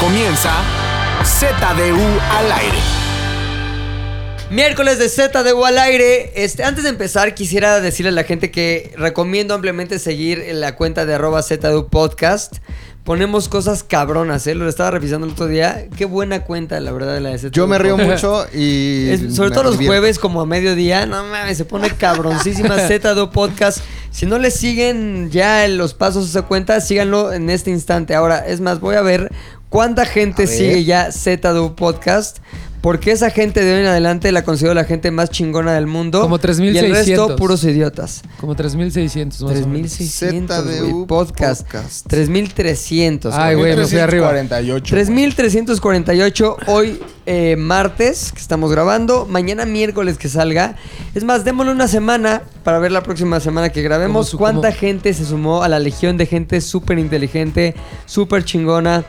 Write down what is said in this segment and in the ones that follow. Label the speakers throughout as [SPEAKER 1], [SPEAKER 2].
[SPEAKER 1] comienza ZDU al aire.
[SPEAKER 2] Miércoles de Z de al aire. Este, antes de empezar, quisiera decirle a la gente que recomiendo ampliamente seguir en la cuenta de arroba ZDU Podcast. Ponemos cosas cabronas, ¿eh? Lo estaba revisando el otro día. Qué buena cuenta, la verdad, la de ZDU
[SPEAKER 3] Yo me río
[SPEAKER 2] Podcast.
[SPEAKER 3] mucho y.
[SPEAKER 2] Es- sobre
[SPEAKER 3] me
[SPEAKER 2] todo los
[SPEAKER 3] divierto.
[SPEAKER 2] jueves, como a mediodía, no mames, se pone cabroncísima Z2 Podcast. Si no le siguen ya los pasos a esa cuenta, síganlo en este instante. Ahora, es más, voy a ver cuánta gente
[SPEAKER 3] A ver.
[SPEAKER 2] sigue ya Z2 Podcast. Porque esa gente de hoy en adelante la considero la gente más chingona del mundo.
[SPEAKER 4] Como
[SPEAKER 2] Y el
[SPEAKER 4] 3,600.
[SPEAKER 2] resto, puros idiotas.
[SPEAKER 4] Como 3600 más o menos.
[SPEAKER 2] 3,600
[SPEAKER 3] ZDU
[SPEAKER 2] güey, podcast.
[SPEAKER 3] Podcast.
[SPEAKER 2] 3,300.
[SPEAKER 4] Ay, güey, me fui arriba.
[SPEAKER 3] 348.
[SPEAKER 2] 3348 hoy eh, martes que estamos grabando, mañana miércoles que salga. Es más, démosle una semana para ver la próxima semana que grabemos
[SPEAKER 4] Como su-
[SPEAKER 2] cuánta
[SPEAKER 4] como-
[SPEAKER 2] gente se sumó a la legión de gente súper inteligente, súper chingona,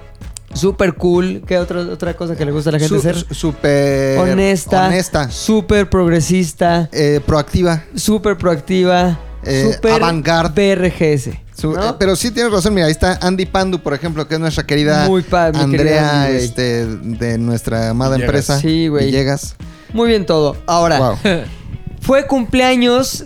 [SPEAKER 2] súper cool. ¿Qué otra otra cosa que le gusta a la gente
[SPEAKER 3] Su-
[SPEAKER 2] ser?
[SPEAKER 3] su- Super.
[SPEAKER 2] honesta,
[SPEAKER 3] Honesta.
[SPEAKER 2] súper progresista,
[SPEAKER 3] eh, proactiva.
[SPEAKER 2] súper proactiva,
[SPEAKER 3] Eh,
[SPEAKER 2] súper
[SPEAKER 3] avant-garde.
[SPEAKER 2] BRGS.
[SPEAKER 3] Su-
[SPEAKER 2] ¿no?
[SPEAKER 3] eh, pero sí tienes razón, mira, ahí está Andy Pandu, por ejemplo, que es nuestra querida
[SPEAKER 2] Muy pa- mi querida
[SPEAKER 3] Andrea
[SPEAKER 2] Andy, güey.
[SPEAKER 3] este, de nuestra amada
[SPEAKER 5] Villegas.
[SPEAKER 3] empresa.
[SPEAKER 2] Sí, güey. Ah.
[SPEAKER 3] Villegas.
[SPEAKER 2] Muy bien todo. Ahora,
[SPEAKER 3] Wow.
[SPEAKER 2] Fue cumpleaños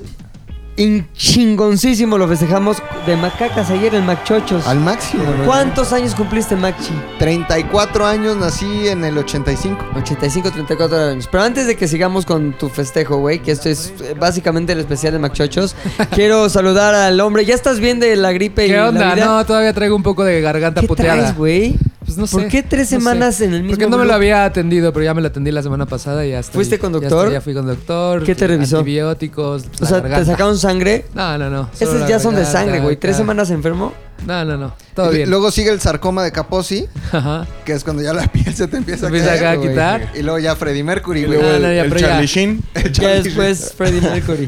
[SPEAKER 2] in- chingoncísimo, lo festejamos de macacas ayer en Macchochos.
[SPEAKER 3] Al máximo. güey.
[SPEAKER 2] ¿Cuántos años cumpliste, Macchi?
[SPEAKER 3] 34 años, nací en el 85.
[SPEAKER 2] 85, 34 años. Pero antes de que sigamos con tu festejo, güey, que esto es eh, básicamente el especial de Macchochos, quiero saludar al hombre. ¿Ya estás bien de la gripe y
[SPEAKER 4] ¿Qué
[SPEAKER 2] la
[SPEAKER 4] onda?
[SPEAKER 2] vida?
[SPEAKER 4] No, todavía traigo un poco de garganta
[SPEAKER 2] ¿Qué
[SPEAKER 4] puteada.
[SPEAKER 2] traes, güey?
[SPEAKER 4] Pues no sé.
[SPEAKER 2] ¿Por qué tres
[SPEAKER 4] no
[SPEAKER 2] semanas en el mismo
[SPEAKER 4] Porque no me
[SPEAKER 2] grupo?
[SPEAKER 4] lo había atendido, pero ya me lo atendí la semana pasada y ya estoy-
[SPEAKER 2] ¿Fuiste con
[SPEAKER 4] ya
[SPEAKER 2] doctor?
[SPEAKER 4] estoy- Ya, fui con doctor.
[SPEAKER 2] ¿Qué te revisó?
[SPEAKER 4] Antibióticos.
[SPEAKER 2] O sea, ¿te sacaron sangre?
[SPEAKER 4] No, no, no. solo
[SPEAKER 2] Esos
[SPEAKER 4] la
[SPEAKER 2] ya son de
[SPEAKER 4] garganta,
[SPEAKER 2] sangre, güey. ¿Tres
[SPEAKER 4] acá.
[SPEAKER 2] semanas enfermo?
[SPEAKER 4] No, no, no. Todo bien.
[SPEAKER 3] Luego sigue el sarcoma de Caposi,
[SPEAKER 4] Ajá.
[SPEAKER 3] que es cuando ya la piel se te empieza a
[SPEAKER 4] Empieza
[SPEAKER 3] caer,
[SPEAKER 4] acá a
[SPEAKER 3] güey.
[SPEAKER 4] quitar.
[SPEAKER 3] Y luego ya Freddie Mercury, güey.
[SPEAKER 4] luego- Ah, no, ya,
[SPEAKER 5] el
[SPEAKER 4] pero ya.
[SPEAKER 5] Charlie Sheen.
[SPEAKER 2] Ya después Freddie Mercury.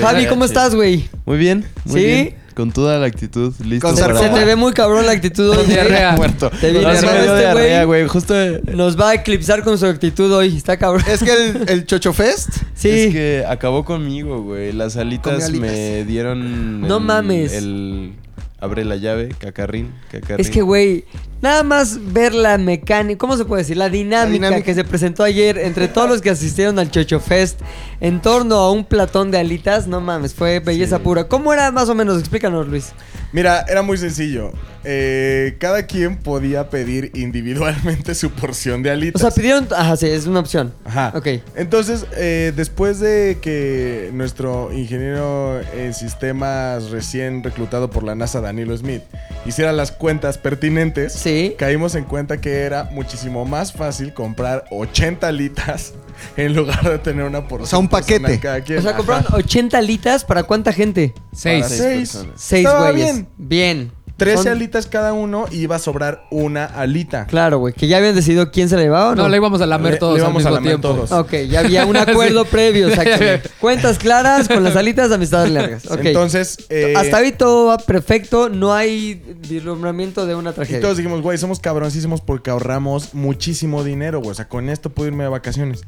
[SPEAKER 2] Javi, ¿cómo estás, güey?
[SPEAKER 6] Muy bien, muy
[SPEAKER 2] ¿Sí?
[SPEAKER 6] bien. Con toda la actitud, listo
[SPEAKER 3] Con
[SPEAKER 6] para...
[SPEAKER 2] Se te ve muy cabrón la actitud hoy.
[SPEAKER 4] Con
[SPEAKER 2] güey.
[SPEAKER 4] diarrea.
[SPEAKER 5] Muerto.
[SPEAKER 2] Te vi
[SPEAKER 6] No, sí me
[SPEAKER 2] hermano,
[SPEAKER 6] dio
[SPEAKER 2] este
[SPEAKER 6] diarrea,
[SPEAKER 2] güey
[SPEAKER 6] güey. Justo eh,
[SPEAKER 2] nos va a eclipsar con su actitud hoy. Está cabrón.
[SPEAKER 3] Es que el, el Chocho Fest.
[SPEAKER 2] Sí.
[SPEAKER 6] es que acabó conmigo, güey. Las
[SPEAKER 3] Comió
[SPEAKER 6] alitas
[SPEAKER 3] alitas.
[SPEAKER 6] me dieron...
[SPEAKER 2] No
[SPEAKER 6] el-
[SPEAKER 2] mames.
[SPEAKER 6] El... Abre la llave, cacarrín, cacarrín.
[SPEAKER 2] Es que, güey, nada más ver la mecánica, ¿cómo se puede decir? La dinámica,
[SPEAKER 3] La dinámica.
[SPEAKER 2] que se presentó ayer entre todos los que asistieron al Chocho Fest en torno a un platón de alitas, no mames, fue belleza pura. ¿Cómo era más o menos? Explícanos, Luis.
[SPEAKER 5] Mira, era muy sencillo. Eh, cada quien podía pedir individualmente su porción de
[SPEAKER 2] O
[SPEAKER 5] alitas.
[SPEAKER 6] Pues,
[SPEAKER 2] sea, pidieron. Ajá, sí, es una opción.
[SPEAKER 5] Ajá.
[SPEAKER 2] Ok.
[SPEAKER 5] Entonces, eh, después de que nuestro ingeniero en sistemas recién reclutado por la NASA, Danilo Smith, hiciera las cuentas pertinentes,
[SPEAKER 2] Sí.
[SPEAKER 5] caímos en cuenta que era muchísimo más fácil comprar 80 alitas en lugar de tener una porción.
[SPEAKER 3] sea, un
[SPEAKER 5] personal
[SPEAKER 3] paquete.
[SPEAKER 5] cada quien.
[SPEAKER 2] O sea,
[SPEAKER 5] Ajá.
[SPEAKER 2] compraron 80 alitas para cuánta gente?
[SPEAKER 4] Seis.
[SPEAKER 5] Para seis.
[SPEAKER 6] personas.
[SPEAKER 2] Seis
[SPEAKER 5] Estaba
[SPEAKER 2] güeyes.
[SPEAKER 5] bien.
[SPEAKER 2] Bien.
[SPEAKER 5] 13
[SPEAKER 2] Son-
[SPEAKER 5] alitas cada uno y iba a sobrar una alita.
[SPEAKER 2] Claro, güey. Que ya habían decidido quién se la llevaba o no.
[SPEAKER 4] No, le íbamos a lamer
[SPEAKER 5] Le-
[SPEAKER 4] todos
[SPEAKER 5] le
[SPEAKER 4] al
[SPEAKER 5] íbamos a
[SPEAKER 4] mismo
[SPEAKER 5] lamer
[SPEAKER 4] tiempo.
[SPEAKER 5] todos.
[SPEAKER 2] Ok, ya había un acuerdo
[SPEAKER 4] Sí.
[SPEAKER 2] previo,
[SPEAKER 4] Ya, ya,
[SPEAKER 2] exactamente.
[SPEAKER 4] ya.
[SPEAKER 2] Cuentas claras con las alitas, amistades largas. Ok.
[SPEAKER 5] Entonces, eh,
[SPEAKER 2] Hasta ahí todo va perfecto, no hay vislumbramiento de una
[SPEAKER 5] y
[SPEAKER 2] tragedia.
[SPEAKER 5] todos dijimos, güey, somos cabroncísimos porque ahorramos muchísimo dinero, güey. O sea, con esto puedo irme de vacaciones.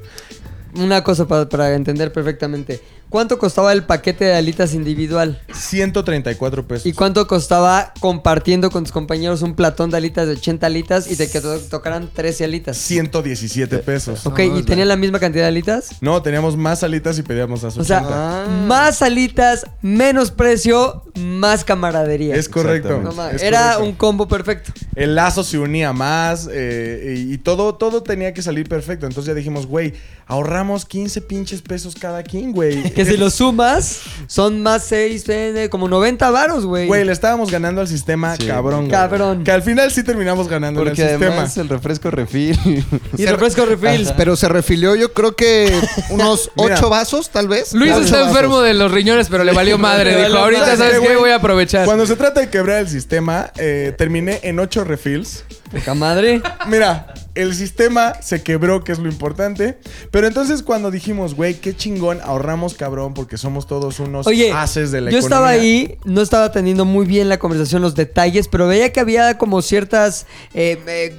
[SPEAKER 2] Una cosa pa- para entender perfectamente. ¿Cuánto costaba el paquete de alitas individual?
[SPEAKER 5] 134 pesos.
[SPEAKER 2] ¿Y cuánto costaba compartiendo con tus compañeros un platón de alitas de 80 alitas y de que to- tocaran 13 alitas?
[SPEAKER 5] 117 pesos.
[SPEAKER 2] Eh, Ok,
[SPEAKER 4] No,
[SPEAKER 2] ¿y
[SPEAKER 4] es
[SPEAKER 2] tenía la misma cantidad de alitas?
[SPEAKER 5] No, teníamos más alitas y pedíamos más
[SPEAKER 2] O sea, ah,
[SPEAKER 5] 80.
[SPEAKER 2] más alitas, menos precio, más camaradería.
[SPEAKER 5] es correcto.
[SPEAKER 2] No mames,
[SPEAKER 5] es
[SPEAKER 2] era
[SPEAKER 5] correcto.
[SPEAKER 2] un combo perfecto.
[SPEAKER 5] El lazo se unía más eh, y, y todo, todo tenía que salir perfecto. Entonces ya dijimos, güey, ahorramos 15 pinches pesos cada quien, güey.
[SPEAKER 2] Que si lo sumas, son más 6, como 90 varos, güey.
[SPEAKER 5] Güey, le estábamos ganando al sistema
[SPEAKER 6] Sí.
[SPEAKER 5] cabrón. güey.
[SPEAKER 2] Cabrón.
[SPEAKER 5] Que al final sí terminamos ganando al
[SPEAKER 6] Porque
[SPEAKER 5] sistema.
[SPEAKER 6] además el refresco refil...
[SPEAKER 2] Y refresco refil.
[SPEAKER 3] Pero se refilió, yo creo que unos
[SPEAKER 5] Mira.
[SPEAKER 3] 8 vasos, tal vez.
[SPEAKER 4] Luis
[SPEAKER 3] Ocho
[SPEAKER 4] está
[SPEAKER 3] vasos.
[SPEAKER 4] enfermo de los riñones, pero le valió
[SPEAKER 2] Le
[SPEAKER 4] madre. Dijo,
[SPEAKER 2] valió
[SPEAKER 4] ahorita,
[SPEAKER 2] madre,
[SPEAKER 4] ¿sabes qué?
[SPEAKER 5] güey.
[SPEAKER 4] Voy a aprovechar.
[SPEAKER 5] Cuando se trata de quebrar el sistema, eh, terminé en 8 refills.
[SPEAKER 2] Poca madre.
[SPEAKER 5] Mira, el sistema se quebró, que es lo importante. Pero entonces cuando dijimos, güey, qué chingón, ahorramos cabrón porque somos todos unos
[SPEAKER 2] Oye,
[SPEAKER 5] haces de la
[SPEAKER 2] yo
[SPEAKER 5] economía.
[SPEAKER 2] estaba ahí, no estaba atendiendo muy bien la conversación, los detalles, pero veía que había como ciertas eh, eh,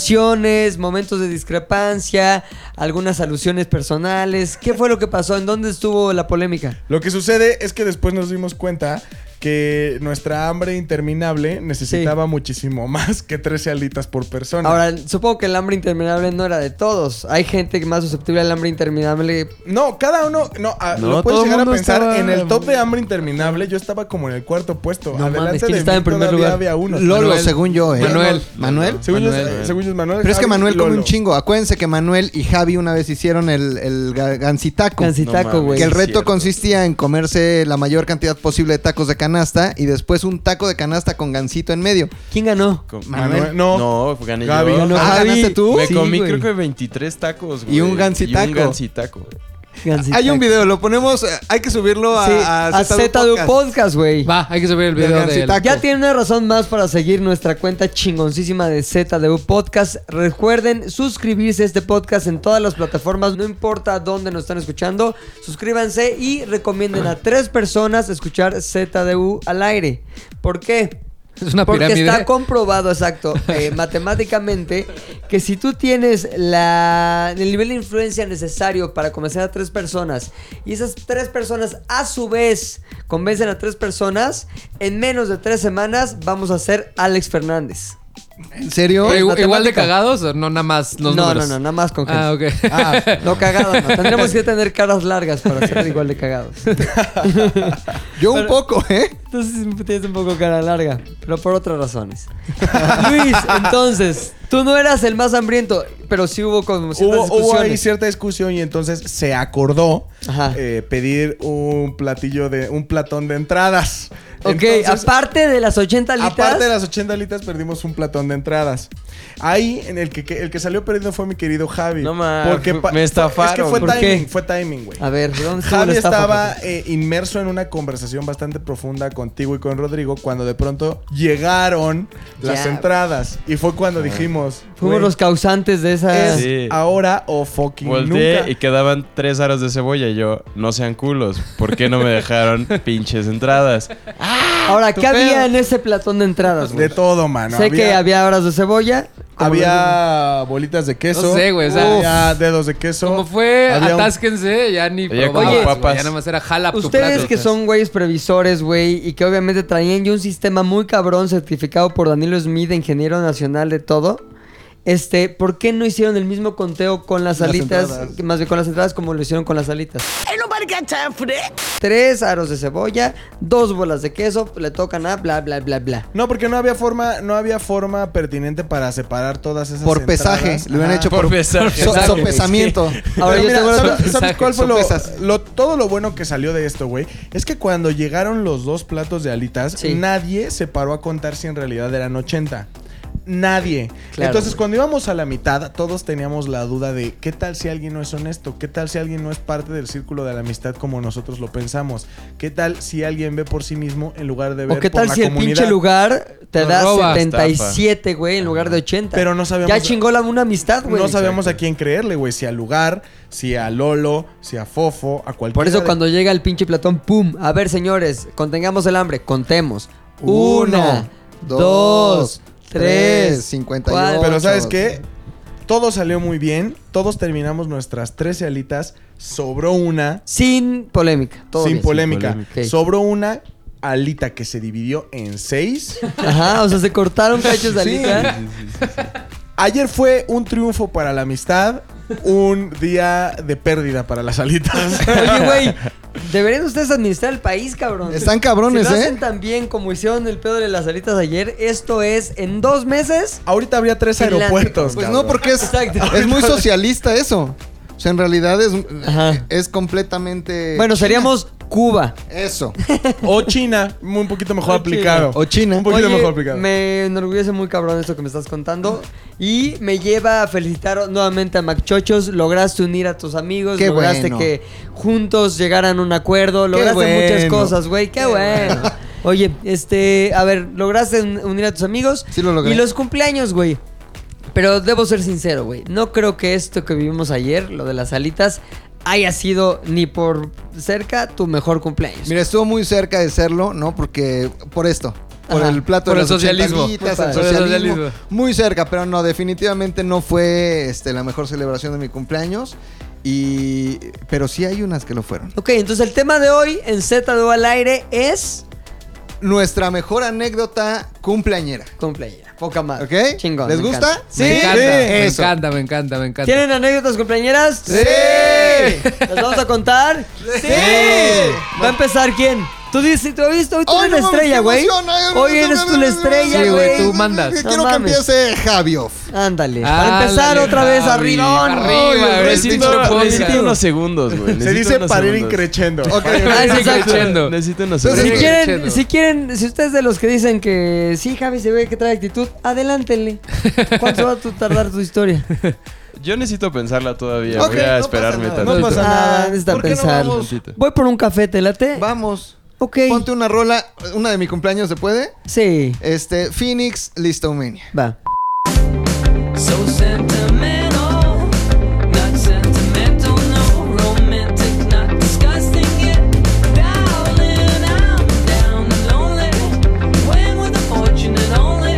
[SPEAKER 2] negociaciones, momentos de discrepancia, algunas alusiones personales. ¿Qué fue lo que pasó? ¿En dónde estuvo la polémica?
[SPEAKER 5] Lo que sucede es que después nos dimos cuenta que nuestra hambre interminable necesitaba muchísimo más que 13 alitas por persona.
[SPEAKER 2] Ahora, supongo que el hambre interminable no era de todos. Hay gente más susceptible al hambre interminable.
[SPEAKER 5] no, cada uno, no, a-
[SPEAKER 6] No,
[SPEAKER 5] lo puedes
[SPEAKER 6] todo
[SPEAKER 5] llegar a
[SPEAKER 6] mundo
[SPEAKER 5] pensar
[SPEAKER 6] estaba-
[SPEAKER 5] en el top de hambre interminable. Yo estaba como en el cuarto puesto.
[SPEAKER 2] No
[SPEAKER 5] Adelante
[SPEAKER 2] mames, ¿quién
[SPEAKER 5] de
[SPEAKER 2] estaba
[SPEAKER 5] mí
[SPEAKER 2] en primer
[SPEAKER 5] todavía
[SPEAKER 2] lugar?
[SPEAKER 5] había uno.
[SPEAKER 3] Lolo,
[SPEAKER 4] Manuel.
[SPEAKER 3] según yo, ¿eh?
[SPEAKER 4] Manuel.
[SPEAKER 3] ¿Manuel?
[SPEAKER 5] Según yo,
[SPEAKER 4] Manuel.
[SPEAKER 5] según yo es Manuel.
[SPEAKER 3] Pero es que
[SPEAKER 5] Javi y
[SPEAKER 3] Manuel come
[SPEAKER 5] Lolo.
[SPEAKER 3] un chingo. Acuérdense que Manuel y Javi una vez hicieron el, el ga- gansitaco.
[SPEAKER 2] Gansitaco,
[SPEAKER 6] No mames.
[SPEAKER 2] güey.
[SPEAKER 3] Que el
[SPEAKER 6] Sí,
[SPEAKER 3] reto
[SPEAKER 6] cierto.
[SPEAKER 3] consistía en comerse la mayor cantidad posible de tacos de canasta y después un taco de canasta con gansito en medio.
[SPEAKER 2] ¿Quién ganó?
[SPEAKER 6] Con-
[SPEAKER 5] Manuel. No.
[SPEAKER 6] No, gané
[SPEAKER 5] Gaby.
[SPEAKER 6] yo.
[SPEAKER 2] Ganó
[SPEAKER 3] Ah,
[SPEAKER 2] Javi.
[SPEAKER 3] ¿ganaste tú?
[SPEAKER 6] Me
[SPEAKER 2] Sí,
[SPEAKER 6] comí
[SPEAKER 2] güey.
[SPEAKER 6] creo que 23 tacos, güey.
[SPEAKER 3] Y un gansitaco.
[SPEAKER 6] Y un gansitaco.
[SPEAKER 2] Gansitaco.
[SPEAKER 3] Hay un video, lo ponemos, eh, hay que subirlo a,
[SPEAKER 2] Sí,
[SPEAKER 3] a
[SPEAKER 2] a
[SPEAKER 3] ZDU
[SPEAKER 2] Z de un
[SPEAKER 3] Podcast.
[SPEAKER 2] podcast, güey.
[SPEAKER 4] Va, hay que subir
[SPEAKER 3] Del
[SPEAKER 4] el video de él.
[SPEAKER 3] gansitaco.
[SPEAKER 2] Ya tiene una razón más para seguir nuestra cuenta chingoncísima de ZDU Podcast. Recuerden suscribirse a este podcast en todas las plataformas, no importa dónde nos están escuchando. Suscríbanse y recomienden a tres personas escuchar ZDU al aire. ¿Por qué?
[SPEAKER 4] Es una
[SPEAKER 2] Porque
[SPEAKER 4] pirámide.
[SPEAKER 2] está comprobado, exacto, eh, matemáticamente, que si tú tienes la, el nivel de influencia necesario para convencer a tres personas y esas tres personas a su vez convencen a tres personas, en menos de tres semanas vamos a ser Alex Fernández.
[SPEAKER 3] ¿En serio?
[SPEAKER 4] Pero igu-
[SPEAKER 2] matemática.
[SPEAKER 4] igual de cagados o no nada más los
[SPEAKER 2] no,
[SPEAKER 4] números?
[SPEAKER 2] no, no, nada más con gente.
[SPEAKER 4] Ah, ok.
[SPEAKER 2] Ah, no cagados, no. Tendremos que tener caras largas para ser igual de cagados.
[SPEAKER 3] Yo un poco, ¿eh?
[SPEAKER 2] Entonces tienes un poco cara larga, pero por otras razones. Luis, entonces, tú no eras el más hambriento, pero sí hubo como ciertas
[SPEAKER 5] Hubo, hubo ahí
[SPEAKER 2] discusiones.
[SPEAKER 5] cierta discusión y entonces se acordó
[SPEAKER 2] Ajá.
[SPEAKER 5] eh, pedir un platillo de un platón de entradas.
[SPEAKER 2] ok,
[SPEAKER 5] Entonces,
[SPEAKER 2] aparte de las 80 alitas.
[SPEAKER 5] aparte de las 80 alitas perdimos un platón de entradas. Ahí en el que, que- el que salió perdido fue mi querido Javi.
[SPEAKER 6] No mames, fue-
[SPEAKER 5] pa-
[SPEAKER 6] me estafaron.
[SPEAKER 5] Es que fue
[SPEAKER 2] ¿Por
[SPEAKER 5] timing,
[SPEAKER 2] qué?
[SPEAKER 5] fue timing, güey.
[SPEAKER 2] A ver, ¿dónde estuvo
[SPEAKER 5] Javi
[SPEAKER 2] la estafa,
[SPEAKER 5] estaba
[SPEAKER 2] Javi?
[SPEAKER 5] eh, inmerso en una conversación bastante profunda contigo y con Rodrigo cuando de pronto llegaron las
[SPEAKER 2] Ya.
[SPEAKER 5] entradas y fue cuando dijimos
[SPEAKER 2] Ah. Fuimos
[SPEAKER 5] güey,
[SPEAKER 2] los causantes de esa.
[SPEAKER 5] es
[SPEAKER 6] Sí.
[SPEAKER 5] ahora o fucking
[SPEAKER 6] Volteé
[SPEAKER 5] nunca.
[SPEAKER 6] y quedaban tres aros de cebolla. Y yo, no sean culos. ¿Por qué no me dejaron pinches entradas?
[SPEAKER 2] Ahora,
[SPEAKER 3] tu
[SPEAKER 2] ¿qué había
[SPEAKER 3] pedo.
[SPEAKER 2] en ese platón de entradas? güey?
[SPEAKER 5] De todo, mano.
[SPEAKER 2] sé que había horas de cebolla. como
[SPEAKER 5] había bolitas de queso.
[SPEAKER 4] No sé, güey, o sea,
[SPEAKER 5] había dedos de queso.
[SPEAKER 4] Como fue,
[SPEAKER 5] Había un-
[SPEAKER 4] atásquense, ya ni
[SPEAKER 6] Oye,
[SPEAKER 4] probabas,
[SPEAKER 6] como
[SPEAKER 4] güey,
[SPEAKER 6] papas.
[SPEAKER 4] Ya nada más era
[SPEAKER 5] Ah,
[SPEAKER 4] jala
[SPEAKER 5] pues,
[SPEAKER 4] tu
[SPEAKER 2] Ustedes
[SPEAKER 4] plato.
[SPEAKER 2] que son güeyes previsores, güey, y que obviamente traían ya un sistema muy cabrón certificado por Danilo Smith, ingeniero nacional de todo. Este, ¿por qué no hicieron el mismo conteo con las,
[SPEAKER 3] Las
[SPEAKER 2] alitas,
[SPEAKER 3] entradas.
[SPEAKER 2] más bien con las entradas como lo hicieron con las alitas? Tres aros de cebolla, dos bolas de queso, le tocan a bla bla bla bla.
[SPEAKER 5] No, porque no había forma, no había forma pertinente para separar todas esas
[SPEAKER 3] Por pesaje,
[SPEAKER 5] entradas.
[SPEAKER 3] lo han
[SPEAKER 5] Ajá.
[SPEAKER 3] hecho
[SPEAKER 6] por
[SPEAKER 3] por,
[SPEAKER 6] pesar.
[SPEAKER 3] so- sopesamiento.
[SPEAKER 2] Ahora
[SPEAKER 5] Pero
[SPEAKER 2] yo
[SPEAKER 5] mira,
[SPEAKER 2] tengo una
[SPEAKER 5] ¿sabes-
[SPEAKER 4] pregunta.
[SPEAKER 5] ¿sabes cuál fue
[SPEAKER 3] Son
[SPEAKER 5] lo,
[SPEAKER 3] pesas.
[SPEAKER 5] lo- todo lo bueno que salió de esto, güey? Es que cuando llegaron los dos platos de alitas,
[SPEAKER 2] Sí.
[SPEAKER 5] nadie se paró a contar si en realidad eran 80. Nadie.
[SPEAKER 2] Claro,
[SPEAKER 5] Entonces,
[SPEAKER 2] güey.
[SPEAKER 5] cuando íbamos a la mitad, todos teníamos la duda de qué tal si alguien no es honesto, qué tal si alguien no es parte del círculo de la amistad como nosotros lo pensamos, qué tal si alguien ve por sí mismo en lugar de ver
[SPEAKER 2] ¿O qué
[SPEAKER 5] por
[SPEAKER 2] tal
[SPEAKER 5] la
[SPEAKER 2] si el
[SPEAKER 5] comunidad?
[SPEAKER 2] pinche lugar te
[SPEAKER 4] Nos
[SPEAKER 2] da
[SPEAKER 4] roba,
[SPEAKER 2] 77, güey, en lugar de 80?
[SPEAKER 5] Pero no sabíamos-
[SPEAKER 2] Ya chingó la una amistad, güey.
[SPEAKER 5] No sabíamos a quién creerle, güey. Si al lugar, si a Lolo, si a Fofo, a cualquier.
[SPEAKER 2] Por eso cuando llega el pinche Platón, ¡pum! A ver, señores, contengamos el hambre, contemos. Una, dos, tres,
[SPEAKER 3] cincuenta y
[SPEAKER 2] cuatro.
[SPEAKER 3] ocho.
[SPEAKER 5] Pero ¿sabes qué? Todo salió muy bien. Todos terminamos nuestras 13 alitas. Sobró una.
[SPEAKER 2] Sin polémica. todo
[SPEAKER 5] sin,
[SPEAKER 2] bien.
[SPEAKER 5] polémica.
[SPEAKER 6] polémica.
[SPEAKER 2] Ok.
[SPEAKER 5] Sobró una alita que se dividió en seis.
[SPEAKER 2] Ajá, o sea, se cortaron cachos de
[SPEAKER 5] Sí.
[SPEAKER 2] alita.
[SPEAKER 5] Ayer fue un triunfo para la amistad. Un día de pérdida para las alitas.
[SPEAKER 2] Oye, güey, deberían ustedes administrar el país, cabrón.
[SPEAKER 3] Están cabrones,
[SPEAKER 2] si lo
[SPEAKER 3] ¿eh?
[SPEAKER 2] hacen tan bien como hicieron el pedo de las alitas ayer, esto es en dos meses.
[SPEAKER 5] Ahorita habría tres
[SPEAKER 2] Finlandia,
[SPEAKER 5] aeropuertos.
[SPEAKER 3] Pues
[SPEAKER 5] cabrón.
[SPEAKER 3] no, porque es,
[SPEAKER 2] Exacto.
[SPEAKER 3] es muy socialista eso. O sea, en realidad es,
[SPEAKER 2] Ajá.
[SPEAKER 3] es completamente...
[SPEAKER 2] Bueno, seríamos Cuba.
[SPEAKER 3] Eso.
[SPEAKER 5] O China, un poquito mejor
[SPEAKER 2] O China.
[SPEAKER 5] aplicado.
[SPEAKER 3] O China.
[SPEAKER 5] Un poquito
[SPEAKER 2] Oye,
[SPEAKER 5] mejor aplicado.
[SPEAKER 2] Me enorgullece muy cabrón esto que me estás contando. Y me lleva a felicitar nuevamente a Macchochos. Lograste unir a tus amigos.
[SPEAKER 3] Qué
[SPEAKER 2] lograste
[SPEAKER 3] bueno.
[SPEAKER 2] que juntos llegaran a un acuerdo. Lograste
[SPEAKER 3] bueno.
[SPEAKER 2] muchas cosas, güey. Qué, bueno. Oye, este, a ver, lograste un- unir a tus amigos.
[SPEAKER 3] Sí lo logré.
[SPEAKER 2] Y los cumpleaños, güey. Pero debo ser sincero, güey. No creo que esto que vivimos ayer, lo de las alitas, haya sido ni por cerca tu mejor cumpleaños.
[SPEAKER 3] Mira, estuvo muy cerca de serlo, ¿no? Porque por esto. Por
[SPEAKER 2] Ajá.
[SPEAKER 3] el plato
[SPEAKER 4] Por
[SPEAKER 3] de
[SPEAKER 4] el
[SPEAKER 3] las
[SPEAKER 4] socialismo.
[SPEAKER 3] 80 alitas,
[SPEAKER 2] Por
[SPEAKER 3] el
[SPEAKER 4] el
[SPEAKER 3] socialismo.
[SPEAKER 4] socialismo.
[SPEAKER 3] Muy cerca, pero no, definitivamente no fue este, la mejor celebración de mi cumpleaños. Y, pero sí hay unas que lo fueron.
[SPEAKER 2] Ok, entonces el tema de hoy en Z2 al aire es
[SPEAKER 3] nuestra mejor anécdota cumpleañera.
[SPEAKER 2] Con playera. Poca madre.
[SPEAKER 3] ¿Ok?
[SPEAKER 2] Chingón.
[SPEAKER 3] ¿Les
[SPEAKER 2] me
[SPEAKER 3] gusta?
[SPEAKER 2] encanta.
[SPEAKER 3] Sí.
[SPEAKER 4] me encanta, me
[SPEAKER 3] Eso.
[SPEAKER 4] encanta, me encanta, me encanta.
[SPEAKER 2] ¿Tienen anécdotas cumpleañeras?
[SPEAKER 3] Sí.
[SPEAKER 2] ¿Las vamos a contar?
[SPEAKER 3] Sí.
[SPEAKER 2] ¿Va a empezar quién? Tú dices, tú hoy tú
[SPEAKER 3] Ay,
[SPEAKER 2] eres
[SPEAKER 3] no
[SPEAKER 2] la
[SPEAKER 3] mames,
[SPEAKER 2] estrella,
[SPEAKER 3] qué
[SPEAKER 2] güey.
[SPEAKER 3] emoción, ay, no,
[SPEAKER 2] Hoy
[SPEAKER 3] no,
[SPEAKER 2] eres
[SPEAKER 3] no,
[SPEAKER 2] tú
[SPEAKER 3] no,
[SPEAKER 2] la
[SPEAKER 3] no, no,
[SPEAKER 2] estrella,
[SPEAKER 4] Sí, güey,
[SPEAKER 2] güey.
[SPEAKER 4] tú mandas.
[SPEAKER 3] Quiero
[SPEAKER 2] No
[SPEAKER 3] que
[SPEAKER 2] mames.
[SPEAKER 3] empiece Javioff.
[SPEAKER 2] Ándale. Para
[SPEAKER 4] Ándale,
[SPEAKER 2] empezar otra vez
[SPEAKER 4] Javi,
[SPEAKER 2] arriba.
[SPEAKER 4] arriba, güey,
[SPEAKER 6] necesito,
[SPEAKER 4] pinche podcast.
[SPEAKER 6] necesito unos segundos, güey.
[SPEAKER 5] Se dice para ir
[SPEAKER 6] increíble.
[SPEAKER 5] increchendo.
[SPEAKER 3] Ok.
[SPEAKER 2] Ah, es exacto.
[SPEAKER 4] Creciendo.
[SPEAKER 6] Necesito unos
[SPEAKER 3] Entonces,
[SPEAKER 2] Si
[SPEAKER 6] segundos.
[SPEAKER 3] Sí,
[SPEAKER 2] quieren,
[SPEAKER 4] chido.
[SPEAKER 2] si quieren, si ustedes de los que dicen que sí, Javi se ve que trae actitud, adelántenle. ¿Cuánto va a tu- tardar tu historia?
[SPEAKER 6] Yo necesito pensarla todavía.
[SPEAKER 3] Ok,
[SPEAKER 6] Voy a
[SPEAKER 3] no
[SPEAKER 6] esperarme
[SPEAKER 3] pasa nada,
[SPEAKER 6] tantito.
[SPEAKER 3] No pasa
[SPEAKER 2] Ah,
[SPEAKER 3] nada.
[SPEAKER 2] necesita
[SPEAKER 3] ¿Por qué no
[SPEAKER 2] pensarlo.
[SPEAKER 3] vamos?
[SPEAKER 2] Voy por un café, ¿te late?
[SPEAKER 3] Vamos.
[SPEAKER 2] Ok.
[SPEAKER 3] Ponte una rola, una de mi cumpleaños, ¿se puede?
[SPEAKER 2] Sí,
[SPEAKER 3] Este, Phoenix, Listomania.
[SPEAKER 2] va.
[SPEAKER 7] So sentimental, not sentimental, no romantic, not disgusting yet. Darling, I'm down and lonely. When with a fortunate only.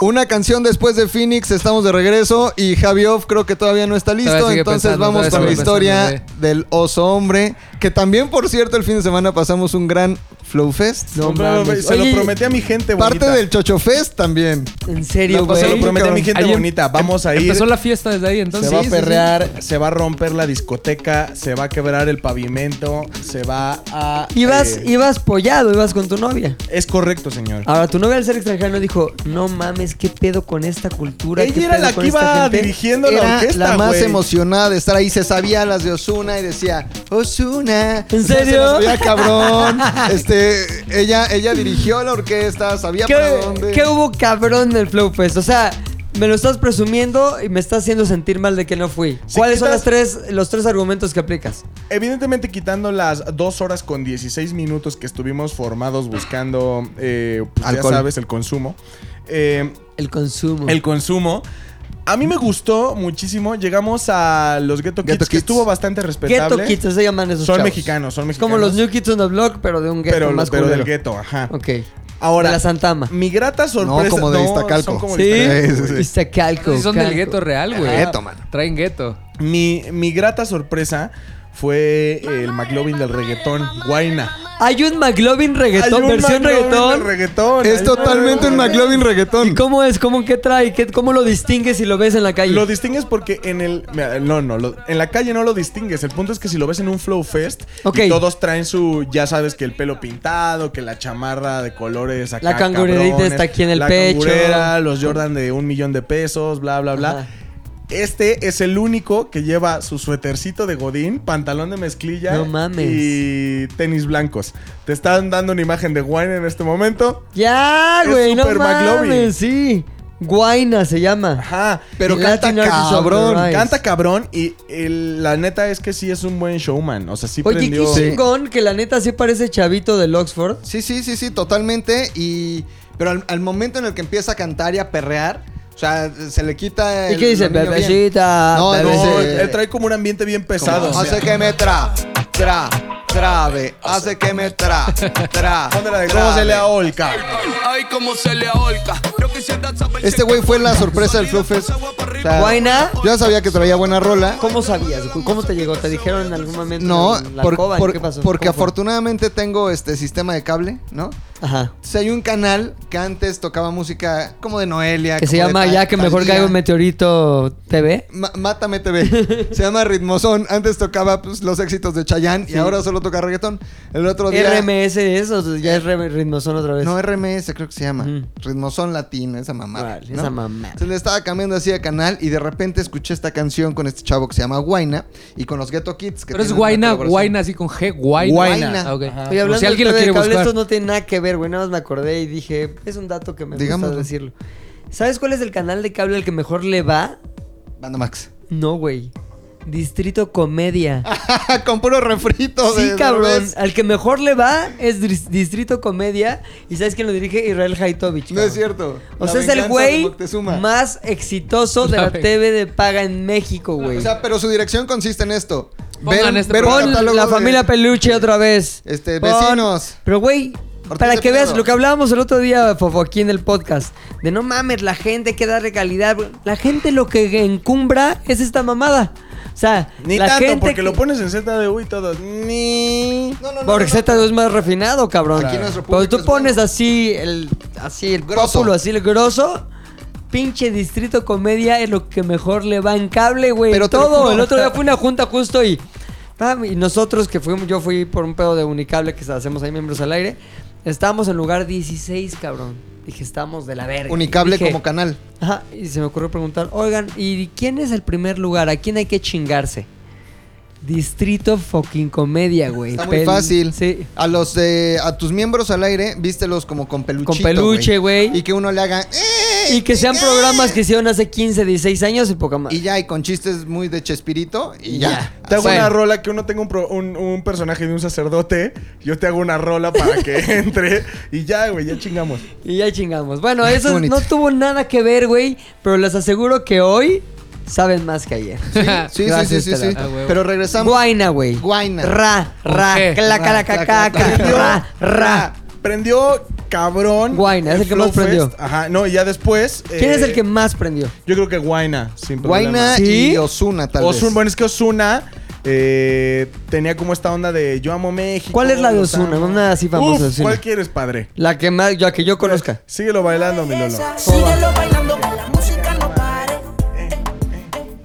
[SPEAKER 3] Una canción después de Phoenix, estamos de regreso y Javioff creo que todavía no está listo,
[SPEAKER 4] Todavía sigue
[SPEAKER 3] entonces
[SPEAKER 4] pensando,
[SPEAKER 3] vamos
[SPEAKER 4] todavía
[SPEAKER 3] con la
[SPEAKER 4] sigue
[SPEAKER 3] historia
[SPEAKER 4] pensando,
[SPEAKER 3] del oso hombre, que también por cierto el fin de semana pasamos un gran Flow Fest.
[SPEAKER 2] No
[SPEAKER 5] Hombre,
[SPEAKER 2] mames.
[SPEAKER 5] se
[SPEAKER 2] Oye,
[SPEAKER 5] lo prometí a mi gente bonita.
[SPEAKER 3] Parte del Chocho Fest también.
[SPEAKER 2] En serio,
[SPEAKER 3] No, pues,
[SPEAKER 2] güey.
[SPEAKER 5] Se lo prometí a mi gente
[SPEAKER 4] Ahí em-
[SPEAKER 5] bonita. Vamos a ir.
[SPEAKER 4] Empezó la fiesta desde ahí,
[SPEAKER 5] Se
[SPEAKER 4] entonces.
[SPEAKER 3] Sí,
[SPEAKER 5] va a
[SPEAKER 3] sí, sí.
[SPEAKER 5] perrear, se va a romper la discoteca, se va a quebrar el pavimento, se va a.
[SPEAKER 2] Ibas,
[SPEAKER 5] eh,
[SPEAKER 2] ibas pollado, ibas con tu novia.
[SPEAKER 5] Es correcto, señor.
[SPEAKER 2] Ahora, tu novia al ser extranjero dijo, no mames, ¿qué pedo con esta cultura? ¿Qué
[SPEAKER 5] Ella era
[SPEAKER 2] pedo
[SPEAKER 5] la
[SPEAKER 2] con
[SPEAKER 5] que
[SPEAKER 2] esta
[SPEAKER 5] iba
[SPEAKER 2] gente?"
[SPEAKER 5] dirigiendo la
[SPEAKER 3] Era
[SPEAKER 5] orquesta.
[SPEAKER 3] la más
[SPEAKER 5] güey.
[SPEAKER 3] emocionada de estar ahí, se sabía las de Osuna y decía, Osuna.
[SPEAKER 2] ¿En serio?
[SPEAKER 3] Ya cabrón. Este, ella, ella dirigió la orquesta, sabía para
[SPEAKER 2] ¿Qué,
[SPEAKER 3] dónde.
[SPEAKER 2] qué hubo cabrón del Flow Fest? O sea, me lo estás presumiendo y me estás haciendo sentir mal de que no fui.
[SPEAKER 5] Si
[SPEAKER 2] ¿Cuáles son
[SPEAKER 5] quitas-
[SPEAKER 2] las tres, los tres argumentos que aplicas?
[SPEAKER 5] Evidentemente, quitando las 2 horas con 16 minutos que estuvimos formados buscando, eh, pues, ya
[SPEAKER 3] Alcohol.
[SPEAKER 5] sabes, el consumo. eh,
[SPEAKER 2] El consumo.
[SPEAKER 5] el consumo. A mí me gustó muchísimo. Llegamos a los Ghetto,
[SPEAKER 3] Ghetto
[SPEAKER 5] Kids, que
[SPEAKER 3] Kids.
[SPEAKER 5] estuvo bastante
[SPEAKER 2] Ghetto
[SPEAKER 5] respetable.
[SPEAKER 2] Kids, se llaman esos
[SPEAKER 5] Son
[SPEAKER 2] chavos.
[SPEAKER 5] mexicanos, son mexicanos.
[SPEAKER 2] Como los New Kids on the Block, pero de un ghetto
[SPEAKER 5] pero,
[SPEAKER 2] más
[SPEAKER 5] pero del
[SPEAKER 2] culero.
[SPEAKER 5] gueto, ajá.
[SPEAKER 2] Ok.
[SPEAKER 5] Ahora,
[SPEAKER 2] De la Santama.
[SPEAKER 5] mi grata sorpresa.
[SPEAKER 3] No, como de Iztacalco.
[SPEAKER 5] son como de
[SPEAKER 2] Sí.
[SPEAKER 5] Iztacalco,
[SPEAKER 3] Sí, sí,
[SPEAKER 5] güey.
[SPEAKER 3] sí.
[SPEAKER 2] Iztacalco.
[SPEAKER 4] Sí, son del
[SPEAKER 2] calco.
[SPEAKER 4] gueto real, güey.
[SPEAKER 3] Gueto, mano.
[SPEAKER 4] Traen gueto.
[SPEAKER 5] Mi, mi grata sorpresa fue el McLovin del reggaetón, Guaina.
[SPEAKER 2] Hay un McLovin reggaetón,
[SPEAKER 5] Hay un
[SPEAKER 2] versión
[SPEAKER 5] McLovin del
[SPEAKER 2] reggaetón.
[SPEAKER 5] reggaetón.
[SPEAKER 3] Es
[SPEAKER 5] Hay-
[SPEAKER 3] totalmente un McLovin reggaetón.
[SPEAKER 2] ¿Cómo es? ¿Cómo qué trae? ¿Qué- ¿Cómo lo distingues si lo ves en la calle?
[SPEAKER 5] Lo distingues porque en el. mira, No, no, lo- en la calle no lo distingues. El punto es que si lo ves en un Flow Fest,
[SPEAKER 2] Ok.
[SPEAKER 5] y todos traen su. Ya sabes que el pelo pintado, que la chamarra de colores acá.
[SPEAKER 2] La cangurerita
[SPEAKER 5] cabrones,
[SPEAKER 2] está aquí en el
[SPEAKER 5] la
[SPEAKER 2] pecho.
[SPEAKER 5] cangurera, los Jordan de un millón de pesos, bla, bla, bla.
[SPEAKER 2] Ajá.
[SPEAKER 5] Este es el único que lleva su suétercito de godín, pantalón de mezclilla
[SPEAKER 2] No mames.
[SPEAKER 5] y tenis blancos. Te están dando una imagen de Wine en este momento.
[SPEAKER 2] Ya,
[SPEAKER 5] Es
[SPEAKER 2] güey, no
[SPEAKER 5] Super McLovin.
[SPEAKER 2] mames, sí. Guaina se llama.
[SPEAKER 5] Ajá.
[SPEAKER 3] Pero
[SPEAKER 2] Latin
[SPEAKER 3] canta
[SPEAKER 2] Artist of the
[SPEAKER 3] cabrón,
[SPEAKER 2] Rise.
[SPEAKER 5] Canta cabrón y el- la neta es que sí es un buen showman. O sea, sí
[SPEAKER 2] Oye, qué
[SPEAKER 5] prendió.
[SPEAKER 2] chingón, que la neta sí parece chavito del Oxford.
[SPEAKER 3] Sí, sí, sí, sí, totalmente. Y. Pero al, al momento en el que empieza a cantar y a perrear, o sea, se le quita.
[SPEAKER 2] ¿Y qué dice?
[SPEAKER 3] dominio bien.
[SPEAKER 2] Bebecita.
[SPEAKER 3] No,
[SPEAKER 5] No,
[SPEAKER 3] Ese-
[SPEAKER 5] él trae como un ambiente bien pesado.
[SPEAKER 3] Hace que me tra, tra, trabe. Hace que me tra, tra.
[SPEAKER 5] Póndela de ¿Cómo se le aholca?
[SPEAKER 8] Ay, cómo se le ahorca. Yo quisiera saber
[SPEAKER 3] Este güey fue la sorpresa del Flow Fest. O sea,
[SPEAKER 2] Guayna.
[SPEAKER 3] Yo ya sabía que traía buena rola.
[SPEAKER 2] ¿Cómo sabías? güey? ¿Cómo te llegó? ¿Te dijeron en algún momento?
[SPEAKER 3] No,
[SPEAKER 2] en la
[SPEAKER 3] por-
[SPEAKER 2] alcoba?
[SPEAKER 3] por-
[SPEAKER 2] ¿Qué pasó?
[SPEAKER 3] porque
[SPEAKER 2] ¿Cómo fue?
[SPEAKER 3] afortunadamente tengo este sistema de cable, ¿no?
[SPEAKER 2] Ajá.
[SPEAKER 3] O sea, hay un canal que antes tocaba música como de Noelia.
[SPEAKER 2] Que se
[SPEAKER 3] como de
[SPEAKER 2] llama
[SPEAKER 3] Ta-
[SPEAKER 2] Ya que mejor
[SPEAKER 3] Thalía.
[SPEAKER 2] caiga un meteorito TV.
[SPEAKER 3] Ma- Mátame TV. Se llama Ritmozón. Antes tocaba pues, los éxitos de Chayanne y ahora solo toca reggaetón. El otro día.
[SPEAKER 2] RMS es o ya es re- ritmozón otra vez.
[SPEAKER 3] No, RMS creo que se llama.
[SPEAKER 2] Ujú.
[SPEAKER 3] Ritmozón latino, esa mamada.
[SPEAKER 2] Órale,
[SPEAKER 3] ¿no?
[SPEAKER 2] esa mamada.
[SPEAKER 3] Se le estaba cambiando así de canal y de repente escuché esta canción con este chavo que se llama Guaina y con los Ghetto Kids. Que
[SPEAKER 4] Pero es
[SPEAKER 3] tienen una
[SPEAKER 4] Guaina,
[SPEAKER 3] colaboración.
[SPEAKER 4] Guaina así con G, Guaina.
[SPEAKER 3] Guaina.
[SPEAKER 4] Ah, ok.
[SPEAKER 5] Ajá.
[SPEAKER 2] Oye,
[SPEAKER 4] Por
[SPEAKER 2] hablando
[SPEAKER 4] si alguien
[SPEAKER 2] de
[SPEAKER 4] lo quiere
[SPEAKER 2] cable,
[SPEAKER 4] buscar.
[SPEAKER 2] esto no tiene nada que ver, güey. Nada más me acordé y dije, es un dato que me
[SPEAKER 3] Digámoslo.
[SPEAKER 2] gusta decirlo. ¿Sabes cuál es el canal de cable al que mejor le va?
[SPEAKER 3] Banda Max.
[SPEAKER 2] No, güey. Distrito Comedia.
[SPEAKER 3] con puro refrito.
[SPEAKER 2] Sí,
[SPEAKER 3] Ah, de
[SPEAKER 2] cabrón.
[SPEAKER 3] Derbez.
[SPEAKER 2] Al que mejor le va es Dris- Distrito Comedia. ¿Y sabes quién lo dirige? Israel Haitovich.
[SPEAKER 3] No
[SPEAKER 2] cabrón.
[SPEAKER 3] es cierto.
[SPEAKER 2] O
[SPEAKER 3] La
[SPEAKER 2] sea, es el
[SPEAKER 3] venganza de
[SPEAKER 2] güey
[SPEAKER 3] Moctezuma.
[SPEAKER 2] más exitoso de
[SPEAKER 4] La
[SPEAKER 2] la
[SPEAKER 4] ven-
[SPEAKER 2] TV de paga en México, güey.
[SPEAKER 3] O sea, pero su dirección consiste en esto.
[SPEAKER 4] Pongan este
[SPEAKER 3] un
[SPEAKER 4] programa.
[SPEAKER 2] Pon
[SPEAKER 3] catálogo
[SPEAKER 2] la
[SPEAKER 3] de-
[SPEAKER 2] familia Peluche otra vez.
[SPEAKER 3] Este,
[SPEAKER 2] Pon-
[SPEAKER 3] vecinos.
[SPEAKER 2] Pero, güey,
[SPEAKER 3] Ortiz
[SPEAKER 2] para
[SPEAKER 3] de
[SPEAKER 2] que veas
[SPEAKER 3] Pinedo.
[SPEAKER 2] lo que hablábamos el otro día, Fofo, aquí en el podcast. De no mames, la gente hay que darle calidad. La gente lo que encumbra es esta mamada. O sea,
[SPEAKER 5] Ni
[SPEAKER 2] la
[SPEAKER 5] tanto,
[SPEAKER 2] gente
[SPEAKER 5] porque
[SPEAKER 2] que-
[SPEAKER 5] lo pones en ZDU y todo. Ni.
[SPEAKER 3] No, no, no.
[SPEAKER 2] Porque
[SPEAKER 3] no,
[SPEAKER 2] ZDU es más refinado, cabrón.
[SPEAKER 3] Aquí nuestro
[SPEAKER 2] Cuando
[SPEAKER 3] público
[SPEAKER 2] tú
[SPEAKER 3] es
[SPEAKER 2] pones
[SPEAKER 3] bueno.
[SPEAKER 2] así el así el
[SPEAKER 3] Grosso.
[SPEAKER 2] rótulo, así el grosso, pinche distrito comedia es lo que mejor le va en cable, güey.
[SPEAKER 3] Pero
[SPEAKER 2] Pero
[SPEAKER 3] te lo
[SPEAKER 2] todo.
[SPEAKER 3] juro.
[SPEAKER 2] El otro día fue una junta justo y pam, y nosotros que fuimos, yo fui por un pedo de unicable que hacemos ahí miembros al aire, estábamos en lugar 16, cabrón. Dije, estamos de la verga.
[SPEAKER 3] Unicable
[SPEAKER 2] Dije,
[SPEAKER 3] como canal.
[SPEAKER 2] Ajá, y se me ocurrió preguntar, oigan, ¿y quién es el primer lugar? ¿A quién hay que chingarse? Distrito fucking comedia, güey.
[SPEAKER 3] Está muy
[SPEAKER 2] Pel-
[SPEAKER 3] fácil.
[SPEAKER 2] Sí.
[SPEAKER 3] A los eh, a tus miembros al aire, vístelos como con peluchito.
[SPEAKER 2] Con peluche, güey.
[SPEAKER 3] Y que uno le haga. "Eh",
[SPEAKER 2] Y que sean
[SPEAKER 3] "Eh",
[SPEAKER 2] programas que hicieron hace 15, 16 años y poca más.
[SPEAKER 3] Y ya, y con chistes muy de Chespirito, y ya.
[SPEAKER 5] Te hago
[SPEAKER 2] Bueno.
[SPEAKER 5] una rola que uno tenga un, pro- un, un personaje de un sacerdote. Yo te hago una rola para que entre. Y ya, güey, ya chingamos.
[SPEAKER 2] Y ya chingamos. Bueno,
[SPEAKER 3] Qué
[SPEAKER 2] eso
[SPEAKER 3] bonito.
[SPEAKER 2] no tuvo nada que ver, güey. Pero les aseguro que hoy saben más que ayer.
[SPEAKER 3] Sí,
[SPEAKER 2] Gracias,
[SPEAKER 3] sí, sí, sí, sí.
[SPEAKER 2] Tela.
[SPEAKER 4] Ah, huevo.
[SPEAKER 3] Pero regresamos.
[SPEAKER 2] Guaina, güey.
[SPEAKER 3] Guaina.
[SPEAKER 2] Ra,
[SPEAKER 4] Con
[SPEAKER 2] ra,
[SPEAKER 4] G.
[SPEAKER 2] claca, la caca, ra, ra.
[SPEAKER 5] Prendió cabrón.
[SPEAKER 2] Guayna, es el que más
[SPEAKER 5] Flowfest.
[SPEAKER 2] prendió.
[SPEAKER 5] Ajá, no, y ya después.
[SPEAKER 2] ¿Quién
[SPEAKER 5] eh,
[SPEAKER 2] es el que más prendió?
[SPEAKER 5] Yo creo que Guayna, sin
[SPEAKER 3] Guaina
[SPEAKER 5] problema.
[SPEAKER 2] ¿Sí?
[SPEAKER 3] y Osuna, tal vez.
[SPEAKER 5] Ozuna, bueno, es que Osuna eh, tenía como esta onda de yo amo México.
[SPEAKER 2] ¿Cuál es la de
[SPEAKER 5] los
[SPEAKER 2] Ozuna?
[SPEAKER 5] amo".
[SPEAKER 2] Una así famosa de
[SPEAKER 5] Uf,
[SPEAKER 2] Ozuna.
[SPEAKER 5] ¿Cuál quieres, padre?
[SPEAKER 2] La que más, la que yo conozca.
[SPEAKER 5] Síguelo bailando, mi Lolo.
[SPEAKER 9] Síguelo bailando, que la música no pare.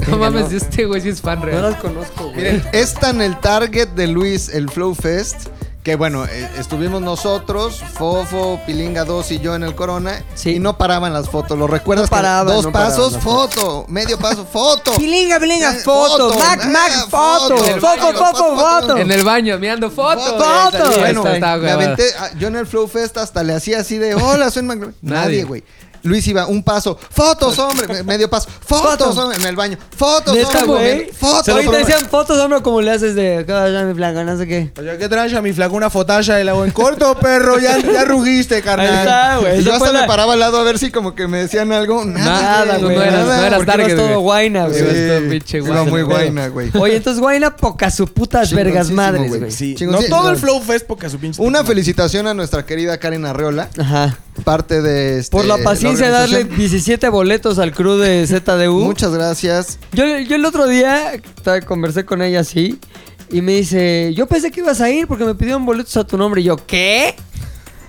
[SPEAKER 4] No mames, este güey sí es fan
[SPEAKER 3] Eh.
[SPEAKER 2] No
[SPEAKER 4] real.
[SPEAKER 2] las conozco, güey.
[SPEAKER 3] Miren, es tan el target de Luis el Flow Fest que bueno, eh, estuvimos nosotros, Fofo, Pilinga 2 y yo en el Corona
[SPEAKER 2] Sí.
[SPEAKER 3] y no paraban las fotos. ¿Lo recuerdas?
[SPEAKER 2] No
[SPEAKER 3] que
[SPEAKER 2] paraban,
[SPEAKER 3] Dos
[SPEAKER 2] no paraban
[SPEAKER 3] pasos,
[SPEAKER 2] las
[SPEAKER 3] foto. Medio paso, foto.
[SPEAKER 2] Pilinga, pilinga,
[SPEAKER 3] Eh,
[SPEAKER 2] foto.
[SPEAKER 3] foto,
[SPEAKER 2] Mac,
[SPEAKER 3] ah,
[SPEAKER 2] Mac, foto.
[SPEAKER 3] foto.
[SPEAKER 2] Foco,
[SPEAKER 4] En el baño,
[SPEAKER 2] foco, foto.
[SPEAKER 3] foto, foto.
[SPEAKER 4] En el baño, mirando fotos.
[SPEAKER 2] Fotos.
[SPEAKER 4] Ahí
[SPEAKER 3] Bueno,
[SPEAKER 4] está, está,
[SPEAKER 3] me
[SPEAKER 4] güey.
[SPEAKER 3] aventé, ah, yo en el Flow Fest hasta le hacía así de, hola, soy Mac.
[SPEAKER 4] Nadie.
[SPEAKER 3] Nadie, güey. Luis iba un paso, fotos, hombre, me- medio paso, fotos,
[SPEAKER 2] Foto.
[SPEAKER 3] hombre, en el baño, fotos,
[SPEAKER 2] Neta,
[SPEAKER 3] hombre,
[SPEAKER 2] güey.
[SPEAKER 3] fotos.
[SPEAKER 2] Ahorita
[SPEAKER 3] hombre.
[SPEAKER 2] decían fotos, hombre, como le haces de acá, ya mi blanca, no sé qué.
[SPEAKER 5] Oye, ¿qué trancha? Mi flaco, una fotalla y la hago en corto, perro. Ya, ya rugiste,
[SPEAKER 2] Ahí
[SPEAKER 5] carnal.
[SPEAKER 2] está, güey.
[SPEAKER 3] Y
[SPEAKER 2] Esa
[SPEAKER 3] yo hasta
[SPEAKER 2] fue la-
[SPEAKER 3] me paraba al lado a ver si como que me decían algo. Nada,
[SPEAKER 2] Nada,
[SPEAKER 4] Tú
[SPEAKER 2] güey.
[SPEAKER 4] no eras-
[SPEAKER 2] nada,
[SPEAKER 4] no eras
[SPEAKER 2] porque
[SPEAKER 4] target,
[SPEAKER 2] ibas todo
[SPEAKER 4] güey.
[SPEAKER 2] guayna,
[SPEAKER 3] Sí,
[SPEAKER 2] güey.
[SPEAKER 4] Ibas todo pinche
[SPEAKER 3] iba
[SPEAKER 4] guayna.
[SPEAKER 3] muy guayna, güey.
[SPEAKER 2] Oye, entonces guayna poca su putas vergas
[SPEAKER 3] Chingoncísimo,
[SPEAKER 2] madres,
[SPEAKER 3] güey.
[SPEAKER 2] güey.
[SPEAKER 5] Sí, no
[SPEAKER 3] Chingoncísimo.
[SPEAKER 5] todo el Flow Fest porque su pinche.
[SPEAKER 3] Una felicitación a nuestra querida Karen Arreola,
[SPEAKER 2] Ajá.
[SPEAKER 3] parte de este,
[SPEAKER 2] Por la paciencia de darle
[SPEAKER 3] organización.
[SPEAKER 2] 17 boletos al crew de ZDU.
[SPEAKER 3] Muchas gracias.
[SPEAKER 2] Yo, yo el otro día ta- conversé con ella así y me dice, yo pensé que ibas a ir porque me pidieron boletos a tu nombre. Y yo, ¿qué?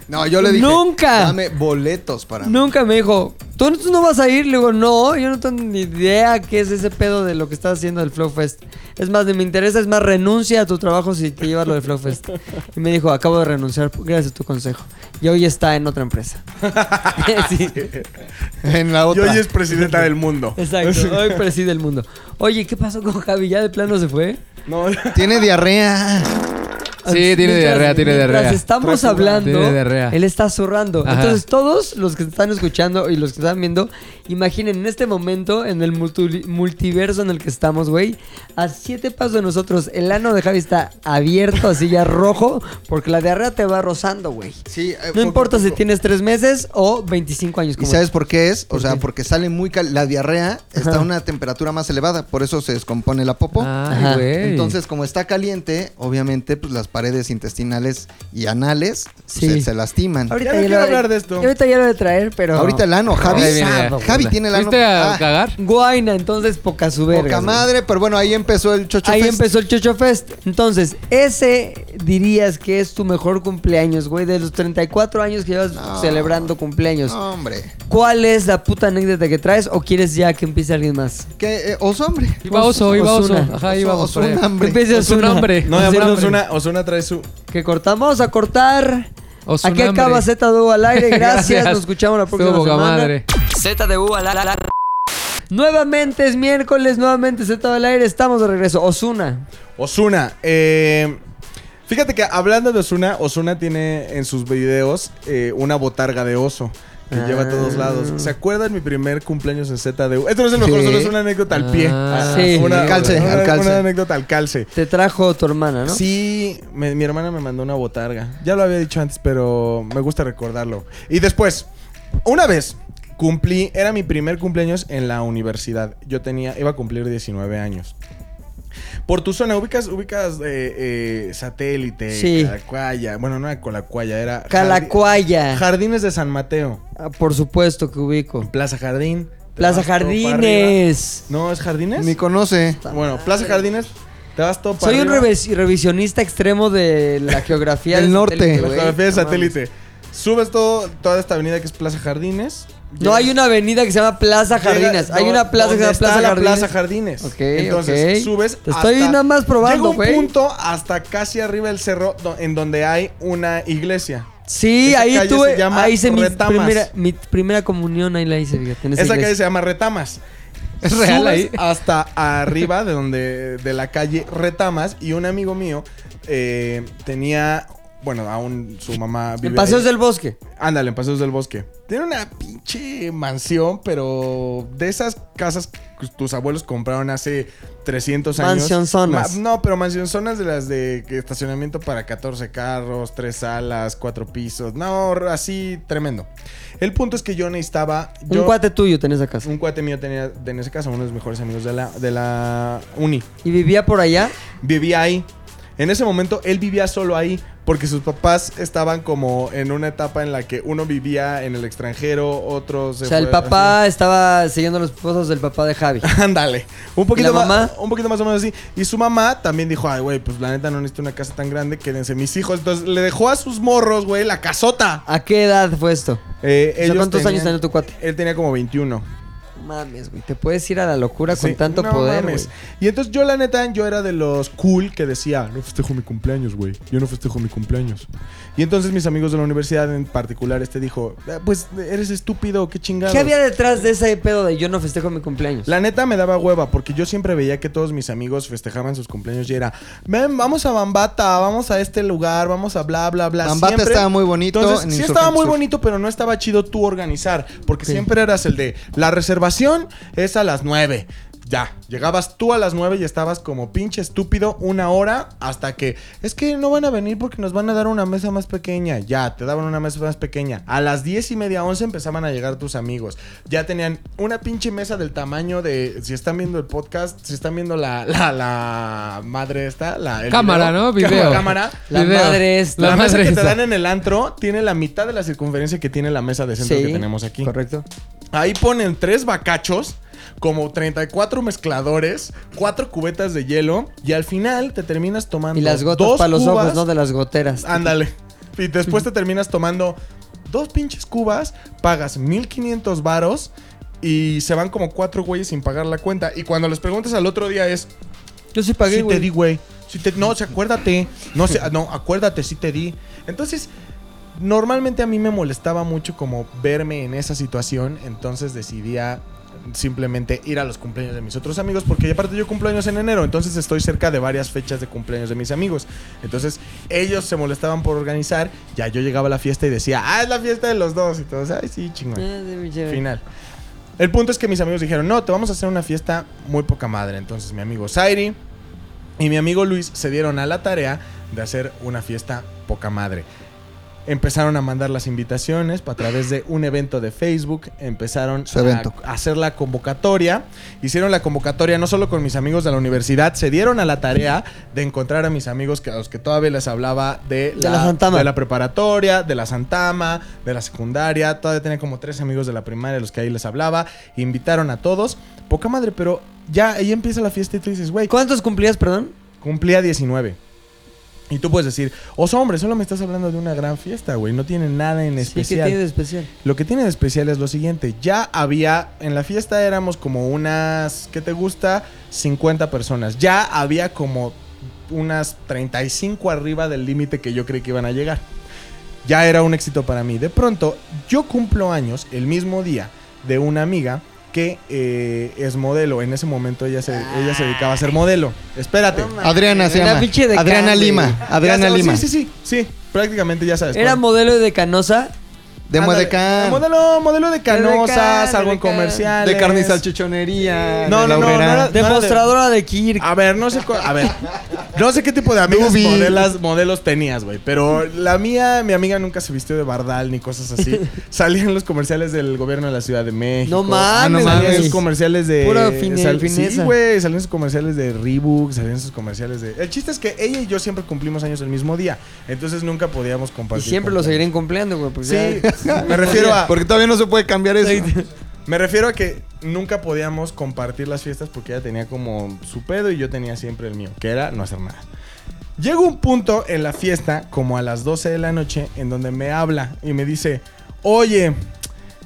[SPEAKER 3] No, yo le dije,
[SPEAKER 2] Nunca.
[SPEAKER 3] dame boletos para mí.
[SPEAKER 2] Nunca me dijo, ¿tú no, tú no vas a ir? Le digo, no, yo no tengo ni idea qué es ese pedo de lo que estás haciendo del Flow Fest. Es más, ni me interesa, es más, renuncia a tu trabajo si te llevas lo del Flow Fest. Y me dijo, acabo de renunciar gracias a tu consejo. Y hoy está en otra empresa. Sí,
[SPEAKER 3] En la
[SPEAKER 5] Y
[SPEAKER 3] otra.
[SPEAKER 5] hoy es presidenta del mundo.
[SPEAKER 2] exacto, hoy preside el mundo. Oye, ¿qué pasó con Javi? ¿Ya de plano se fue?
[SPEAKER 5] No,
[SPEAKER 3] Tiene diarrea.
[SPEAKER 4] Sí, tiene
[SPEAKER 2] Mientras-
[SPEAKER 4] diarrea, tiene
[SPEAKER 2] mientras
[SPEAKER 4] diarrea.
[SPEAKER 2] estamos
[SPEAKER 4] Trae zurrando.
[SPEAKER 2] hablando,
[SPEAKER 4] Tiene diarrea.
[SPEAKER 2] él está zurrando.
[SPEAKER 4] Ajá.
[SPEAKER 2] Entonces, todos los que están escuchando y los que están viendo, imaginen en este momento, en el multu- multiverso en el que estamos, güey, a siete pasos de nosotros, el ano de Javi está abierto, así ya rojo, porque la diarrea te va rozando, güey.
[SPEAKER 3] Sí, eh,
[SPEAKER 2] No
[SPEAKER 3] poco,
[SPEAKER 2] importa si
[SPEAKER 3] poco.
[SPEAKER 2] tienes tres meses o 25 años.
[SPEAKER 3] ¿Y
[SPEAKER 2] como-
[SPEAKER 3] sabes por qué es? O
[SPEAKER 2] ¿Por
[SPEAKER 3] sea,
[SPEAKER 2] qué?
[SPEAKER 3] porque sale muy cal- la diarrea está
[SPEAKER 2] Ajá. Ah,
[SPEAKER 3] a una temperatura más elevada, por eso se descompone la popó.
[SPEAKER 4] Ay,
[SPEAKER 2] Ajá.
[SPEAKER 4] güey.
[SPEAKER 3] Entonces, como está caliente, obviamente pues las paredes intestinales y anales pues,
[SPEAKER 2] Sí.
[SPEAKER 3] se, se lastiman.
[SPEAKER 2] Ahorita
[SPEAKER 5] Ya no
[SPEAKER 2] ya
[SPEAKER 5] quiero
[SPEAKER 2] lo-
[SPEAKER 5] hablar de esto.
[SPEAKER 2] Ahorita ya lo voy a traer, pero.
[SPEAKER 3] Ahorita el ano, Javi.
[SPEAKER 4] Ahí viene,
[SPEAKER 3] Sabe,
[SPEAKER 4] ya.
[SPEAKER 3] Javi tiene el ano.
[SPEAKER 4] ¿Fuiste a
[SPEAKER 3] ah,
[SPEAKER 4] cagar?
[SPEAKER 2] Guaina, entonces poca su verga.
[SPEAKER 3] Poca madre, pero bueno, ahí empezó el chocho
[SPEAKER 2] Ahí
[SPEAKER 3] Fest.
[SPEAKER 2] empezó el Chocho Fest. Entonces, ese dirías que es tu mejor cumpleaños, güey, de los 34 años que llevas
[SPEAKER 3] No.
[SPEAKER 2] celebrando cumpleaños.
[SPEAKER 3] No, hombre.
[SPEAKER 2] ¿Cuál es la puta anécdota que traes o quieres ya que empiece alguien más?
[SPEAKER 3] ¿Qué? Eh, oso, hombre.
[SPEAKER 4] Iba oso, iba oso.
[SPEAKER 2] Ozuna.
[SPEAKER 4] Ajá,
[SPEAKER 3] Oso-
[SPEAKER 4] íbamos por allá.
[SPEAKER 3] Ozuna,
[SPEAKER 2] Que
[SPEAKER 3] hombre.
[SPEAKER 2] empiece
[SPEAKER 4] Ozuna,
[SPEAKER 2] Ozuna.
[SPEAKER 4] hombre.
[SPEAKER 5] no y aparte
[SPEAKER 2] Ozuna.
[SPEAKER 5] Ozuna, Ozuna trae su.
[SPEAKER 2] Que cortamos Vamos a cortar.
[SPEAKER 4] Ozuna,
[SPEAKER 2] Aquí acaba
[SPEAKER 4] hombre.
[SPEAKER 2] ZDU al aire. Gracias.
[SPEAKER 4] Gracias.
[SPEAKER 2] Nos escuchamos la próxima
[SPEAKER 4] Estuvo poca
[SPEAKER 2] semana.
[SPEAKER 4] madre.
[SPEAKER 2] ZDU al aire. Nuevamente es miércoles, nuevamente ZDU al aire. Estamos de regreso. Osuna.
[SPEAKER 5] Osuna, eh, fíjate que hablando de Osuna, Osuna tiene en sus videos eh, una botarga de oso que lleva a todos lados. ¿Se acuerdan mi primer cumpleaños en ZDU? Esto no es el mejor,
[SPEAKER 3] Ah. Sí.
[SPEAKER 5] solo es una anécdota al pie.
[SPEAKER 4] Ah,
[SPEAKER 5] Ah,
[SPEAKER 2] sí.
[SPEAKER 5] una,
[SPEAKER 2] Al
[SPEAKER 3] calce,
[SPEAKER 5] una-
[SPEAKER 3] al calce.
[SPEAKER 5] una anécdota al calce.
[SPEAKER 2] Te trajo tu hermana, ¿no?
[SPEAKER 5] Sí, me- mi hermana me mandó una botarga. Ya lo había dicho antes, pero me gusta recordarlo. Y después, una vez cumplí, era mi primer cumpleaños en la universidad. Yo tenía, iba a cumplir 19 años. Por tu zona, ubicas, ubicas eh, eh, satélite,
[SPEAKER 2] Sí.
[SPEAKER 5] Calacuaya. Bueno, no era Colacuaya, era. Jardi-
[SPEAKER 2] Calacuaya.
[SPEAKER 5] Jardines de San Mateo.
[SPEAKER 2] Ah, Por supuesto que ubico.
[SPEAKER 5] Plaza Jardín, te
[SPEAKER 2] Plaza
[SPEAKER 5] vas todo para
[SPEAKER 2] Jardines.
[SPEAKER 5] arriba. No, es Jardines.
[SPEAKER 3] Ni conoce.
[SPEAKER 5] Bueno, Plaza Jardines, te vas todo para
[SPEAKER 2] Soy un
[SPEAKER 5] arriba.
[SPEAKER 2] revis- revisionista extremo de la geografía
[SPEAKER 3] Del
[SPEAKER 2] del
[SPEAKER 3] norte.
[SPEAKER 2] satélite,
[SPEAKER 5] La
[SPEAKER 2] güey.
[SPEAKER 5] geografía de
[SPEAKER 2] No mames.
[SPEAKER 5] satélite. Subes todo, toda esta avenida que es Plaza Jardines.
[SPEAKER 2] No hay una avenida que se llama Plaza Jardines. hay una plaza que se
[SPEAKER 5] donde
[SPEAKER 2] llama
[SPEAKER 5] está
[SPEAKER 2] Plaza
[SPEAKER 5] la
[SPEAKER 2] Jardines.
[SPEAKER 5] Plaza Jardines.
[SPEAKER 2] Ok,
[SPEAKER 5] Entonces,
[SPEAKER 2] ok.
[SPEAKER 5] subes
[SPEAKER 2] Te estoy nada más probando,
[SPEAKER 5] Llega un
[SPEAKER 2] güey.
[SPEAKER 5] punto hasta casi arriba del cerro do- en donde hay una iglesia.
[SPEAKER 2] sí,
[SPEAKER 5] Esa
[SPEAKER 2] ahí
[SPEAKER 5] calle
[SPEAKER 2] tuve.
[SPEAKER 5] se llama
[SPEAKER 2] Ahí hice mi
[SPEAKER 5] Retamas.
[SPEAKER 2] primera, mi primera comunión. Ahí la hice, fíjate. en esa
[SPEAKER 5] Esa calle
[SPEAKER 2] iglesia.
[SPEAKER 5] se llama Retamas.
[SPEAKER 4] Es real
[SPEAKER 5] Subes
[SPEAKER 4] ahí.
[SPEAKER 5] Hasta arriba de donde de la calle Retamas y un amigo mío eh, tenía bueno aún su mamá vive
[SPEAKER 2] En Paseos
[SPEAKER 5] ahí.
[SPEAKER 2] del Bosque.
[SPEAKER 5] Ándale, en Paseos del Bosque. Tiene una pinche mansión, pero de esas casas que tus abuelos compraron hace 300 años.
[SPEAKER 2] Mansionzonas.
[SPEAKER 5] Ma- No, pero mansionzonas de las de que estacionamiento para 14 carros, 3 salas, 4 pisos. No, así tremendo. El punto es que yo necesitaba...
[SPEAKER 2] un
[SPEAKER 5] yo-
[SPEAKER 2] cuate tuyo tenés esa casa.
[SPEAKER 5] un cuate mío tenía, en ese caso, uno de mis mejores amigos de la, de la uni.
[SPEAKER 2] Y vivía por allá.
[SPEAKER 5] Vivía ahí. En ese momento él vivía solo ahí porque sus papás estaban como en una etapa en la que uno vivía en el extranjero, otro se
[SPEAKER 2] o sea, el
[SPEAKER 5] fue
[SPEAKER 2] papá estaba siguiendo los pasos del papá de Javi.
[SPEAKER 5] así. Ándale. Un poquito
[SPEAKER 2] ¿Y la
[SPEAKER 5] más
[SPEAKER 2] mamá?
[SPEAKER 5] un poquito más o menos así. Y su mamá también dijo, "Ay, güey, pues la neta no necesito una casa tan grande, quédense mis hijos." Entonces le dejó a sus morros, güey, la casota.
[SPEAKER 2] ¿A qué edad fue esto?
[SPEAKER 5] Eh,
[SPEAKER 2] sea,
[SPEAKER 5] ellos
[SPEAKER 2] ¿cuántos años tenía tu cuate?
[SPEAKER 5] Él tenía como 21.
[SPEAKER 2] Mames, güey. Te puedes ir a la locura
[SPEAKER 5] Sí,
[SPEAKER 2] con tanto
[SPEAKER 5] no
[SPEAKER 2] poder, güey.
[SPEAKER 5] mames. Y entonces yo, la neta, yo era de los cool que decía, no festejo mi cumpleaños, güey. Yo no festejo mi cumpleaños. Y entonces mis amigos de la universidad, en particular este, dijo, "Ah, pues eres estúpido, qué chingado.
[SPEAKER 2] ¿Qué había detrás de ese pedo de yo no festejo mi cumpleaños?
[SPEAKER 5] La neta me daba hueva porque yo siempre veía que todos mis amigos festejaban sus cumpleaños y era, ven, vamos a Bambata, vamos a este lugar, vamos a bla, bla, bla.
[SPEAKER 3] Bambata
[SPEAKER 5] Siempre-
[SPEAKER 3] estaba muy bonito en
[SPEAKER 5] Entonces, sí estaba
[SPEAKER 3] Insurgente
[SPEAKER 5] muy
[SPEAKER 3] Sur.
[SPEAKER 5] bonito, pero no estaba chido tú organizar porque siempre eras el de, la reservación es a las 9. Ya, llegabas tú a las 9 y estabas como pinche estúpido una hora hasta que es que no van a venir porque nos van a dar una mesa más pequeña. Ya, te daban una mesa más pequeña. A las 10 y media, 11 empezaban a llegar tus amigos. Ya tenían una pinche mesa del tamaño de. Si están viendo el podcast, si están viendo la, la, la madre esta, la. el
[SPEAKER 4] Cámara,
[SPEAKER 5] video.
[SPEAKER 4] ¿no? Video.
[SPEAKER 5] Cámara.
[SPEAKER 2] La
[SPEAKER 4] Video.
[SPEAKER 2] madre esta.
[SPEAKER 5] La, mesa que te
[SPEAKER 4] esta.
[SPEAKER 5] dan en el antro tiene la mitad de la circunferencia que tiene la mesa de centro que tenemos aquí.
[SPEAKER 2] Correcto.
[SPEAKER 5] Ahí ponen tres bacachos, como 34 mezcladores, cuatro cubetas de hielo y al final te terminas tomando
[SPEAKER 2] Y las gotas
[SPEAKER 5] dos
[SPEAKER 2] para los
[SPEAKER 5] cubas.
[SPEAKER 2] ojos, ¿no? De las goteras.
[SPEAKER 5] Ándale. Y después te terminas tomando dos pinches cubas, pagas 1500 varos y se van como cuatro güeyes sin pagar la cuenta. Y cuando les preguntas al otro día es,
[SPEAKER 2] Yo sí pagué,
[SPEAKER 5] sí
[SPEAKER 2] güey.
[SPEAKER 5] te di, güey. Sí te- no, sí, acuérdate. No, sé, no, acuérdate, sí te di. Entonces, normalmente a mí me molestaba mucho como verme en esa situación. Entonces decidía simplemente ir a los cumpleaños de mis otros amigos. Porque aparte yo cumplo años en enero. Entonces estoy cerca de varias fechas de cumpleaños de mis amigos. Entonces ellos se molestaban por organizar. Ya yo llegaba a la fiesta y decía, ah, es la fiesta de los dos. Y todos, ay, sí, chingón.
[SPEAKER 2] Ah, de mi chévere.
[SPEAKER 5] Final. El punto es que mis amigos dijeron, no, te vamos a hacer una fiesta muy poca madre. Entonces mi amigo Zairi y mi amigo Luis se dieron a la tarea de hacer una fiesta poca madre. Empezaron a mandar las invitaciones a través de un evento de Facebook. Empezaron
[SPEAKER 3] Su evento.
[SPEAKER 5] a hacer la convocatoria. Hicieron la convocatoria no solo con mis amigos de la universidad, se dieron a la tarea de encontrar a mis amigos que, a los que todavía les hablaba de
[SPEAKER 2] De la Santama.
[SPEAKER 5] de la preparatoria, de la Santama, de la secundaria. Todavía tenía como tres amigos de la primaria, los que ahí les hablaba. Invitaron a todos. Poca madre, pero ya ahí empieza la fiesta y tú dices, güey,
[SPEAKER 2] ¿Cuántos cumplías, perdón?
[SPEAKER 5] cumplía 19. Y tú puedes decir, oso hombre, solo me estás hablando de una gran fiesta, güey. No tiene nada en
[SPEAKER 2] Sí, ¿qué
[SPEAKER 5] especial.
[SPEAKER 2] tiene de especial?
[SPEAKER 5] Lo que tiene de especial es lo siguiente. Ya había, en la fiesta éramos como unas, ¿qué te gusta? 50 personas. Ya había como unas 35 arriba del límite que yo creí que iban a llegar. Ya era un éxito para mí. De pronto, yo cumplo años el mismo día de una amiga que eh, es modelo. En ese momento ella se, ella se dedicaba a ser modelo. Espérate.
[SPEAKER 3] Adriana se
[SPEAKER 2] Era
[SPEAKER 3] llama.
[SPEAKER 2] pinche de
[SPEAKER 3] Adriana
[SPEAKER 2] carne,
[SPEAKER 3] Lima.
[SPEAKER 2] güey.
[SPEAKER 3] Adriana
[SPEAKER 5] Ya sabes-
[SPEAKER 3] Lima.
[SPEAKER 5] Sí, sí, sí. Sí, prácticamente ya sabes.
[SPEAKER 2] Era
[SPEAKER 5] cuál.
[SPEAKER 2] modelo de canosa.
[SPEAKER 3] De
[SPEAKER 5] Ándale. Ah,
[SPEAKER 3] Modecán.
[SPEAKER 5] Modelo, modelo de canosas,
[SPEAKER 2] Modecán,
[SPEAKER 5] algo en
[SPEAKER 2] Modecán.
[SPEAKER 5] comercial.
[SPEAKER 3] De carne y salchichonería.
[SPEAKER 5] No,
[SPEAKER 3] de
[SPEAKER 5] no, no,
[SPEAKER 3] laurera.
[SPEAKER 5] no era-
[SPEAKER 2] De
[SPEAKER 5] Nada de-
[SPEAKER 2] mostradora de Kirk.
[SPEAKER 5] A ver, no sé cu- a ver. No sé qué tipo de amigas
[SPEAKER 3] Dubi.
[SPEAKER 5] modelas, modelos tenías, güey. Pero la mía, mi amiga nunca se vistió de bardal ni cosas así. Salía en los comerciales del gobierno de la Ciudad de México.
[SPEAKER 2] No
[SPEAKER 5] Ah,
[SPEAKER 2] mames,
[SPEAKER 5] no Salía en
[SPEAKER 2] güey.
[SPEAKER 5] sus comerciales de.
[SPEAKER 2] Pura fine-
[SPEAKER 5] sal- Sí,
[SPEAKER 2] fineza.
[SPEAKER 5] güey. Salían sus comerciales de Reebok, salían sus comerciales de. El chiste es que ella y yo siempre cumplimos años el mismo día. Entonces nunca podíamos
[SPEAKER 2] Y
[SPEAKER 5] compartir.
[SPEAKER 2] siempre lo
[SPEAKER 5] cumpleaños.
[SPEAKER 2] seguirán cumpliendo, güey. porque
[SPEAKER 5] Sí, me refiero a.
[SPEAKER 3] Porque todavía no se puede cambiar eso.
[SPEAKER 2] ya-
[SPEAKER 5] Me refiero a que nunca podíamos compartir las fiestas porque ella tenía como su pedo y yo tenía siempre el mío, que era no hacer nada. Llega un punto en la fiesta, como a las 12 de la noche, en donde me habla y me dice, oye,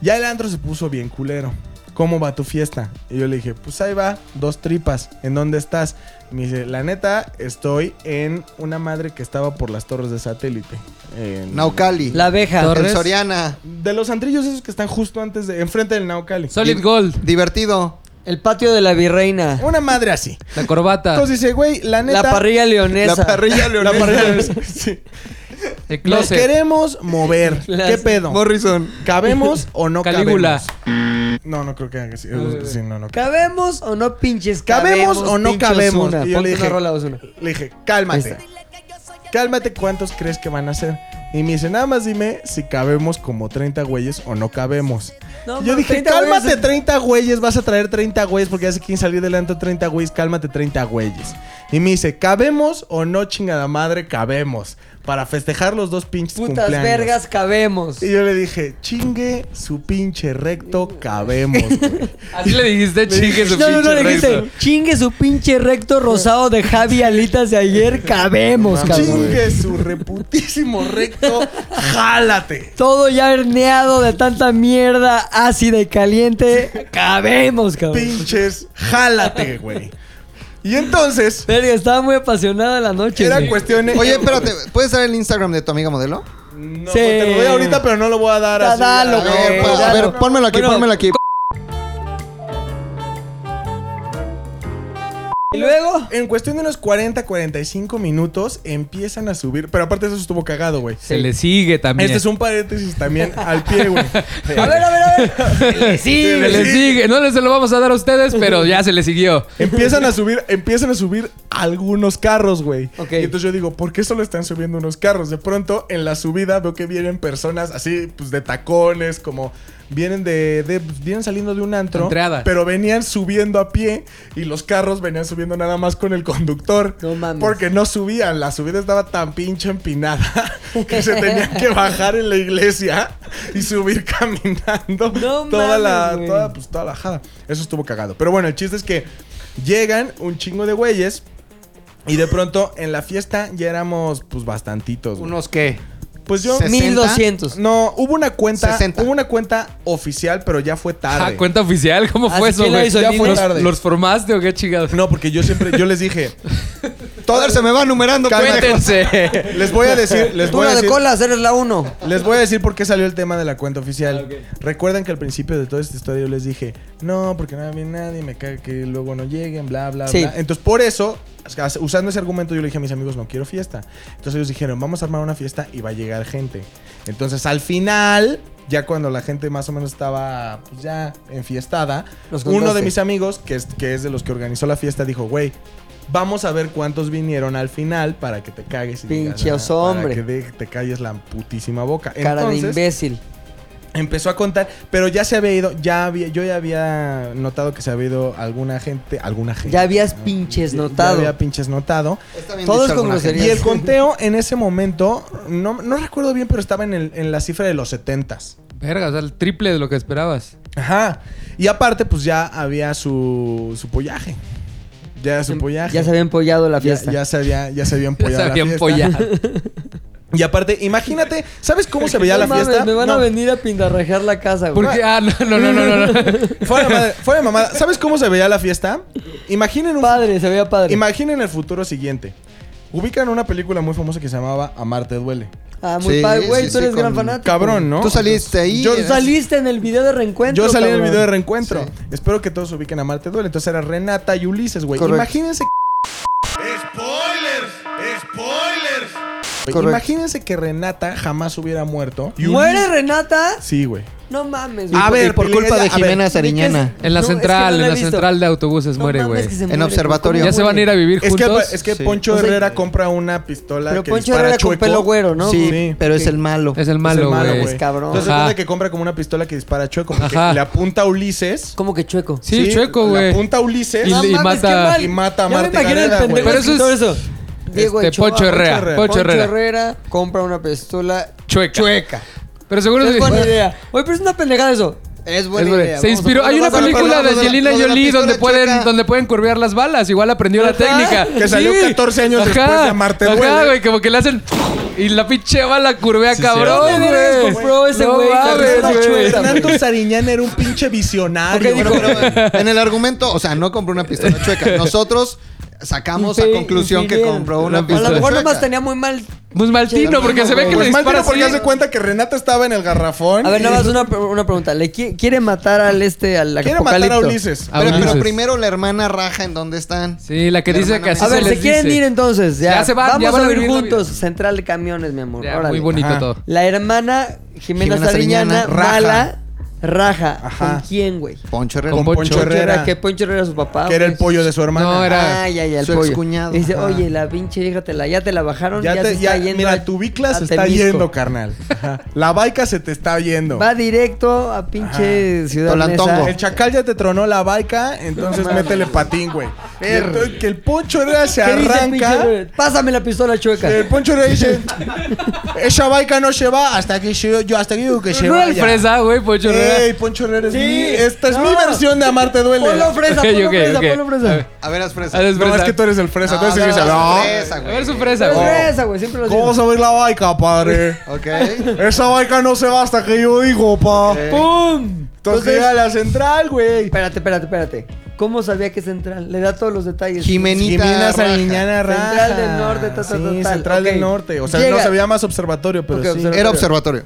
[SPEAKER 5] ya el antro se puso bien culero. ¿Cómo va tu fiesta? Y yo le dije, pues ahí va, dos tripas. ¿En dónde estás? Me dice, la neta, estoy en una madre que estaba por las torres de satélite. En-
[SPEAKER 3] Naucali.
[SPEAKER 2] La abeja.
[SPEAKER 3] En
[SPEAKER 4] Torres.
[SPEAKER 3] Soriana.
[SPEAKER 5] De los antrillos esos que están justo antes de... Enfrente del Naucali.
[SPEAKER 4] Solid Gold,
[SPEAKER 3] Divertido.
[SPEAKER 2] El patio de la virreina.
[SPEAKER 5] Una madre así.
[SPEAKER 4] la corbata,
[SPEAKER 5] Entonces dice, güey, la neta...
[SPEAKER 2] La parrilla
[SPEAKER 3] La
[SPEAKER 2] leonesa.
[SPEAKER 3] parrilla
[SPEAKER 5] La
[SPEAKER 3] leonesa.
[SPEAKER 5] parrilla leonesa, sí.
[SPEAKER 4] el
[SPEAKER 5] Nos
[SPEAKER 4] closet,
[SPEAKER 5] queremos mover.
[SPEAKER 2] Las-
[SPEAKER 5] ¿Qué pedo?
[SPEAKER 3] Morrison.
[SPEAKER 5] ¿Cabemos o no
[SPEAKER 4] Calígula,
[SPEAKER 5] cabemos? No, no creo que haga así. Sí, no, no.
[SPEAKER 2] ¿Cabemos o no pinches
[SPEAKER 5] ¿Cabemos o no
[SPEAKER 2] pinche
[SPEAKER 5] cabemos?
[SPEAKER 2] Ozuna?
[SPEAKER 5] Y yo
[SPEAKER 2] Ponte
[SPEAKER 5] le
[SPEAKER 2] una
[SPEAKER 5] dije-
[SPEAKER 2] rola Ozuna.
[SPEAKER 5] Le dije, cálmate.
[SPEAKER 2] Ahí
[SPEAKER 5] Cálmate, ¿cuántos crees que van a ser? Y me dice, nada más dime si cabemos como 30 güeyes o no cabemos.
[SPEAKER 2] No,
[SPEAKER 5] Y yo
[SPEAKER 2] ma,
[SPEAKER 5] dije,
[SPEAKER 2] 30
[SPEAKER 5] cálmate
[SPEAKER 2] güeyes.
[SPEAKER 5] 30 güeyes, vas a traer 30 güeyes porque hace 15 salir delante 30 güeyes, cálmate 30 güeyes. Y me dice, ¿cabemos o no chingada madre? Cabemos. Para festejar los dos pinches
[SPEAKER 2] Putas
[SPEAKER 5] cumpleaños.
[SPEAKER 2] vergas, cabemos.
[SPEAKER 5] Y yo le dije, chingue su pinche recto, cabemos. güey".
[SPEAKER 4] así le dijiste chingue su
[SPEAKER 2] No, no, no,
[SPEAKER 4] pinche
[SPEAKER 2] le dijiste,
[SPEAKER 4] recto.
[SPEAKER 2] chingue su pinche recto rosado de Javi Alitas de ayer, cabemos, cabrón.
[SPEAKER 5] chingue su reputísimo recto, jálate.
[SPEAKER 2] Todo ya herneado de tanta mierda ácida y caliente, cabemos, cabrón.
[SPEAKER 5] Pinches, jálate, güey. Y entonces,
[SPEAKER 2] Verga, estaba muy apasionada la noche.
[SPEAKER 5] era
[SPEAKER 2] güey.
[SPEAKER 5] cuestión.
[SPEAKER 3] Oye, espérate, ¿puedes dar el Instagram de tu amiga modelo?
[SPEAKER 5] No,
[SPEAKER 2] Sí.
[SPEAKER 5] te lo doy ahorita, pero no lo voy a dar
[SPEAKER 2] Ya,
[SPEAKER 5] así.
[SPEAKER 2] dalo,
[SPEAKER 5] A
[SPEAKER 3] A
[SPEAKER 5] ver,
[SPEAKER 3] ver,
[SPEAKER 2] güey,
[SPEAKER 3] pues, a
[SPEAKER 2] dalo.
[SPEAKER 3] ver, pónmelo aquí,
[SPEAKER 2] Bueno,
[SPEAKER 3] pónmelo aquí.
[SPEAKER 2] Y luego,
[SPEAKER 5] pues, En cuestión de unos 40, 45 minutos empiezan a subir. Pero aparte, eso estuvo cagado, güey.
[SPEAKER 4] Se le sigue también.
[SPEAKER 5] Este es un paréntesis también al pie, güey.
[SPEAKER 2] a ver, a ver, a ver. Sí,
[SPEAKER 4] Se le sigue, no les se lo vamos a dar a ustedes, pero ya se le siguió.
[SPEAKER 5] Empiezan a subir, empiezan a subir algunos carros, güey.
[SPEAKER 2] Ok.
[SPEAKER 5] Y entonces yo digo, ¿por qué solo están subiendo unos carros? De pronto, en la subida veo que vienen personas así, pues de tacones, como vienen de, de- vienen saliendo de un antro,
[SPEAKER 4] Entrada.
[SPEAKER 5] pero venían subiendo a pie y los carros venían subiendo nada más con el conductor.
[SPEAKER 2] No mames.
[SPEAKER 5] Porque no subían, la subida estaba tan pinche empinada que se tenían que bajar en la iglesia y subir caminando
[SPEAKER 2] No
[SPEAKER 5] toda la
[SPEAKER 2] mames, güey.
[SPEAKER 5] toda, pues, toda la jada. Eso estuvo cagado. Pero bueno, el chiste es que llegan un chingo de güeyes y de pronto en la fiesta ya éramos pues bastantitos. güey.
[SPEAKER 2] qué?
[SPEAKER 5] pues yo
[SPEAKER 3] 60.
[SPEAKER 2] 1200.
[SPEAKER 5] no, hubo una cuenta,
[SPEAKER 3] 60.
[SPEAKER 5] hubo una cuenta oficial, pero ya fue tarde.
[SPEAKER 4] Ah, cuenta oficial, ¿cómo
[SPEAKER 2] Así
[SPEAKER 4] fue eso,
[SPEAKER 2] que Ah, la
[SPEAKER 4] güey?
[SPEAKER 2] hizo
[SPEAKER 4] ¿Ya
[SPEAKER 2] Nino.
[SPEAKER 4] fue los-
[SPEAKER 5] tarde.
[SPEAKER 4] ¿Los formaste o qué chingados?
[SPEAKER 5] No, porque yo siempre yo les dije,
[SPEAKER 3] Todo se me va numerando, pendejo.
[SPEAKER 4] Cuéntense.
[SPEAKER 5] les voy a decir, les
[SPEAKER 2] Tú
[SPEAKER 5] voy a
[SPEAKER 2] la de
[SPEAKER 5] decir
[SPEAKER 2] colas, eres la uno.
[SPEAKER 5] Les voy a decir por qué salió el tema de la cuenta oficial. Recuerdan que al principio de toda esta historia yo les dije, no, porque no viene nadie, me caga que luego no lleguen, bla, bla,
[SPEAKER 2] Sí.
[SPEAKER 5] bla. Entonces, por eso, usando ese argumento, yo le dije a mis amigos, no quiero fiesta. Entonces ellos dijeron, vamos a armar una fiesta y va a llegar gente. Entonces, al final, ya cuando la gente más o menos estaba pues, ya enfiestada,
[SPEAKER 2] Los
[SPEAKER 5] uno de
[SPEAKER 2] contaste.
[SPEAKER 5] mis amigos, que es, que es de los que organizó la fiesta, dijo, güey. Vamos a ver cuántos vinieron al final para que te cagues y digas,
[SPEAKER 2] Pinche
[SPEAKER 5] "Ah,
[SPEAKER 2] oso
[SPEAKER 5] para
[SPEAKER 2] hombre".
[SPEAKER 5] que de- te calles la putísima boca.
[SPEAKER 2] Cara de
[SPEAKER 5] Entonces,
[SPEAKER 2] imbécil.
[SPEAKER 5] empezó a contar, pero ya se había ido, ya había, yo ya había notado que se había ido alguna gente, alguna gente.
[SPEAKER 2] Ya habías
[SPEAKER 5] ¿no?
[SPEAKER 2] pinches
[SPEAKER 5] Ya- ya
[SPEAKER 2] notado.
[SPEAKER 5] había pinches notado.
[SPEAKER 3] Está bien
[SPEAKER 2] Todos
[SPEAKER 3] dicho
[SPEAKER 2] con
[SPEAKER 3] alguna
[SPEAKER 2] groserías.
[SPEAKER 5] Y el conteo en ese momento, no, no recuerdo bien, pero estaba en, el- en la cifra de los 70s.
[SPEAKER 4] Verga, o sea, el triple de lo que esperabas.
[SPEAKER 5] Ajá. Y aparte, pues ya había su, su pollaje. Ya su pollaje.
[SPEAKER 2] Ya se había empollado la
[SPEAKER 5] Ya-
[SPEAKER 2] fiesta.
[SPEAKER 5] Ya, se había, ya se había
[SPEAKER 4] Ya
[SPEAKER 5] empollado
[SPEAKER 4] se
[SPEAKER 5] la
[SPEAKER 4] habían
[SPEAKER 5] fiesta.
[SPEAKER 4] pollado.
[SPEAKER 5] Y aparte, imagínate, ¿sabes cómo se veía
[SPEAKER 2] No
[SPEAKER 5] la
[SPEAKER 2] mames,
[SPEAKER 5] fiesta?
[SPEAKER 2] me van a
[SPEAKER 5] No.
[SPEAKER 2] venir a pintarrajear la casa, güey.
[SPEAKER 4] ¿Por qué? Ah, no, no, no, no, no. no.
[SPEAKER 5] Fuera de madre, fuera de mamada. ¿Sabes cómo se veía la fiesta? Imaginen un
[SPEAKER 2] Padre, se veía padre.
[SPEAKER 5] Imaginen el futuro siguiente. Ubican una película muy famosa que se llamaba Amarte duele.
[SPEAKER 2] ah, muy
[SPEAKER 3] Sí,
[SPEAKER 2] padre, güey,
[SPEAKER 3] sí,
[SPEAKER 2] tú
[SPEAKER 3] sí,
[SPEAKER 2] eres gran
[SPEAKER 3] con-
[SPEAKER 2] fanático.
[SPEAKER 5] Cabrón, ¿no?
[SPEAKER 3] Tú saliste ahí. eh,
[SPEAKER 5] Yo
[SPEAKER 2] Tú saliste en el video de reencuentro.
[SPEAKER 5] Yo salí en el
[SPEAKER 2] cabrón.
[SPEAKER 5] video de reencuentro.
[SPEAKER 3] Sí.
[SPEAKER 5] Espero que todos ubiquen Amarte duele. Entonces era Renata y Ulises, güey.
[SPEAKER 3] Correcto.
[SPEAKER 5] Imagínense que,
[SPEAKER 3] Correcto.
[SPEAKER 5] imagínense que Renata jamás hubiera muerto. Y Ulises-
[SPEAKER 2] ¿Muere Renata?
[SPEAKER 5] Sí, güey.
[SPEAKER 2] No mames,
[SPEAKER 5] A ver,
[SPEAKER 3] por
[SPEAKER 5] Pilinga,
[SPEAKER 3] culpa
[SPEAKER 5] ya-
[SPEAKER 3] de
[SPEAKER 5] a ver,
[SPEAKER 3] Jimena
[SPEAKER 2] Sariñana.
[SPEAKER 3] Sariñana.
[SPEAKER 4] En la
[SPEAKER 2] No, es que
[SPEAKER 4] central,
[SPEAKER 2] no la he
[SPEAKER 4] en la
[SPEAKER 2] visto.
[SPEAKER 4] central de autobuses muere, güey.
[SPEAKER 3] En observatorio.
[SPEAKER 4] ya se van a ir a vivir
[SPEAKER 5] Es que,
[SPEAKER 4] juntos.
[SPEAKER 5] es que
[SPEAKER 3] Sí.
[SPEAKER 5] Poncho
[SPEAKER 2] O sea,
[SPEAKER 5] Herrera compra una pistola
[SPEAKER 2] Pero
[SPEAKER 5] que
[SPEAKER 2] Poncho
[SPEAKER 5] dispara
[SPEAKER 2] Herrera con
[SPEAKER 5] chueco.
[SPEAKER 2] pelo güero, ¿no?
[SPEAKER 5] Sí,
[SPEAKER 3] Sí, pero es el malo.
[SPEAKER 4] Es el
[SPEAKER 5] Es el
[SPEAKER 4] malo,
[SPEAKER 2] güey.
[SPEAKER 4] güey.
[SPEAKER 2] cabrón.
[SPEAKER 5] Entonces
[SPEAKER 4] Ajá.
[SPEAKER 5] resulta que compra como una pistola que dispara chueco. Porque
[SPEAKER 4] Ajá.
[SPEAKER 5] le apunta a Ulises.
[SPEAKER 2] Como que chueco.
[SPEAKER 4] Sí, chueco,
[SPEAKER 5] Le
[SPEAKER 4] güey.
[SPEAKER 5] apunta a Ulises.
[SPEAKER 4] Y-
[SPEAKER 2] No
[SPEAKER 4] y
[SPEAKER 2] mames,
[SPEAKER 4] mata-
[SPEAKER 2] qué mal.
[SPEAKER 5] y mata a
[SPEAKER 2] Ya me
[SPEAKER 5] Marta
[SPEAKER 2] imagino el
[SPEAKER 5] Gareda,
[SPEAKER 2] pendejo
[SPEAKER 5] güey.
[SPEAKER 4] Pero eso es-
[SPEAKER 2] escritor eso. Diego
[SPEAKER 4] Este,
[SPEAKER 2] Ochoa,
[SPEAKER 4] Poncho Herrera. Poncho Herrera.
[SPEAKER 2] Herrera compra una pistola
[SPEAKER 4] Chueca.
[SPEAKER 2] chueca.
[SPEAKER 4] Pero seguro
[SPEAKER 2] No es
[SPEAKER 4] que-
[SPEAKER 2] buena idea. Oye, pero es una pendejada eso. Es buena
[SPEAKER 5] Es buena.
[SPEAKER 2] idea. vamos
[SPEAKER 4] Se
[SPEAKER 2] a
[SPEAKER 4] inspiró.
[SPEAKER 2] ponerlo
[SPEAKER 4] Hay una
[SPEAKER 2] más a-
[SPEAKER 4] película de
[SPEAKER 3] lo de la-
[SPEAKER 4] Angelina
[SPEAKER 3] lo de la
[SPEAKER 4] Jolie
[SPEAKER 3] pistola
[SPEAKER 4] donde pueden,
[SPEAKER 3] chueca.
[SPEAKER 4] donde pueden curvear las balas. Igual aprendió la
[SPEAKER 2] Ajá.
[SPEAKER 4] técnica.
[SPEAKER 5] Que salió 14 años después de Amarte
[SPEAKER 4] Ajá,
[SPEAKER 5] Duele.
[SPEAKER 4] güey, como que le hacen. Y la pinche bala curvea,
[SPEAKER 6] Sí,
[SPEAKER 4] cabrón.
[SPEAKER 6] cierto.
[SPEAKER 4] güey. Pues
[SPEAKER 2] ¿Dónde compró ese
[SPEAKER 4] No
[SPEAKER 2] güey?
[SPEAKER 4] mames,
[SPEAKER 2] Carlos
[SPEAKER 4] güey.
[SPEAKER 2] Chueta, güey.
[SPEAKER 5] Fernando Sariñán era un pinche visionario.
[SPEAKER 2] Ok, dijo,
[SPEAKER 5] Pero-
[SPEAKER 3] En el argumento, o sea, no compró una pistola chueca. Nosotros sacamos a
[SPEAKER 2] Infi-
[SPEAKER 3] conclusión que
[SPEAKER 2] infiel.
[SPEAKER 3] compró una
[SPEAKER 2] A
[SPEAKER 3] pistola
[SPEAKER 2] lo mejor
[SPEAKER 3] chueca.
[SPEAKER 2] nomás tenía muy mal.
[SPEAKER 4] Pues Maltino, porque se ve que le
[SPEAKER 5] Pues mal
[SPEAKER 4] dispara
[SPEAKER 5] tiene porque
[SPEAKER 4] así.
[SPEAKER 5] hace cuenta que Renata estaba en el garrafón.
[SPEAKER 2] A ver,
[SPEAKER 5] y
[SPEAKER 2] nada más una, una pregunta. ¿Le qui- quiere matar al este, al
[SPEAKER 5] Quiere
[SPEAKER 2] apocalipto?
[SPEAKER 5] matar a Ulises.
[SPEAKER 4] Ah,
[SPEAKER 3] Pero, pero
[SPEAKER 4] Ulises.
[SPEAKER 3] primero la hermana raja en dónde están.
[SPEAKER 4] Sí, la que
[SPEAKER 3] La
[SPEAKER 4] dice
[SPEAKER 3] hermana
[SPEAKER 4] que así
[SPEAKER 2] A
[SPEAKER 3] Eso
[SPEAKER 2] ver,
[SPEAKER 4] se
[SPEAKER 2] se
[SPEAKER 4] les
[SPEAKER 2] quieren
[SPEAKER 4] dice.
[SPEAKER 2] ir entonces. Ya,
[SPEAKER 4] Ya se van,
[SPEAKER 2] Vamos
[SPEAKER 4] ya van
[SPEAKER 2] a
[SPEAKER 4] a
[SPEAKER 2] vivir
[SPEAKER 4] vivir la vida.
[SPEAKER 2] juntos. Central de camiones, mi amor.
[SPEAKER 4] Ya,
[SPEAKER 2] Órale.
[SPEAKER 4] muy bonito
[SPEAKER 5] Ajá.
[SPEAKER 4] todo.
[SPEAKER 2] La hermana Jimena,
[SPEAKER 3] Jimena
[SPEAKER 2] Sariñana,
[SPEAKER 3] Sariñana, raja.
[SPEAKER 2] mala, raja.
[SPEAKER 5] Ajá.
[SPEAKER 2] ¿Con quién, güey?
[SPEAKER 3] Poncho Herrera.
[SPEAKER 5] Con
[SPEAKER 4] Poncho
[SPEAKER 5] Poncho Herrera.
[SPEAKER 2] Que Poncho Herrera era su papá.
[SPEAKER 5] Que era el
[SPEAKER 2] güey.
[SPEAKER 5] pollo de su hermana.
[SPEAKER 4] No, era-
[SPEAKER 2] Ay, ay, ay, el
[SPEAKER 3] su
[SPEAKER 2] pollo.
[SPEAKER 3] excuñado.
[SPEAKER 2] Y dice,
[SPEAKER 3] Ajá.
[SPEAKER 2] oye, la pinche vieja te la, ya te la bajaron, ya,
[SPEAKER 5] Ya
[SPEAKER 2] se
[SPEAKER 5] te,
[SPEAKER 2] está
[SPEAKER 5] ya,
[SPEAKER 2] yendo.
[SPEAKER 5] mira,
[SPEAKER 2] a-
[SPEAKER 5] tu bicla
[SPEAKER 2] a
[SPEAKER 5] se está
[SPEAKER 2] Temisco.
[SPEAKER 5] yendo, carnal. Ajá. La baica se te está yendo.
[SPEAKER 2] Va directo a pinche ciudad
[SPEAKER 3] Tolantongo.
[SPEAKER 2] Neza.
[SPEAKER 5] El chacal ya Ah. te tronó la baica, entonces métele patín, güey. Y entonces Que el Poncho Herrera se
[SPEAKER 2] ¿Qué dice,
[SPEAKER 5] arranca.
[SPEAKER 2] pinche- Pásame la pistola chueca.
[SPEAKER 5] El Poncho Herrera dice: Esa baica no se va hasta que yo, yo hasta que digo que se
[SPEAKER 4] No era el
[SPEAKER 5] vaya".
[SPEAKER 4] fresa, güey, Poncho Herrera.
[SPEAKER 5] Ey, Poncho Herrera es
[SPEAKER 2] Sí.
[SPEAKER 5] mi- Esta es mi
[SPEAKER 2] No.
[SPEAKER 5] versión de Amarte Duele.
[SPEAKER 2] Ponlo fresa,
[SPEAKER 4] Ok,
[SPEAKER 2] ponlo
[SPEAKER 4] ok,
[SPEAKER 2] fresa,
[SPEAKER 4] ok.
[SPEAKER 2] ponlo fresa.
[SPEAKER 4] A ver,
[SPEAKER 3] A ver, las fresas.
[SPEAKER 4] a ver, es
[SPEAKER 5] No,
[SPEAKER 4] fresa.
[SPEAKER 5] es que tú eres el fresa. Entonces dices,
[SPEAKER 3] no.
[SPEAKER 5] no.
[SPEAKER 3] fresa,
[SPEAKER 4] A
[SPEAKER 3] güey.
[SPEAKER 4] ver su fresa,
[SPEAKER 2] Es
[SPEAKER 4] güey.
[SPEAKER 2] fresa, güey, siempre lo
[SPEAKER 5] ¿Cómo
[SPEAKER 2] digo.
[SPEAKER 5] vas a ver la baica, padre?
[SPEAKER 3] Ok.
[SPEAKER 5] Esa baica no se va hasta que yo digo, pa.
[SPEAKER 4] ¡Pum!
[SPEAKER 5] Entonces llega a la central, güey.
[SPEAKER 2] Espérate, espérate, espérate. ¿Cómo sabía que es central? Le da todos los detalles.
[SPEAKER 3] Jimenita.
[SPEAKER 5] Jimena
[SPEAKER 3] Raja.
[SPEAKER 5] Sariñana Raja.
[SPEAKER 2] Central del Norte, ta, ta, ta,
[SPEAKER 5] Sí,
[SPEAKER 2] tal.
[SPEAKER 5] Central
[SPEAKER 2] Ok.
[SPEAKER 5] del Norte. O sea,
[SPEAKER 2] Llega.
[SPEAKER 5] no se veía más observatorio, pero
[SPEAKER 2] Ok,
[SPEAKER 5] sí.
[SPEAKER 2] observa-
[SPEAKER 3] Era observatorio.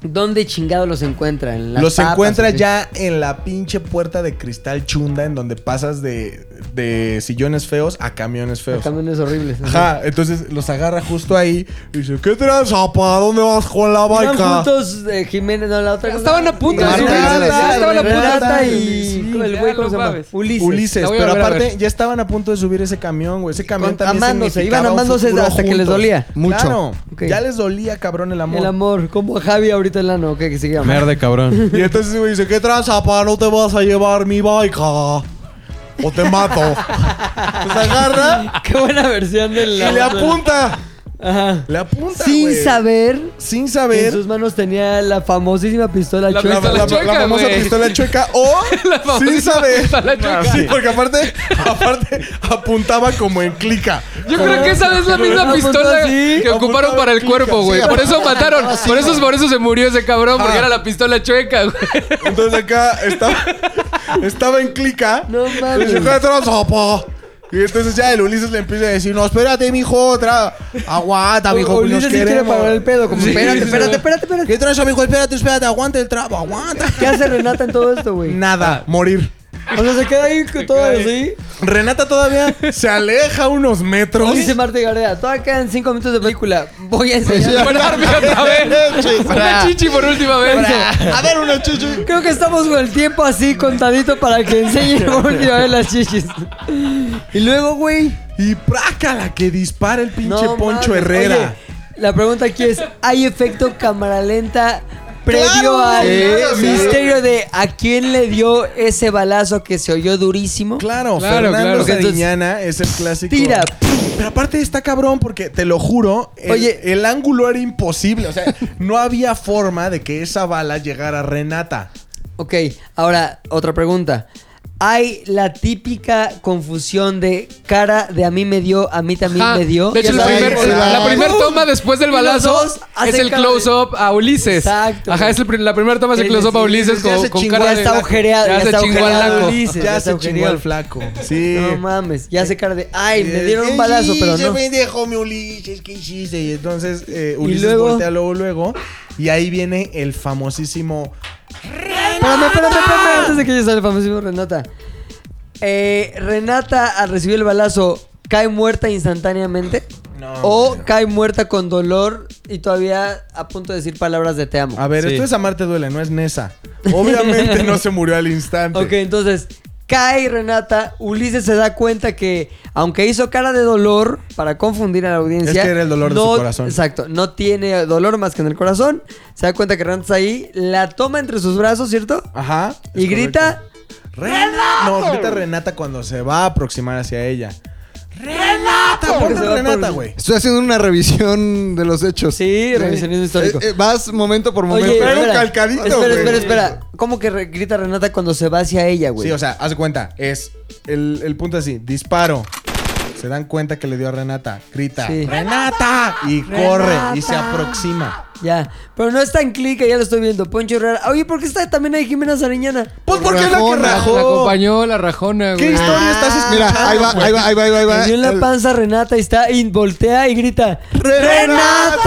[SPEAKER 2] ¿Dónde chingados los encuentra? ¿En las
[SPEAKER 5] Los
[SPEAKER 2] papas,
[SPEAKER 5] encuentra
[SPEAKER 2] o qué?
[SPEAKER 5] ya en la pinche puerta de cristal chunda en donde pasas de, de sillones feos a camiones feos.
[SPEAKER 2] Camiones horribles.
[SPEAKER 5] Ajá, entonces los agarra justo ahí y dice, ¿qué tranza? ¿Para dónde vas con la
[SPEAKER 2] Iban
[SPEAKER 5] baica?
[SPEAKER 2] juntos eh, Jiménez, no, la otra.
[SPEAKER 4] Estaban a punto
[SPEAKER 3] de subir,
[SPEAKER 2] Renata,
[SPEAKER 3] ya
[SPEAKER 2] estaban a punto. Renata y
[SPEAKER 5] Sí,
[SPEAKER 2] el
[SPEAKER 4] ya
[SPEAKER 2] güey, ¿cómo
[SPEAKER 4] lo
[SPEAKER 2] se llama?
[SPEAKER 4] sabes.
[SPEAKER 2] Ulises.
[SPEAKER 5] Ulises,
[SPEAKER 4] La voy a
[SPEAKER 5] pero
[SPEAKER 4] volver a
[SPEAKER 5] aparte
[SPEAKER 4] ver.
[SPEAKER 5] ya estaban a punto de subir ese camión, güey. Ese camión
[SPEAKER 2] Con-
[SPEAKER 5] también
[SPEAKER 2] amándose, iban
[SPEAKER 5] significaba un
[SPEAKER 2] amándose
[SPEAKER 5] futuro
[SPEAKER 2] hasta que les
[SPEAKER 5] juntos.
[SPEAKER 2] dolía.
[SPEAKER 3] Mucho.
[SPEAKER 5] Claro,
[SPEAKER 2] Ok.
[SPEAKER 5] ya les dolía, cabrón, el amor.
[SPEAKER 2] El amor, como Javi ahorita en la no, que sigue amor.
[SPEAKER 6] Merde, cabrón.
[SPEAKER 5] Y entonces me dice, ¿qué tranza, pa? No te vas a llevar mi baica. O te mato. Entonces agarra
[SPEAKER 2] Qué buena versión
[SPEAKER 5] y
[SPEAKER 2] del.
[SPEAKER 5] le apunta.
[SPEAKER 2] Ajá.
[SPEAKER 5] Le apunta,
[SPEAKER 2] Sin
[SPEAKER 5] güey.
[SPEAKER 2] saber que
[SPEAKER 5] Sin
[SPEAKER 2] en
[SPEAKER 5] saber.
[SPEAKER 2] sus manos tenía la famosísima pistola
[SPEAKER 4] La
[SPEAKER 5] La,
[SPEAKER 2] chueca.
[SPEAKER 5] la-
[SPEAKER 4] pistola
[SPEAKER 5] la
[SPEAKER 4] chueca,
[SPEAKER 5] famosa
[SPEAKER 4] güey.
[SPEAKER 5] pistola chueca o
[SPEAKER 4] La famosa
[SPEAKER 5] sin saber.
[SPEAKER 4] pistola chueca.
[SPEAKER 5] Sí, porque aparte, aparte apuntaba como en clica.
[SPEAKER 4] Yo creo que esa es la misma
[SPEAKER 2] Apuntó
[SPEAKER 4] pistola
[SPEAKER 2] así.
[SPEAKER 4] que ocuparon
[SPEAKER 5] Apuntó
[SPEAKER 4] para el
[SPEAKER 5] clica,
[SPEAKER 4] cuerpo, güey.
[SPEAKER 3] sí,
[SPEAKER 4] Por eso
[SPEAKER 3] apuntó
[SPEAKER 4] mataron.
[SPEAKER 3] así,
[SPEAKER 4] Por eso,
[SPEAKER 3] güey.
[SPEAKER 4] por eso se murió ese cabrón, porque
[SPEAKER 5] Ah.
[SPEAKER 4] era la pistola chueca, güey.
[SPEAKER 5] Entonces acá estaba, estaba en clica.
[SPEAKER 2] No
[SPEAKER 5] Le
[SPEAKER 2] mames.
[SPEAKER 5] dice, "¿Qué tranza, pa?" Y entonces ya el Ulises le empieza a decir, no, espérate, mijo, otra. Aguanta,
[SPEAKER 2] O-
[SPEAKER 5] mijo, que "Pues nos
[SPEAKER 2] Ulises sí quiere
[SPEAKER 5] queremos.
[SPEAKER 2] pagar el pedo. Como,
[SPEAKER 5] Sí.
[SPEAKER 2] espérate, espérate, espérate, espérate.
[SPEAKER 5] ¿Qué tranza, mijo? Espérate, espérate, aguanta el trapo, aguanta.
[SPEAKER 2] ¿Qué hace Renata en todo esto, güey?
[SPEAKER 5] Nada, morir.
[SPEAKER 2] O sea, se queda ahí con todo así.
[SPEAKER 5] Renata todavía se aleja unos metros.
[SPEAKER 2] Dice Marta Gareda, todavía quedan 5 minutos de película. Voy a
[SPEAKER 5] Pues
[SPEAKER 2] enseñar.
[SPEAKER 4] Pararme otra vez. Una chichi por última vez.
[SPEAKER 3] A ver, una chuchu.
[SPEAKER 2] Creo que estamos con el tiempo así contadito para que enseñe por última vez las chichis. Y luego, güey.
[SPEAKER 5] Y prácala que dispara el pinche
[SPEAKER 2] no
[SPEAKER 5] Poncho
[SPEAKER 2] mames.
[SPEAKER 5] Herrera.
[SPEAKER 2] Oye, la pregunta aquí es: ¿hay efecto cámara lenta previo
[SPEAKER 5] Claro,
[SPEAKER 2] al
[SPEAKER 5] claro, sí.
[SPEAKER 2] misterio de a quién le dio ese balazo que se oyó durísimo?
[SPEAKER 5] Claro,
[SPEAKER 4] Claro,
[SPEAKER 5] Fernando
[SPEAKER 4] claro.
[SPEAKER 5] Sariñana es el clásico.
[SPEAKER 2] Tira.
[SPEAKER 5] Pero aparte está cabrón porque, te lo juro, el,
[SPEAKER 2] Oye.
[SPEAKER 5] el ángulo era imposible. O sea, no había forma de que esa bala llegara a Renata.
[SPEAKER 2] Ok, ahora otra pregunta. Hay la típica confusión de cara de a mí me dio, a mí también
[SPEAKER 4] Ah,
[SPEAKER 2] me dio.
[SPEAKER 4] de hecho,
[SPEAKER 2] Ya
[SPEAKER 4] la
[SPEAKER 2] sabes,
[SPEAKER 4] primer,
[SPEAKER 2] porque-
[SPEAKER 4] la
[SPEAKER 3] claro.
[SPEAKER 4] primer toma después del
[SPEAKER 2] Y los
[SPEAKER 4] balazo
[SPEAKER 2] dos
[SPEAKER 4] es
[SPEAKER 2] hacen
[SPEAKER 4] el
[SPEAKER 2] cara de-
[SPEAKER 4] close-up a Ulises.
[SPEAKER 2] Exacto.
[SPEAKER 4] Ajá, es el pri- la primera toma es el
[SPEAKER 2] Sí,
[SPEAKER 4] close-up a
[SPEAKER 2] sí,
[SPEAKER 4] Ulises
[SPEAKER 5] sí,
[SPEAKER 4] con,
[SPEAKER 5] ya se
[SPEAKER 4] con
[SPEAKER 5] chingó,
[SPEAKER 4] cara
[SPEAKER 2] Ya
[SPEAKER 4] de-
[SPEAKER 2] está ojereado.
[SPEAKER 4] Ya se chingó al
[SPEAKER 2] ojereado
[SPEAKER 4] naco.
[SPEAKER 2] Ulises,
[SPEAKER 5] ya
[SPEAKER 2] Ah, está
[SPEAKER 5] se chingó
[SPEAKER 2] ojereado.
[SPEAKER 5] al flaco. Sí.
[SPEAKER 2] No mames, ya se cara de. Ay, me dieron un balazo, pero no.
[SPEAKER 5] dejó mi Ulises, ¿qué hiciste? Y entonces eh, Ulises
[SPEAKER 2] luego-
[SPEAKER 5] voltea luego, luego. Y ahí viene el famosísimo...
[SPEAKER 2] Espérame, espérame, espérame. Antes de que llegue el famosísimo Renata. Eh, Renata, al recibir el balazo, cae muerta instantáneamente.
[SPEAKER 5] No,
[SPEAKER 2] o
[SPEAKER 5] no.
[SPEAKER 2] cae muerta con dolor y todavía a punto de decir palabras de te amo.
[SPEAKER 5] A ver,
[SPEAKER 6] Sí.
[SPEAKER 5] esto es Amarte Duele, no es Nesa. Obviamente no se murió al instante.
[SPEAKER 2] Ok, entonces cae Renata, Ulises se da cuenta que aunque hizo cara de dolor para confundir a la audiencia,
[SPEAKER 5] Es que era el dolor de
[SPEAKER 2] no-
[SPEAKER 5] su corazón.
[SPEAKER 2] Exacto, no tiene dolor más que en el corazón. Se da cuenta que Renata está ahí, la toma entre sus brazos, ¿cierto?
[SPEAKER 5] Ajá.
[SPEAKER 2] y
[SPEAKER 5] es
[SPEAKER 2] grita,
[SPEAKER 5] correcto. Renata. No, grita Renata cuando se va a aproximar hacia ella. Renata,
[SPEAKER 2] Se
[SPEAKER 5] ponte
[SPEAKER 2] va
[SPEAKER 5] Renata,
[SPEAKER 2] por-
[SPEAKER 5] güey.
[SPEAKER 3] Estoy haciendo una revisión de los hechos.
[SPEAKER 2] Sí, revisionismo histórico.
[SPEAKER 3] Eh, eh, vas momento por momento.
[SPEAKER 2] Oye,
[SPEAKER 5] traigo
[SPEAKER 2] espera,
[SPEAKER 5] calcadito,
[SPEAKER 2] espera,
[SPEAKER 5] güey.
[SPEAKER 2] espera, espera. ¿Cómo que re- grita Renata cuando se va hacia ella, güey?
[SPEAKER 5] Sí, o sea, haz de cuenta, es el, el punto así, disparo. Se dan cuenta que le dio a Renata, grita,
[SPEAKER 2] Sí.
[SPEAKER 5] ¡Renata! Y corre y se aproxima.
[SPEAKER 2] Ya, pero no está en clic, ya lo estoy viendo. Poncho Herrera. Oye, ¿por qué está también ahí Jimena Sariñana?
[SPEAKER 5] Pues porque es la que
[SPEAKER 3] Rajona.
[SPEAKER 4] La
[SPEAKER 5] rajó.
[SPEAKER 4] acompañó la rajona,
[SPEAKER 5] ¿Qué
[SPEAKER 4] güey.
[SPEAKER 5] historia estás escuchando?
[SPEAKER 3] Ah, Mira, ahí va, ahí va, ahí va, ahí va. ahí va.
[SPEAKER 2] Le dio en la
[SPEAKER 3] El-
[SPEAKER 2] panza a Renata y está y voltea y grita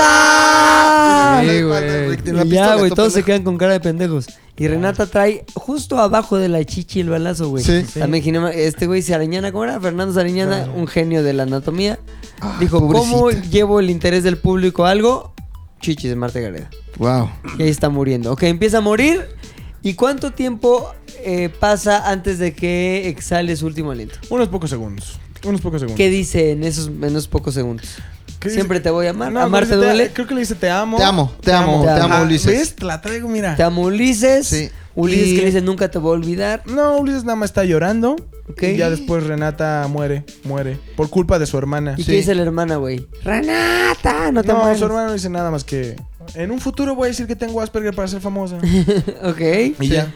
[SPEAKER 3] ¡Renata!
[SPEAKER 2] ¡Renata!
[SPEAKER 4] Sí, güey.
[SPEAKER 3] Tiene una
[SPEAKER 2] Y
[SPEAKER 3] pistola,
[SPEAKER 2] ya, güey,
[SPEAKER 3] tú,
[SPEAKER 2] todos se
[SPEAKER 3] pendejo.
[SPEAKER 2] quedan con cara de pendejos. Y Renata trae justo abajo de la chichi el balazo, güey.
[SPEAKER 3] Sí.
[SPEAKER 2] También Jimena- este güey Sariñana, ¿cómo era? Fernando Sariñana, un genio de la anatomía. Dijo,
[SPEAKER 3] Ah, pobrecita.
[SPEAKER 2] ¿cómo llevo el interés del público a algo? Chichis de Marta Gareda.
[SPEAKER 3] Wow.
[SPEAKER 2] Y ahí está muriendo. Ok, empieza a morir. ¿Y cuánto tiempo eh, pasa antes de que exhale su último aliento?
[SPEAKER 5] Unos pocos segundos. Unos pocos segundos.
[SPEAKER 2] ¿Qué dice en esos, en esos pocos segundos?
[SPEAKER 5] ¿Qué dice?
[SPEAKER 2] Siempre te voy a amar.
[SPEAKER 5] No,
[SPEAKER 2] Amar te
[SPEAKER 5] creo que dice,
[SPEAKER 2] duele.
[SPEAKER 5] Creo que le dice te amo.
[SPEAKER 3] Te amo, te amo,
[SPEAKER 2] te amo,
[SPEAKER 5] Ah,
[SPEAKER 3] Ulises.
[SPEAKER 5] ¿Ves? Te la traigo, mira.
[SPEAKER 2] Te amo Ulises.
[SPEAKER 3] Sí.
[SPEAKER 2] Ulises
[SPEAKER 5] Y-
[SPEAKER 2] que le dice nunca te voy a olvidar.
[SPEAKER 5] No, Ulises nada más está llorando.
[SPEAKER 2] Ok.
[SPEAKER 5] Y ya después Renata muere, muere. Por culpa de su hermana.
[SPEAKER 2] ¿Y qué dice la hermana, güey? Renata, no te
[SPEAKER 5] No,
[SPEAKER 2] mueres.
[SPEAKER 5] su hermano no dice nada más que. En un futuro voy a decir que tengo Asperger para ser famosa.
[SPEAKER 2] ok.
[SPEAKER 5] Y ya.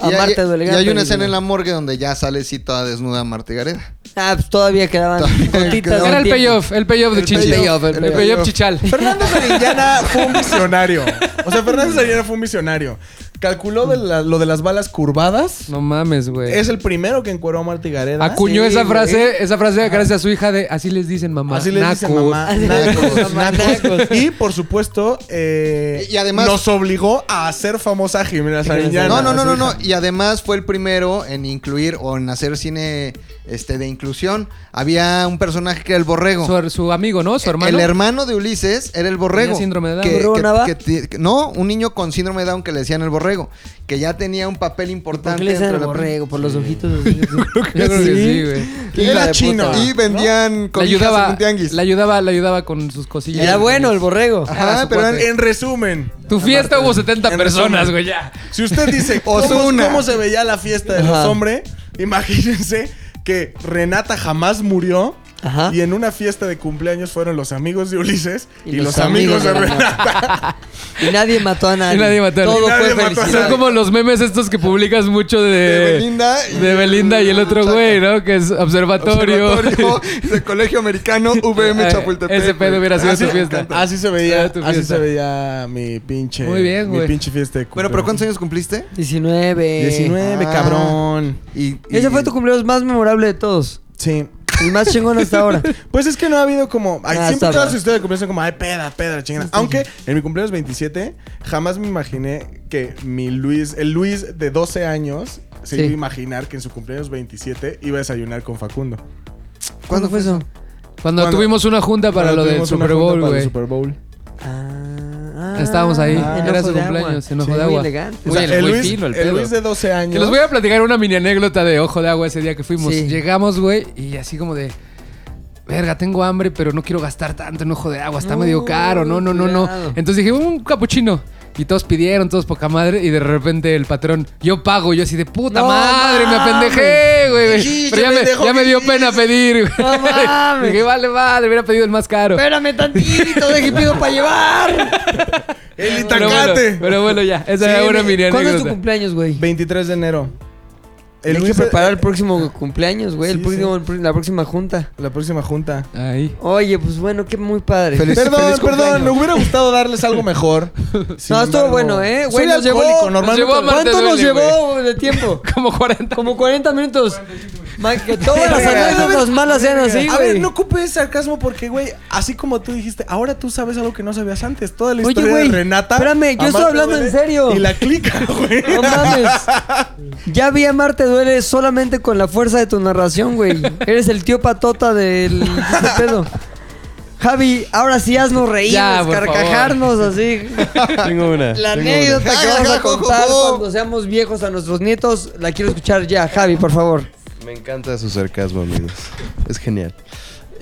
[SPEAKER 3] Y hay-
[SPEAKER 2] Amar te duele.
[SPEAKER 3] y
[SPEAKER 2] gran
[SPEAKER 3] hay una
[SPEAKER 2] película.
[SPEAKER 3] escena en la morgue donde ya sale sí toda desnuda Marta Gareda.
[SPEAKER 2] Ah, pues todavía quedaban
[SPEAKER 3] Todavía
[SPEAKER 2] gotitas.
[SPEAKER 3] quedaba
[SPEAKER 2] de
[SPEAKER 4] Era el
[SPEAKER 2] tiempo.
[SPEAKER 4] payoff, el payoff de
[SPEAKER 3] El
[SPEAKER 4] Chichi.
[SPEAKER 3] payoff, el
[SPEAKER 4] El
[SPEAKER 3] payoff.
[SPEAKER 4] payoff chichal.
[SPEAKER 5] Fernando Sariñana fue un visionario. O sea, Fernando Sariñana fue un visionario. Calculó de la- lo de las balas curvadas.
[SPEAKER 4] No mames, güey.
[SPEAKER 5] Es el primero que encueró a Marta y Gareda.
[SPEAKER 4] Acuñó
[SPEAKER 2] Sí,
[SPEAKER 4] esa
[SPEAKER 2] güey.
[SPEAKER 4] frase, esa frase gracias a su hija de así les dicen mamá.
[SPEAKER 5] Así le dice
[SPEAKER 4] nacos".
[SPEAKER 5] mamá.
[SPEAKER 2] Así le
[SPEAKER 5] nacos,
[SPEAKER 2] dice mamá,
[SPEAKER 5] nacos.
[SPEAKER 2] nacos.
[SPEAKER 5] Y por supuesto, eh,
[SPEAKER 3] Y- y además-
[SPEAKER 5] nos obligó a hacer famosa a Jimena Sariñana.
[SPEAKER 3] No, no, no,
[SPEAKER 5] a su
[SPEAKER 3] no, no.
[SPEAKER 5] hija.
[SPEAKER 3] Y además fue el primero en incluir o en hacer cine este, de inclusión. Había un personaje que era el borrego.
[SPEAKER 4] Su, su amigo, ¿no? Su hermano.
[SPEAKER 3] El hermano de Ulises era el borrego.
[SPEAKER 4] Tenía síndrome de Down.
[SPEAKER 3] Que-
[SPEAKER 2] ¿Borrego
[SPEAKER 3] que-
[SPEAKER 2] Nava?
[SPEAKER 3] que ti- que- no, un niño con síndrome de Down que le decían el borrego. Que ya tenía un papel
[SPEAKER 2] ¿Por
[SPEAKER 3] importante.
[SPEAKER 2] qué le dicen
[SPEAKER 3] dentro
[SPEAKER 2] el
[SPEAKER 3] de la-
[SPEAKER 2] borrego? Por los ojitos. así.
[SPEAKER 4] Yo creo que sí, güey.
[SPEAKER 3] Y
[SPEAKER 5] Era
[SPEAKER 3] la-
[SPEAKER 5] chino.
[SPEAKER 3] Y vendían
[SPEAKER 4] Le
[SPEAKER 3] con
[SPEAKER 4] ayudaba,
[SPEAKER 3] un tianguis.
[SPEAKER 4] le ayudaba, le ayudaba con sus cosillas.
[SPEAKER 2] Era bueno el borrego.
[SPEAKER 3] Ajá,
[SPEAKER 4] su
[SPEAKER 3] pero
[SPEAKER 4] cuate.
[SPEAKER 3] eran-
[SPEAKER 5] En resumen,
[SPEAKER 4] Tu fiesta hubo 70
[SPEAKER 5] En
[SPEAKER 4] personas,
[SPEAKER 5] resumen.
[SPEAKER 4] güey, ya.
[SPEAKER 5] si usted dice ¿cómo,
[SPEAKER 3] Ozuna.
[SPEAKER 5] cómo se veía la fiesta de los
[SPEAKER 2] Ajá.
[SPEAKER 5] hombres, imagínense que Renata jamás murió.
[SPEAKER 2] Ajá.
[SPEAKER 5] Y en una fiesta de cumpleaños fueron los amigos de Ulises y,
[SPEAKER 2] Y
[SPEAKER 5] los,
[SPEAKER 2] los
[SPEAKER 5] amigos,
[SPEAKER 2] amigos
[SPEAKER 5] de
[SPEAKER 2] de
[SPEAKER 5] Renata.
[SPEAKER 2] Y nadie mató a nadie.
[SPEAKER 4] Y nadie mató a nadie.
[SPEAKER 2] Todo
[SPEAKER 4] Y
[SPEAKER 5] nadie
[SPEAKER 2] fue
[SPEAKER 5] mató a
[SPEAKER 2] felicidad.
[SPEAKER 4] Son como los memes estos que publicas mucho de,
[SPEAKER 3] De Belinda y-
[SPEAKER 4] de Belinda y el otro
[SPEAKER 3] Chaca.
[SPEAKER 4] güey, ¿no? Que es observatorio.
[SPEAKER 3] Observatorio del Colegio Americano VM
[SPEAKER 4] Eh,
[SPEAKER 3] Chapultepec.
[SPEAKER 4] Ese pedo
[SPEAKER 3] güey.
[SPEAKER 4] hubiera sido
[SPEAKER 5] Así,
[SPEAKER 4] su fiesta.
[SPEAKER 5] así se veía,
[SPEAKER 4] Era tu
[SPEAKER 5] así
[SPEAKER 4] fiesta.
[SPEAKER 5] se veía mi pinche
[SPEAKER 4] Muy bien,
[SPEAKER 5] mi
[SPEAKER 4] güey.
[SPEAKER 5] pinche fiesta de cumpleaños.
[SPEAKER 3] Bueno, pero ¿cuántos años cumpliste?
[SPEAKER 2] 19.
[SPEAKER 5] 19,
[SPEAKER 3] Ah.
[SPEAKER 5] cabrón.
[SPEAKER 3] Y, y-
[SPEAKER 2] Ese fue tu cumpleaños más memorable de todos.
[SPEAKER 5] Sí.
[SPEAKER 2] El más chingón hasta ahora.
[SPEAKER 5] Pues es que no ha habido como. Ay,
[SPEAKER 2] Ah,
[SPEAKER 5] siempre
[SPEAKER 2] está
[SPEAKER 5] todas
[SPEAKER 2] bien.
[SPEAKER 5] sus historias de cumpleaños son como, ay, peda, peda, chingada. Aunque en mi cumpleaños 27, jamás me imaginé que mi Luis, el Luis de 12 años, se
[SPEAKER 2] Sí.
[SPEAKER 5] iba a imaginar que en su cumpleaños 27 iba a desayunar con Facundo.
[SPEAKER 2] ¿Cuándo fue eso?
[SPEAKER 4] Cuando
[SPEAKER 5] Cuando-
[SPEAKER 4] tuvimos una junta para
[SPEAKER 5] Cuando
[SPEAKER 4] lo del
[SPEAKER 5] tuvimos una
[SPEAKER 4] Super
[SPEAKER 5] junta
[SPEAKER 4] Bowl,
[SPEAKER 5] para el
[SPEAKER 4] güey.
[SPEAKER 5] Super Bowl.
[SPEAKER 2] Ah, ah,
[SPEAKER 4] Estábamos ahí.
[SPEAKER 2] en
[SPEAKER 4] Era
[SPEAKER 2] Ojo
[SPEAKER 4] su
[SPEAKER 2] de Agua.
[SPEAKER 4] cumpleaños, en Ojo
[SPEAKER 2] Sí,
[SPEAKER 4] de
[SPEAKER 2] muy
[SPEAKER 4] Agua.
[SPEAKER 2] elegante.
[SPEAKER 5] O
[SPEAKER 4] Güey,
[SPEAKER 5] sea,
[SPEAKER 4] el
[SPEAKER 5] el,
[SPEAKER 4] güey
[SPEAKER 5] Luis,
[SPEAKER 4] fino, el
[SPEAKER 5] el
[SPEAKER 4] pedo.
[SPEAKER 5] Luis de 12
[SPEAKER 4] Que
[SPEAKER 5] años.
[SPEAKER 4] les voy a platicar una mini anécdota de Ojo de Agua ese día que fuimos.
[SPEAKER 2] Sí.
[SPEAKER 4] Llegamos, güey, y así como de... Verga, tengo hambre, pero no quiero gastar tanto en Ojo de Agua. Está
[SPEAKER 2] No,
[SPEAKER 4] medio caro. No, no, no, no.
[SPEAKER 2] cuidado.
[SPEAKER 4] Entonces dije, un capuchino. Y todos pidieron, todos poca madre. Y de repente el patrón, yo pago. Yo así de puta
[SPEAKER 2] No
[SPEAKER 4] madre, me
[SPEAKER 2] mames.
[SPEAKER 4] apendejé, güey.
[SPEAKER 5] Sí,
[SPEAKER 4] pero
[SPEAKER 5] qué
[SPEAKER 4] ya, me,
[SPEAKER 5] pendejo
[SPEAKER 4] ya me
[SPEAKER 5] que
[SPEAKER 4] dio
[SPEAKER 5] hiciste.
[SPEAKER 4] pena pedir, güey.
[SPEAKER 2] No mames.
[SPEAKER 4] dije, vale, madre, hubiera pedido el más caro.
[SPEAKER 2] Espérame tantito, deje pido para llevar.
[SPEAKER 4] Pero
[SPEAKER 5] ¡El
[SPEAKER 4] bueno,
[SPEAKER 5] Itacate!
[SPEAKER 4] pero bueno, ya. Esa
[SPEAKER 5] Sí,
[SPEAKER 4] era una
[SPEAKER 5] mi-
[SPEAKER 4] mini anécdota.
[SPEAKER 2] ¿Cuándo es tu cumpleaños, güey?
[SPEAKER 5] 23 de enero. El
[SPEAKER 2] Hay que
[SPEAKER 5] Luis de-
[SPEAKER 2] preparar el próximo cumpleaños, güey. el
[SPEAKER 5] Sí,
[SPEAKER 2] próximo- el- la próxima junta.
[SPEAKER 5] La próxima junta.
[SPEAKER 4] Ahí.
[SPEAKER 2] Oye, pues bueno, qué muy padre.
[SPEAKER 3] Feliz-
[SPEAKER 5] Perdón, perdón,
[SPEAKER 3] cumpleaños.
[SPEAKER 5] me hubiera gustado darles algo mejor. Sin
[SPEAKER 2] No, estuvo
[SPEAKER 5] embargo,
[SPEAKER 2] bueno, ¿eh? Güey,
[SPEAKER 5] soy
[SPEAKER 2] nos llevó-
[SPEAKER 5] alcohólico,
[SPEAKER 2] nos
[SPEAKER 5] normalmente-
[SPEAKER 4] llevó a Mar-
[SPEAKER 2] ¿Cuánto
[SPEAKER 4] Te duele,
[SPEAKER 2] nos llevó de tiempo?
[SPEAKER 4] Como 40.
[SPEAKER 2] Como 40 minutos. Ma, que todas las anécdotas malas sean así, güey.
[SPEAKER 5] A ver, no ocupes sarcasmo porque, güey, así como tú dijiste, ahora tú sabes algo que no sabías antes. Toda la
[SPEAKER 2] Oye,
[SPEAKER 5] historia
[SPEAKER 2] güey,
[SPEAKER 5] de Renata.
[SPEAKER 2] espérame, yo
[SPEAKER 5] a
[SPEAKER 2] estoy
[SPEAKER 5] Marta
[SPEAKER 2] hablando en
[SPEAKER 5] Duele
[SPEAKER 2] serio.
[SPEAKER 5] Y la clica, güey.
[SPEAKER 2] No mames. Ya vi a Marte duele solamente con la fuerza de tu narración, güey. Eres el tío patota del de este pedo. Javi, ahora sí haznos reír,
[SPEAKER 4] Ya, por
[SPEAKER 2] carcajarnos así.
[SPEAKER 6] Tengo una.
[SPEAKER 2] La
[SPEAKER 6] tengo
[SPEAKER 2] anécdota que vamos a
[SPEAKER 3] Ja, ja, jo,
[SPEAKER 2] contar
[SPEAKER 3] jo, jo.
[SPEAKER 2] cuando seamos viejos a nuestros nietos, la quiero escuchar ya, Javi, por favor.
[SPEAKER 6] una. Me encanta su sarcasmo, amigos. Es genial.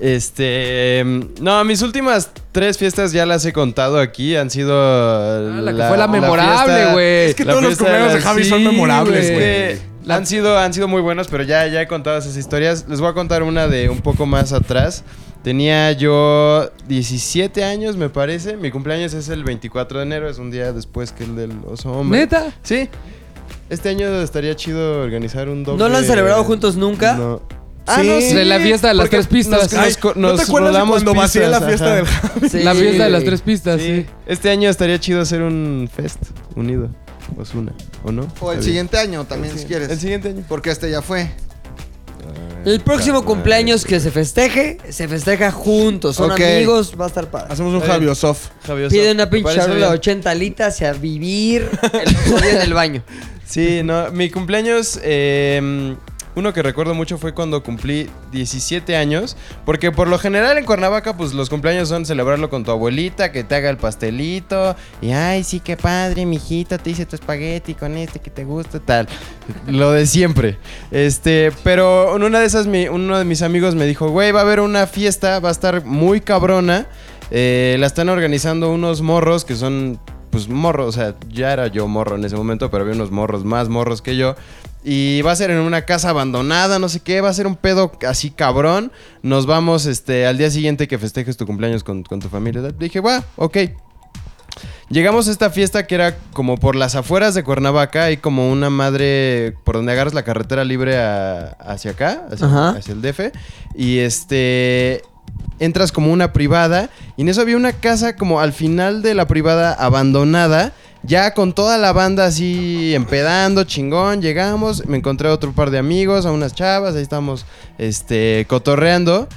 [SPEAKER 6] Este. em, No, mis últimas tres fiestas ya las he contado aquí. Han sido. eh,
[SPEAKER 4] Ah, la que fue la memorable,
[SPEAKER 6] fiesta-
[SPEAKER 4] güey.
[SPEAKER 5] Es que
[SPEAKER 6] la
[SPEAKER 5] todos los
[SPEAKER 6] fiesta
[SPEAKER 5] cumpleaños de
[SPEAKER 6] las-
[SPEAKER 5] Javi son
[SPEAKER 6] sí,
[SPEAKER 5] memorables,
[SPEAKER 6] es
[SPEAKER 5] güey.
[SPEAKER 6] que
[SPEAKER 4] La-
[SPEAKER 6] Han, sido, han sido muy buenos, pero ya, ya he contado esas historias. Les voy a contar una de un poco más atrás. Tenía yo 17 años, me parece. Mi cumpleaños es el 24 de enero, es un día después que el del oso hombre.
[SPEAKER 4] ¿Neta?
[SPEAKER 6] Sí. Este año estaría chido organizar un doble.
[SPEAKER 2] ¿No lo han celebrado juntos nunca?
[SPEAKER 6] No.
[SPEAKER 4] Sí. De la fiesta de las
[SPEAKER 6] porque
[SPEAKER 4] tres pistas.
[SPEAKER 6] nos-
[SPEAKER 4] Ay,
[SPEAKER 6] nos co-
[SPEAKER 5] ¿No te
[SPEAKER 6] nos
[SPEAKER 5] acuerdas de
[SPEAKER 6] rodamos
[SPEAKER 5] cuando vacié
[SPEAKER 6] pistas,
[SPEAKER 5] la fiesta
[SPEAKER 6] ajá.
[SPEAKER 5] del Javi?
[SPEAKER 2] Sí,
[SPEAKER 4] la fiesta de las
[SPEAKER 2] güey.
[SPEAKER 4] tres pistas, sí.
[SPEAKER 6] Sí. Este año estaría chido hacer un fest unido. Osuna, ¿o no?
[SPEAKER 3] O el
[SPEAKER 6] Está bien.
[SPEAKER 3] siguiente año también, si quieres.
[SPEAKER 6] El siguiente año.
[SPEAKER 3] Porque este ya fue.
[SPEAKER 2] El próximo cumpleaños que se festeje, se festeja juntos. Son
[SPEAKER 3] Ok.
[SPEAKER 2] amigos, va a estar padre.
[SPEAKER 5] Hacemos un Javi Osof.
[SPEAKER 6] Javi, o sea,
[SPEAKER 2] Piden una
[SPEAKER 6] me
[SPEAKER 2] pinche
[SPEAKER 6] parece
[SPEAKER 2] charola de
[SPEAKER 6] bien.
[SPEAKER 2] 80 alitas y a vivir el otro día en el baño.
[SPEAKER 6] Sí, no, mi cumpleaños, eh, uno que recuerdo mucho fue cuando cumplí 17 años, porque por lo general en Cuernavaca, pues los cumpleaños son celebrarlo con tu abuelita, que te haga el pastelito, y ay, sí, qué padre, mijita, te hice tu espagueti con este que te gusta, tal, lo de siempre. Este, pero en una de esas, mi- uno de mis amigos me dijo, güey, va a haber una fiesta, va a estar muy cabrona, eh, la están organizando unos morros que son pues morro, o sea, ya era yo morro en ese momento, pero había unos morros más morros que yo. Y va a ser en una casa abandonada, no sé qué, va a ser un pedo así cabrón. Nos vamos este, al día siguiente que festejes tu cumpleaños con, con tu familia. Dije, va, ok. Llegamos a esta fiesta que era como por las afueras de Cuernavaca, hay como una madre por donde agarras la carretera libre a- hacia acá, hacia,
[SPEAKER 2] Ajá.
[SPEAKER 6] hacia el DF. Y este entras como una privada y en eso había una casa como al final de la privada abandonada, ya con toda la banda así empedando, chingón, llegamos, me encontré a otro par de amigos, a unas chavas, ahí estamos este cotorreando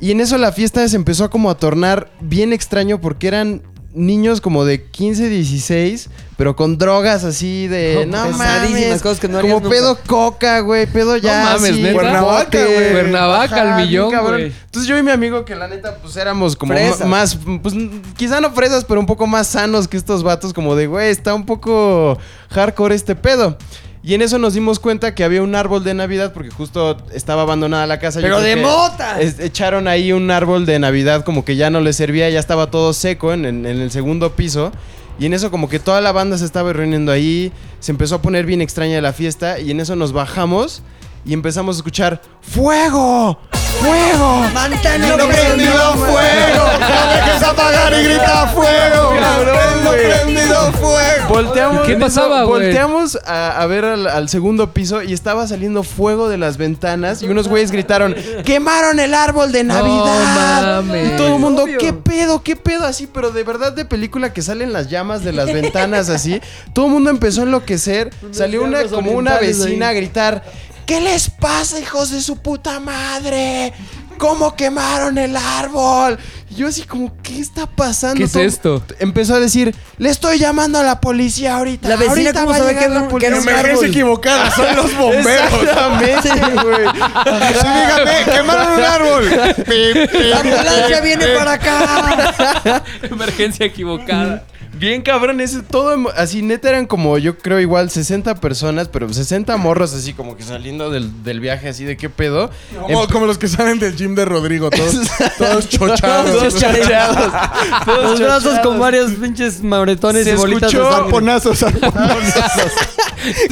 [SPEAKER 6] y en eso la fiesta se empezó como a tornar bien extraño porque eran niños como de 15, 16, pero con drogas así de
[SPEAKER 2] No,
[SPEAKER 6] no,
[SPEAKER 2] pesadísimas
[SPEAKER 6] mames,
[SPEAKER 2] cosas que no harías
[SPEAKER 6] como
[SPEAKER 2] nunca.
[SPEAKER 6] pedo coca, güey, pedo ya
[SPEAKER 4] mames,
[SPEAKER 6] así,
[SPEAKER 4] ¿neta?
[SPEAKER 5] Cuernavaca,
[SPEAKER 6] bote,
[SPEAKER 5] güey.
[SPEAKER 4] Cuernavaca, al
[SPEAKER 6] bien
[SPEAKER 4] millón,
[SPEAKER 6] cabrón.
[SPEAKER 4] güey.
[SPEAKER 6] Entonces yo y mi amigo que la neta pues éramos como
[SPEAKER 2] Fresas.
[SPEAKER 6] ma- más pues quizá no fresas, pero un poco más sanos que estos vatos como de, güey, está un poco hardcore este pedo. Y en eso nos dimos cuenta que había un árbol de Navidad porque justo estaba abandonada la casa. Yo
[SPEAKER 2] ¡Pero
[SPEAKER 6] creo
[SPEAKER 2] de
[SPEAKER 6] que-
[SPEAKER 2] mota!
[SPEAKER 6] es- echaron ahí un árbol de Navidad como que ya no le servía, ya estaba todo seco en, en- en el segundo piso. Y en eso como que toda la banda se estaba reuniendo ahí, se empezó a poner bien extraña la fiesta y en eso nos bajamos y empezamos a escuchar ¡Fuego! ¡Fuego!
[SPEAKER 2] ¡Manténlo
[SPEAKER 6] No
[SPEAKER 2] prendido!
[SPEAKER 6] Volteamos,
[SPEAKER 4] ¿Y qué
[SPEAKER 6] en eso,
[SPEAKER 4] pasaba, güey?
[SPEAKER 6] volteamos a, a ver al, al segundo piso y estaba saliendo fuego de las ventanas y unos güeyes gritaron, ¡quemaron el árbol de Navidad!
[SPEAKER 4] mames.
[SPEAKER 6] y todo el mundo, ¿qué pedo? ¿Qué pedo? Así, pero de verdad de película que salen las llamas de las ventanas así. Todo el mundo empezó a enloquecer. Salió una
[SPEAKER 2] llamas
[SPEAKER 6] como una
[SPEAKER 2] orientales
[SPEAKER 6] vecina
[SPEAKER 2] ahí.
[SPEAKER 6] a gritar, ¿qué les pasa, hijos de su puta madre? ¿Cómo quemaron el árbol? Y yo así como, ¿qué está pasando?
[SPEAKER 4] ¿Qué es
[SPEAKER 6] Todo-
[SPEAKER 4] esto?
[SPEAKER 6] empezó a decir, le estoy llamando a la policía ahorita.
[SPEAKER 2] La vecina,
[SPEAKER 6] ahorita
[SPEAKER 2] ¿cómo
[SPEAKER 6] va a
[SPEAKER 2] sabe
[SPEAKER 6] llegar
[SPEAKER 2] que era
[SPEAKER 6] la
[SPEAKER 2] un-
[SPEAKER 6] policía".
[SPEAKER 2] que era un árbol?
[SPEAKER 5] Emergencia equivocada, son los bomberos.
[SPEAKER 6] Exactamente, güey.
[SPEAKER 3] Sí, dígame, quemaron un árbol. Pip, pip.
[SPEAKER 2] ¡La ambulancia viene para acá!
[SPEAKER 4] Emergencia equivocada.
[SPEAKER 6] Bien cabrón, ese todo emo- así neta eran como yo creo igual 60 personas, pero 60 morros así como que saliendo del, del viaje así de qué pedo.
[SPEAKER 5] Como,
[SPEAKER 6] Em-
[SPEAKER 5] como los que salen del gym de Rodrigo, todos, todos
[SPEAKER 6] Todos
[SPEAKER 5] chochados.
[SPEAKER 6] chachados.
[SPEAKER 2] Los brazos con varios pinches mauretones
[SPEAKER 6] Se
[SPEAKER 2] y bolitas
[SPEAKER 6] escuchó
[SPEAKER 2] de sangre.
[SPEAKER 3] Sarponazos, sarponazos.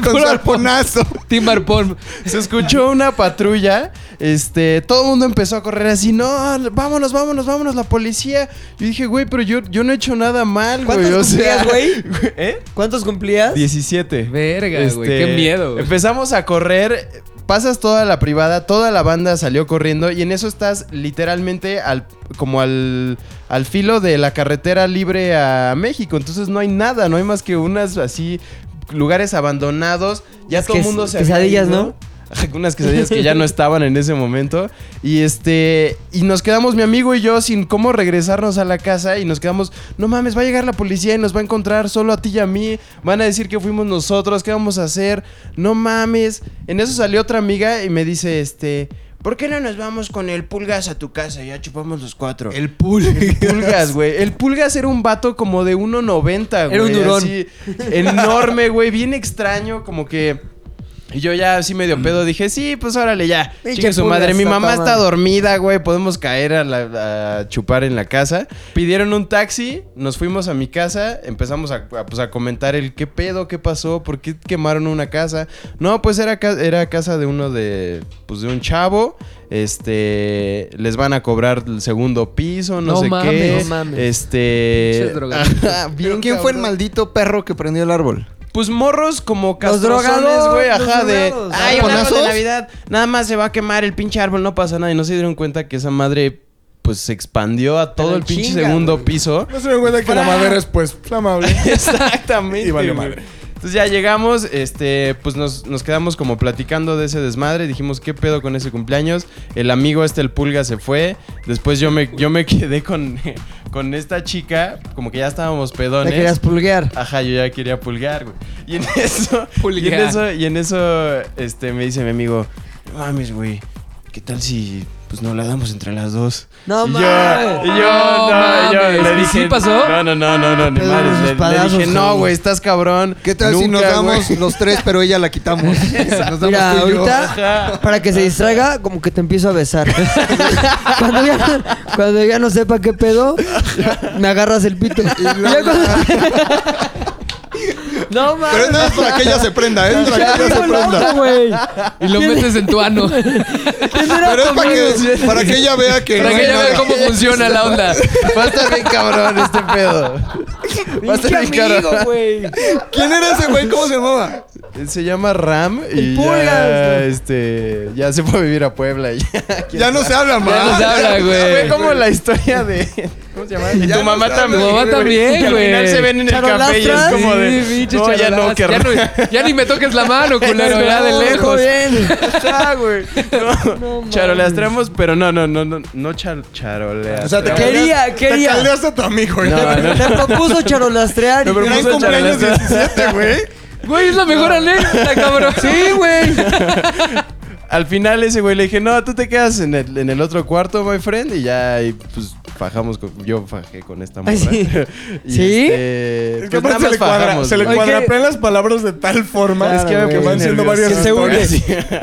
[SPEAKER 3] Con sarponazo.
[SPEAKER 4] Timbar Pom.
[SPEAKER 6] Se escuchó una patrulla. Este, todo el mundo empezó a correr así, no, vámonos, vámonos, vámonos, la policía. Yo dije, güey, pero yo, yo no he hecho nada mal, güey.
[SPEAKER 2] ¿Cuántos
[SPEAKER 6] o sea,
[SPEAKER 2] cumplías, güey?
[SPEAKER 6] ¿Eh?
[SPEAKER 2] ¿Cuántos cumplías?
[SPEAKER 6] 17.
[SPEAKER 4] Verga, güey,
[SPEAKER 6] Este,
[SPEAKER 4] qué miedo. güey.
[SPEAKER 6] Empezamos a correr, pasas toda la privada, toda la banda salió corriendo y en eso estás literalmente al como al, al filo de la carretera libre a México. Entonces no hay nada, no hay más que unas así lugares abandonados. Ya
[SPEAKER 2] Las
[SPEAKER 6] todo el
[SPEAKER 2] ques-
[SPEAKER 6] mundo se
[SPEAKER 2] quesadillas,
[SPEAKER 6] había ido.
[SPEAKER 2] ¿no?
[SPEAKER 6] Unas quesadillas que ya no estaban en ese momento. Y este. Y nos quedamos, mi amigo y yo, sin cómo regresarnos a la casa. Y nos quedamos, no mames, va a llegar la policía y nos va a encontrar solo a ti y a mí. Van a decir que fuimos nosotros, ¿qué vamos a hacer? No mames. En eso salió otra amiga y me dice, este. ¿Por qué no nos vamos con el pulgas a tu casa? Ya chupamos los cuatro. El pulgas, güey. El pulgas era un vato como de 1.90, güey.
[SPEAKER 2] Era un durón.
[SPEAKER 6] así, enorme, güey. Bien extraño, como que. Y yo ya así medio pedo dije, sí, pues órale ya.
[SPEAKER 2] Pinche
[SPEAKER 6] Chingue su
[SPEAKER 2] pulgas,
[SPEAKER 6] madre, mi mamá
[SPEAKER 2] Satamán.
[SPEAKER 6] está dormida, güey, podemos caer a, la- a chupar en la casa. Pidieron un taxi, nos fuimos a mi casa, empezamos a, a, pues, a comentar el qué pedo, qué pasó, por qué quemaron una casa. No, pues era, ca- era casa de uno de, pues de un chavo. Este, les van a cobrar el segundo piso, no,
[SPEAKER 4] No
[SPEAKER 6] sé
[SPEAKER 4] mames,
[SPEAKER 6] qué.
[SPEAKER 4] no mames.
[SPEAKER 6] Este,
[SPEAKER 4] Pinches drogadictos.
[SPEAKER 6] Ajá, bien
[SPEAKER 3] ¿Pero quién fue el
[SPEAKER 6] cabrón.
[SPEAKER 3] maldito perro que prendió el árbol?
[SPEAKER 6] Pues morros como
[SPEAKER 2] Los
[SPEAKER 6] castrozones,
[SPEAKER 2] drogados,
[SPEAKER 6] güey,
[SPEAKER 2] los
[SPEAKER 6] ajá, de...
[SPEAKER 2] drogados.
[SPEAKER 6] Ay, un árbol de
[SPEAKER 3] ¿Ponazos?
[SPEAKER 6] Navidad, nada más se va a quemar el pinche árbol, no pasa nada. Y no se dieron cuenta que esa madre, pues, se expandió a todo
[SPEAKER 2] Pero
[SPEAKER 6] el pinche
[SPEAKER 2] chinga,
[SPEAKER 6] segundo
[SPEAKER 2] güey.
[SPEAKER 6] piso.
[SPEAKER 5] No se me cuenta que la madera es pues flamable.
[SPEAKER 6] Exactamente.
[SPEAKER 5] Y valió
[SPEAKER 6] güey.
[SPEAKER 5] madre.
[SPEAKER 6] Entonces ya llegamos, este, pues nos, nos quedamos como platicando de ese desmadre. Dijimos, ¿qué pedo con ese cumpleaños? El amigo este, el pulga, se fue. Después yo me, yo me quedé con, con esta chica, como que ya estábamos pedones.
[SPEAKER 2] Te querías pulguear.
[SPEAKER 6] Ajá, yo ya quería pulgar, güey. Y en eso,
[SPEAKER 4] Pulgar.
[SPEAKER 6] y en eso, y en eso, este, me dice mi amigo, "No mames, güey, ¿qué tal si, pues, no la damos entre las dos?
[SPEAKER 2] No
[SPEAKER 6] y yo,
[SPEAKER 2] mames.
[SPEAKER 6] y yo,
[SPEAKER 4] No
[SPEAKER 6] no, yo
[SPEAKER 4] mames.
[SPEAKER 6] le
[SPEAKER 4] ¿Y sí
[SPEAKER 6] dije,
[SPEAKER 4] pasó?
[SPEAKER 6] No, no, no, no, no, ni
[SPEAKER 2] Pero
[SPEAKER 6] madres".
[SPEAKER 2] los
[SPEAKER 6] Le- Le,
[SPEAKER 2] espadazos,
[SPEAKER 6] dije, no,
[SPEAKER 2] cabrón.
[SPEAKER 6] güey, estás cabrón.
[SPEAKER 3] ¿Qué tal si nos
[SPEAKER 6] Nunca,
[SPEAKER 3] damos
[SPEAKER 6] güey".
[SPEAKER 3] los tres, pero ella la quitamos? nos damos
[SPEAKER 2] Mira,
[SPEAKER 3] tú y yo.
[SPEAKER 2] ahorita, para que se distraiga, como que te empiezo a besar. cuando, ya, cuando ya no sepa qué pedo, me agarras el pito. Ya cuando- no mames.
[SPEAKER 3] Pero no es para que ella se prenda, ¿eh? Es para
[SPEAKER 2] Ya
[SPEAKER 3] que ella se
[SPEAKER 2] digo loco,
[SPEAKER 3] prenda.
[SPEAKER 2] güey.
[SPEAKER 4] Y lo metes en tu ano. Para
[SPEAKER 2] ¿Quién era
[SPEAKER 3] Pero es para
[SPEAKER 2] conmigo?
[SPEAKER 3] que, para que ella vea que. no
[SPEAKER 4] que
[SPEAKER 3] hay
[SPEAKER 4] ella vea
[SPEAKER 3] nada.
[SPEAKER 4] cómo funciona la onda.
[SPEAKER 6] Va a estar bien cabrón este pedo. Va a estar bien
[SPEAKER 2] Pinche amigo,
[SPEAKER 6] cabrón.
[SPEAKER 2] güey.
[SPEAKER 3] ¿Quién era ese güey? ¿Cómo se llamaba?
[SPEAKER 6] Se llama Ram y
[SPEAKER 2] Pulgas.
[SPEAKER 6] ya, este, ya se fue a vivir a Puebla. y ya.
[SPEAKER 3] Ya no se habla más.
[SPEAKER 4] Ya nos habla,
[SPEAKER 6] Fue
[SPEAKER 4] güey.
[SPEAKER 6] como la historia de. ¿Cómo se llama? Y
[SPEAKER 3] Ya
[SPEAKER 6] tu mamá
[SPEAKER 3] no sabe.
[SPEAKER 6] también.
[SPEAKER 4] Tu mamá
[SPEAKER 6] güey.
[SPEAKER 4] también,
[SPEAKER 6] Que al
[SPEAKER 4] güey.
[SPEAKER 6] final se ven en el café y es
[SPEAKER 2] Charolastras.
[SPEAKER 6] como de.
[SPEAKER 4] Sí, pinche
[SPEAKER 6] no, ya no,
[SPEAKER 4] charolas.
[SPEAKER 6] que
[SPEAKER 4] ya, no- ya ni me toques la mano, culero, ya de
[SPEAKER 2] No,
[SPEAKER 4] lejos.
[SPEAKER 2] bien.
[SPEAKER 6] Está, güey. No,
[SPEAKER 2] mames.
[SPEAKER 6] charolastramos, pero no, no, no, no, no char charoleastramos.
[SPEAKER 3] O sea, te
[SPEAKER 2] Quería,
[SPEAKER 5] Te
[SPEAKER 2] quería.
[SPEAKER 5] caldeaste a tu amigo, güey.
[SPEAKER 6] No, no.
[SPEAKER 2] Te propuso charolastrear. y-
[SPEAKER 6] Me
[SPEAKER 3] Gran
[SPEAKER 6] propuso
[SPEAKER 3] cumpleaños
[SPEAKER 6] charolastra-
[SPEAKER 3] 17, güey.
[SPEAKER 4] Güey, es la mejor anécdota, cabrón.
[SPEAKER 2] Sí, güey.
[SPEAKER 6] Al final ese güey le dije, no, tú te quedas en el, en el otro cuarto, my friend, y ya, y, pues, fajamos con, yo fajé con esta morra.
[SPEAKER 2] Ay, sí.
[SPEAKER 6] Y,
[SPEAKER 2] ¿Sí?
[SPEAKER 6] este,
[SPEAKER 5] Es que
[SPEAKER 6] pues, nada
[SPEAKER 5] aparte se
[SPEAKER 6] más
[SPEAKER 5] le, cuadra,
[SPEAKER 6] fajamos,
[SPEAKER 5] se le
[SPEAKER 6] güey.
[SPEAKER 2] Oye,
[SPEAKER 5] cuadraplean las palabras de tal forma
[SPEAKER 6] Es que me
[SPEAKER 5] que
[SPEAKER 6] puse
[SPEAKER 5] van siendo
[SPEAKER 6] nervioso.
[SPEAKER 5] varias
[SPEAKER 2] Que se une.
[SPEAKER 5] historias.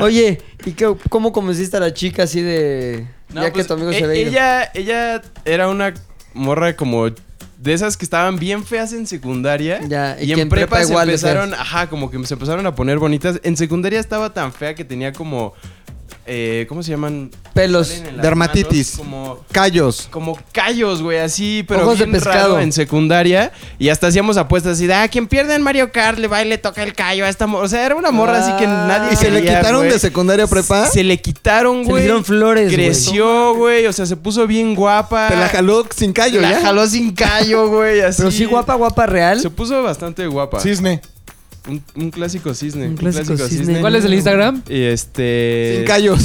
[SPEAKER 2] Oye, ¿y qué, cómo convenciste a la chica así de.
[SPEAKER 6] No,
[SPEAKER 2] ya
[SPEAKER 6] pues,
[SPEAKER 2] que tu amigo
[SPEAKER 6] e-
[SPEAKER 2] se ve.
[SPEAKER 6] Ella, ella era una morra como de esas que estaban bien feas en secundaria.
[SPEAKER 2] Ya, y
[SPEAKER 6] y,
[SPEAKER 2] que
[SPEAKER 6] en prepa, se
[SPEAKER 2] igual de
[SPEAKER 6] empezaron, ajá, como que se empezaron a poner bonitas. En secundaria estaba tan fea que tenía como. eh, ¿Cómo se llaman?
[SPEAKER 2] Pelos.
[SPEAKER 6] Salen en las
[SPEAKER 3] dermatitis.
[SPEAKER 6] manos como.
[SPEAKER 3] Callos.
[SPEAKER 6] Como callos, güey, así, pero
[SPEAKER 2] Ojos de
[SPEAKER 6] bien
[SPEAKER 2] pescado.
[SPEAKER 6] raro en secundaria. Y hasta hacíamos apuestas así de, ah, quien pierde en Mario Kart le va y le toca el callo a esta morra. O sea, era una morra así que
[SPEAKER 2] Ah.
[SPEAKER 6] nadie
[SPEAKER 3] ¿Y se le
[SPEAKER 6] quería,
[SPEAKER 3] quitaron
[SPEAKER 6] güey.
[SPEAKER 3] de secundaria a prepa?
[SPEAKER 6] Se le quitaron,
[SPEAKER 2] le
[SPEAKER 6] güey.
[SPEAKER 2] dieron flores, güey.
[SPEAKER 6] Creció, güey. O sea, se puso bien guapa.
[SPEAKER 3] Te la jaló sin callo,
[SPEAKER 6] La
[SPEAKER 3] ¿ya?
[SPEAKER 6] jaló sin callo, güey. Así.
[SPEAKER 2] Pero sí, guapa, guapa real.
[SPEAKER 6] Se puso bastante guapa.
[SPEAKER 5] Cisne.
[SPEAKER 6] Un, un clásico cisne.
[SPEAKER 2] Un clásico cisne.
[SPEAKER 4] ¿Cuál es el Instagram? Ah,
[SPEAKER 6] Y este.
[SPEAKER 3] Sin callos.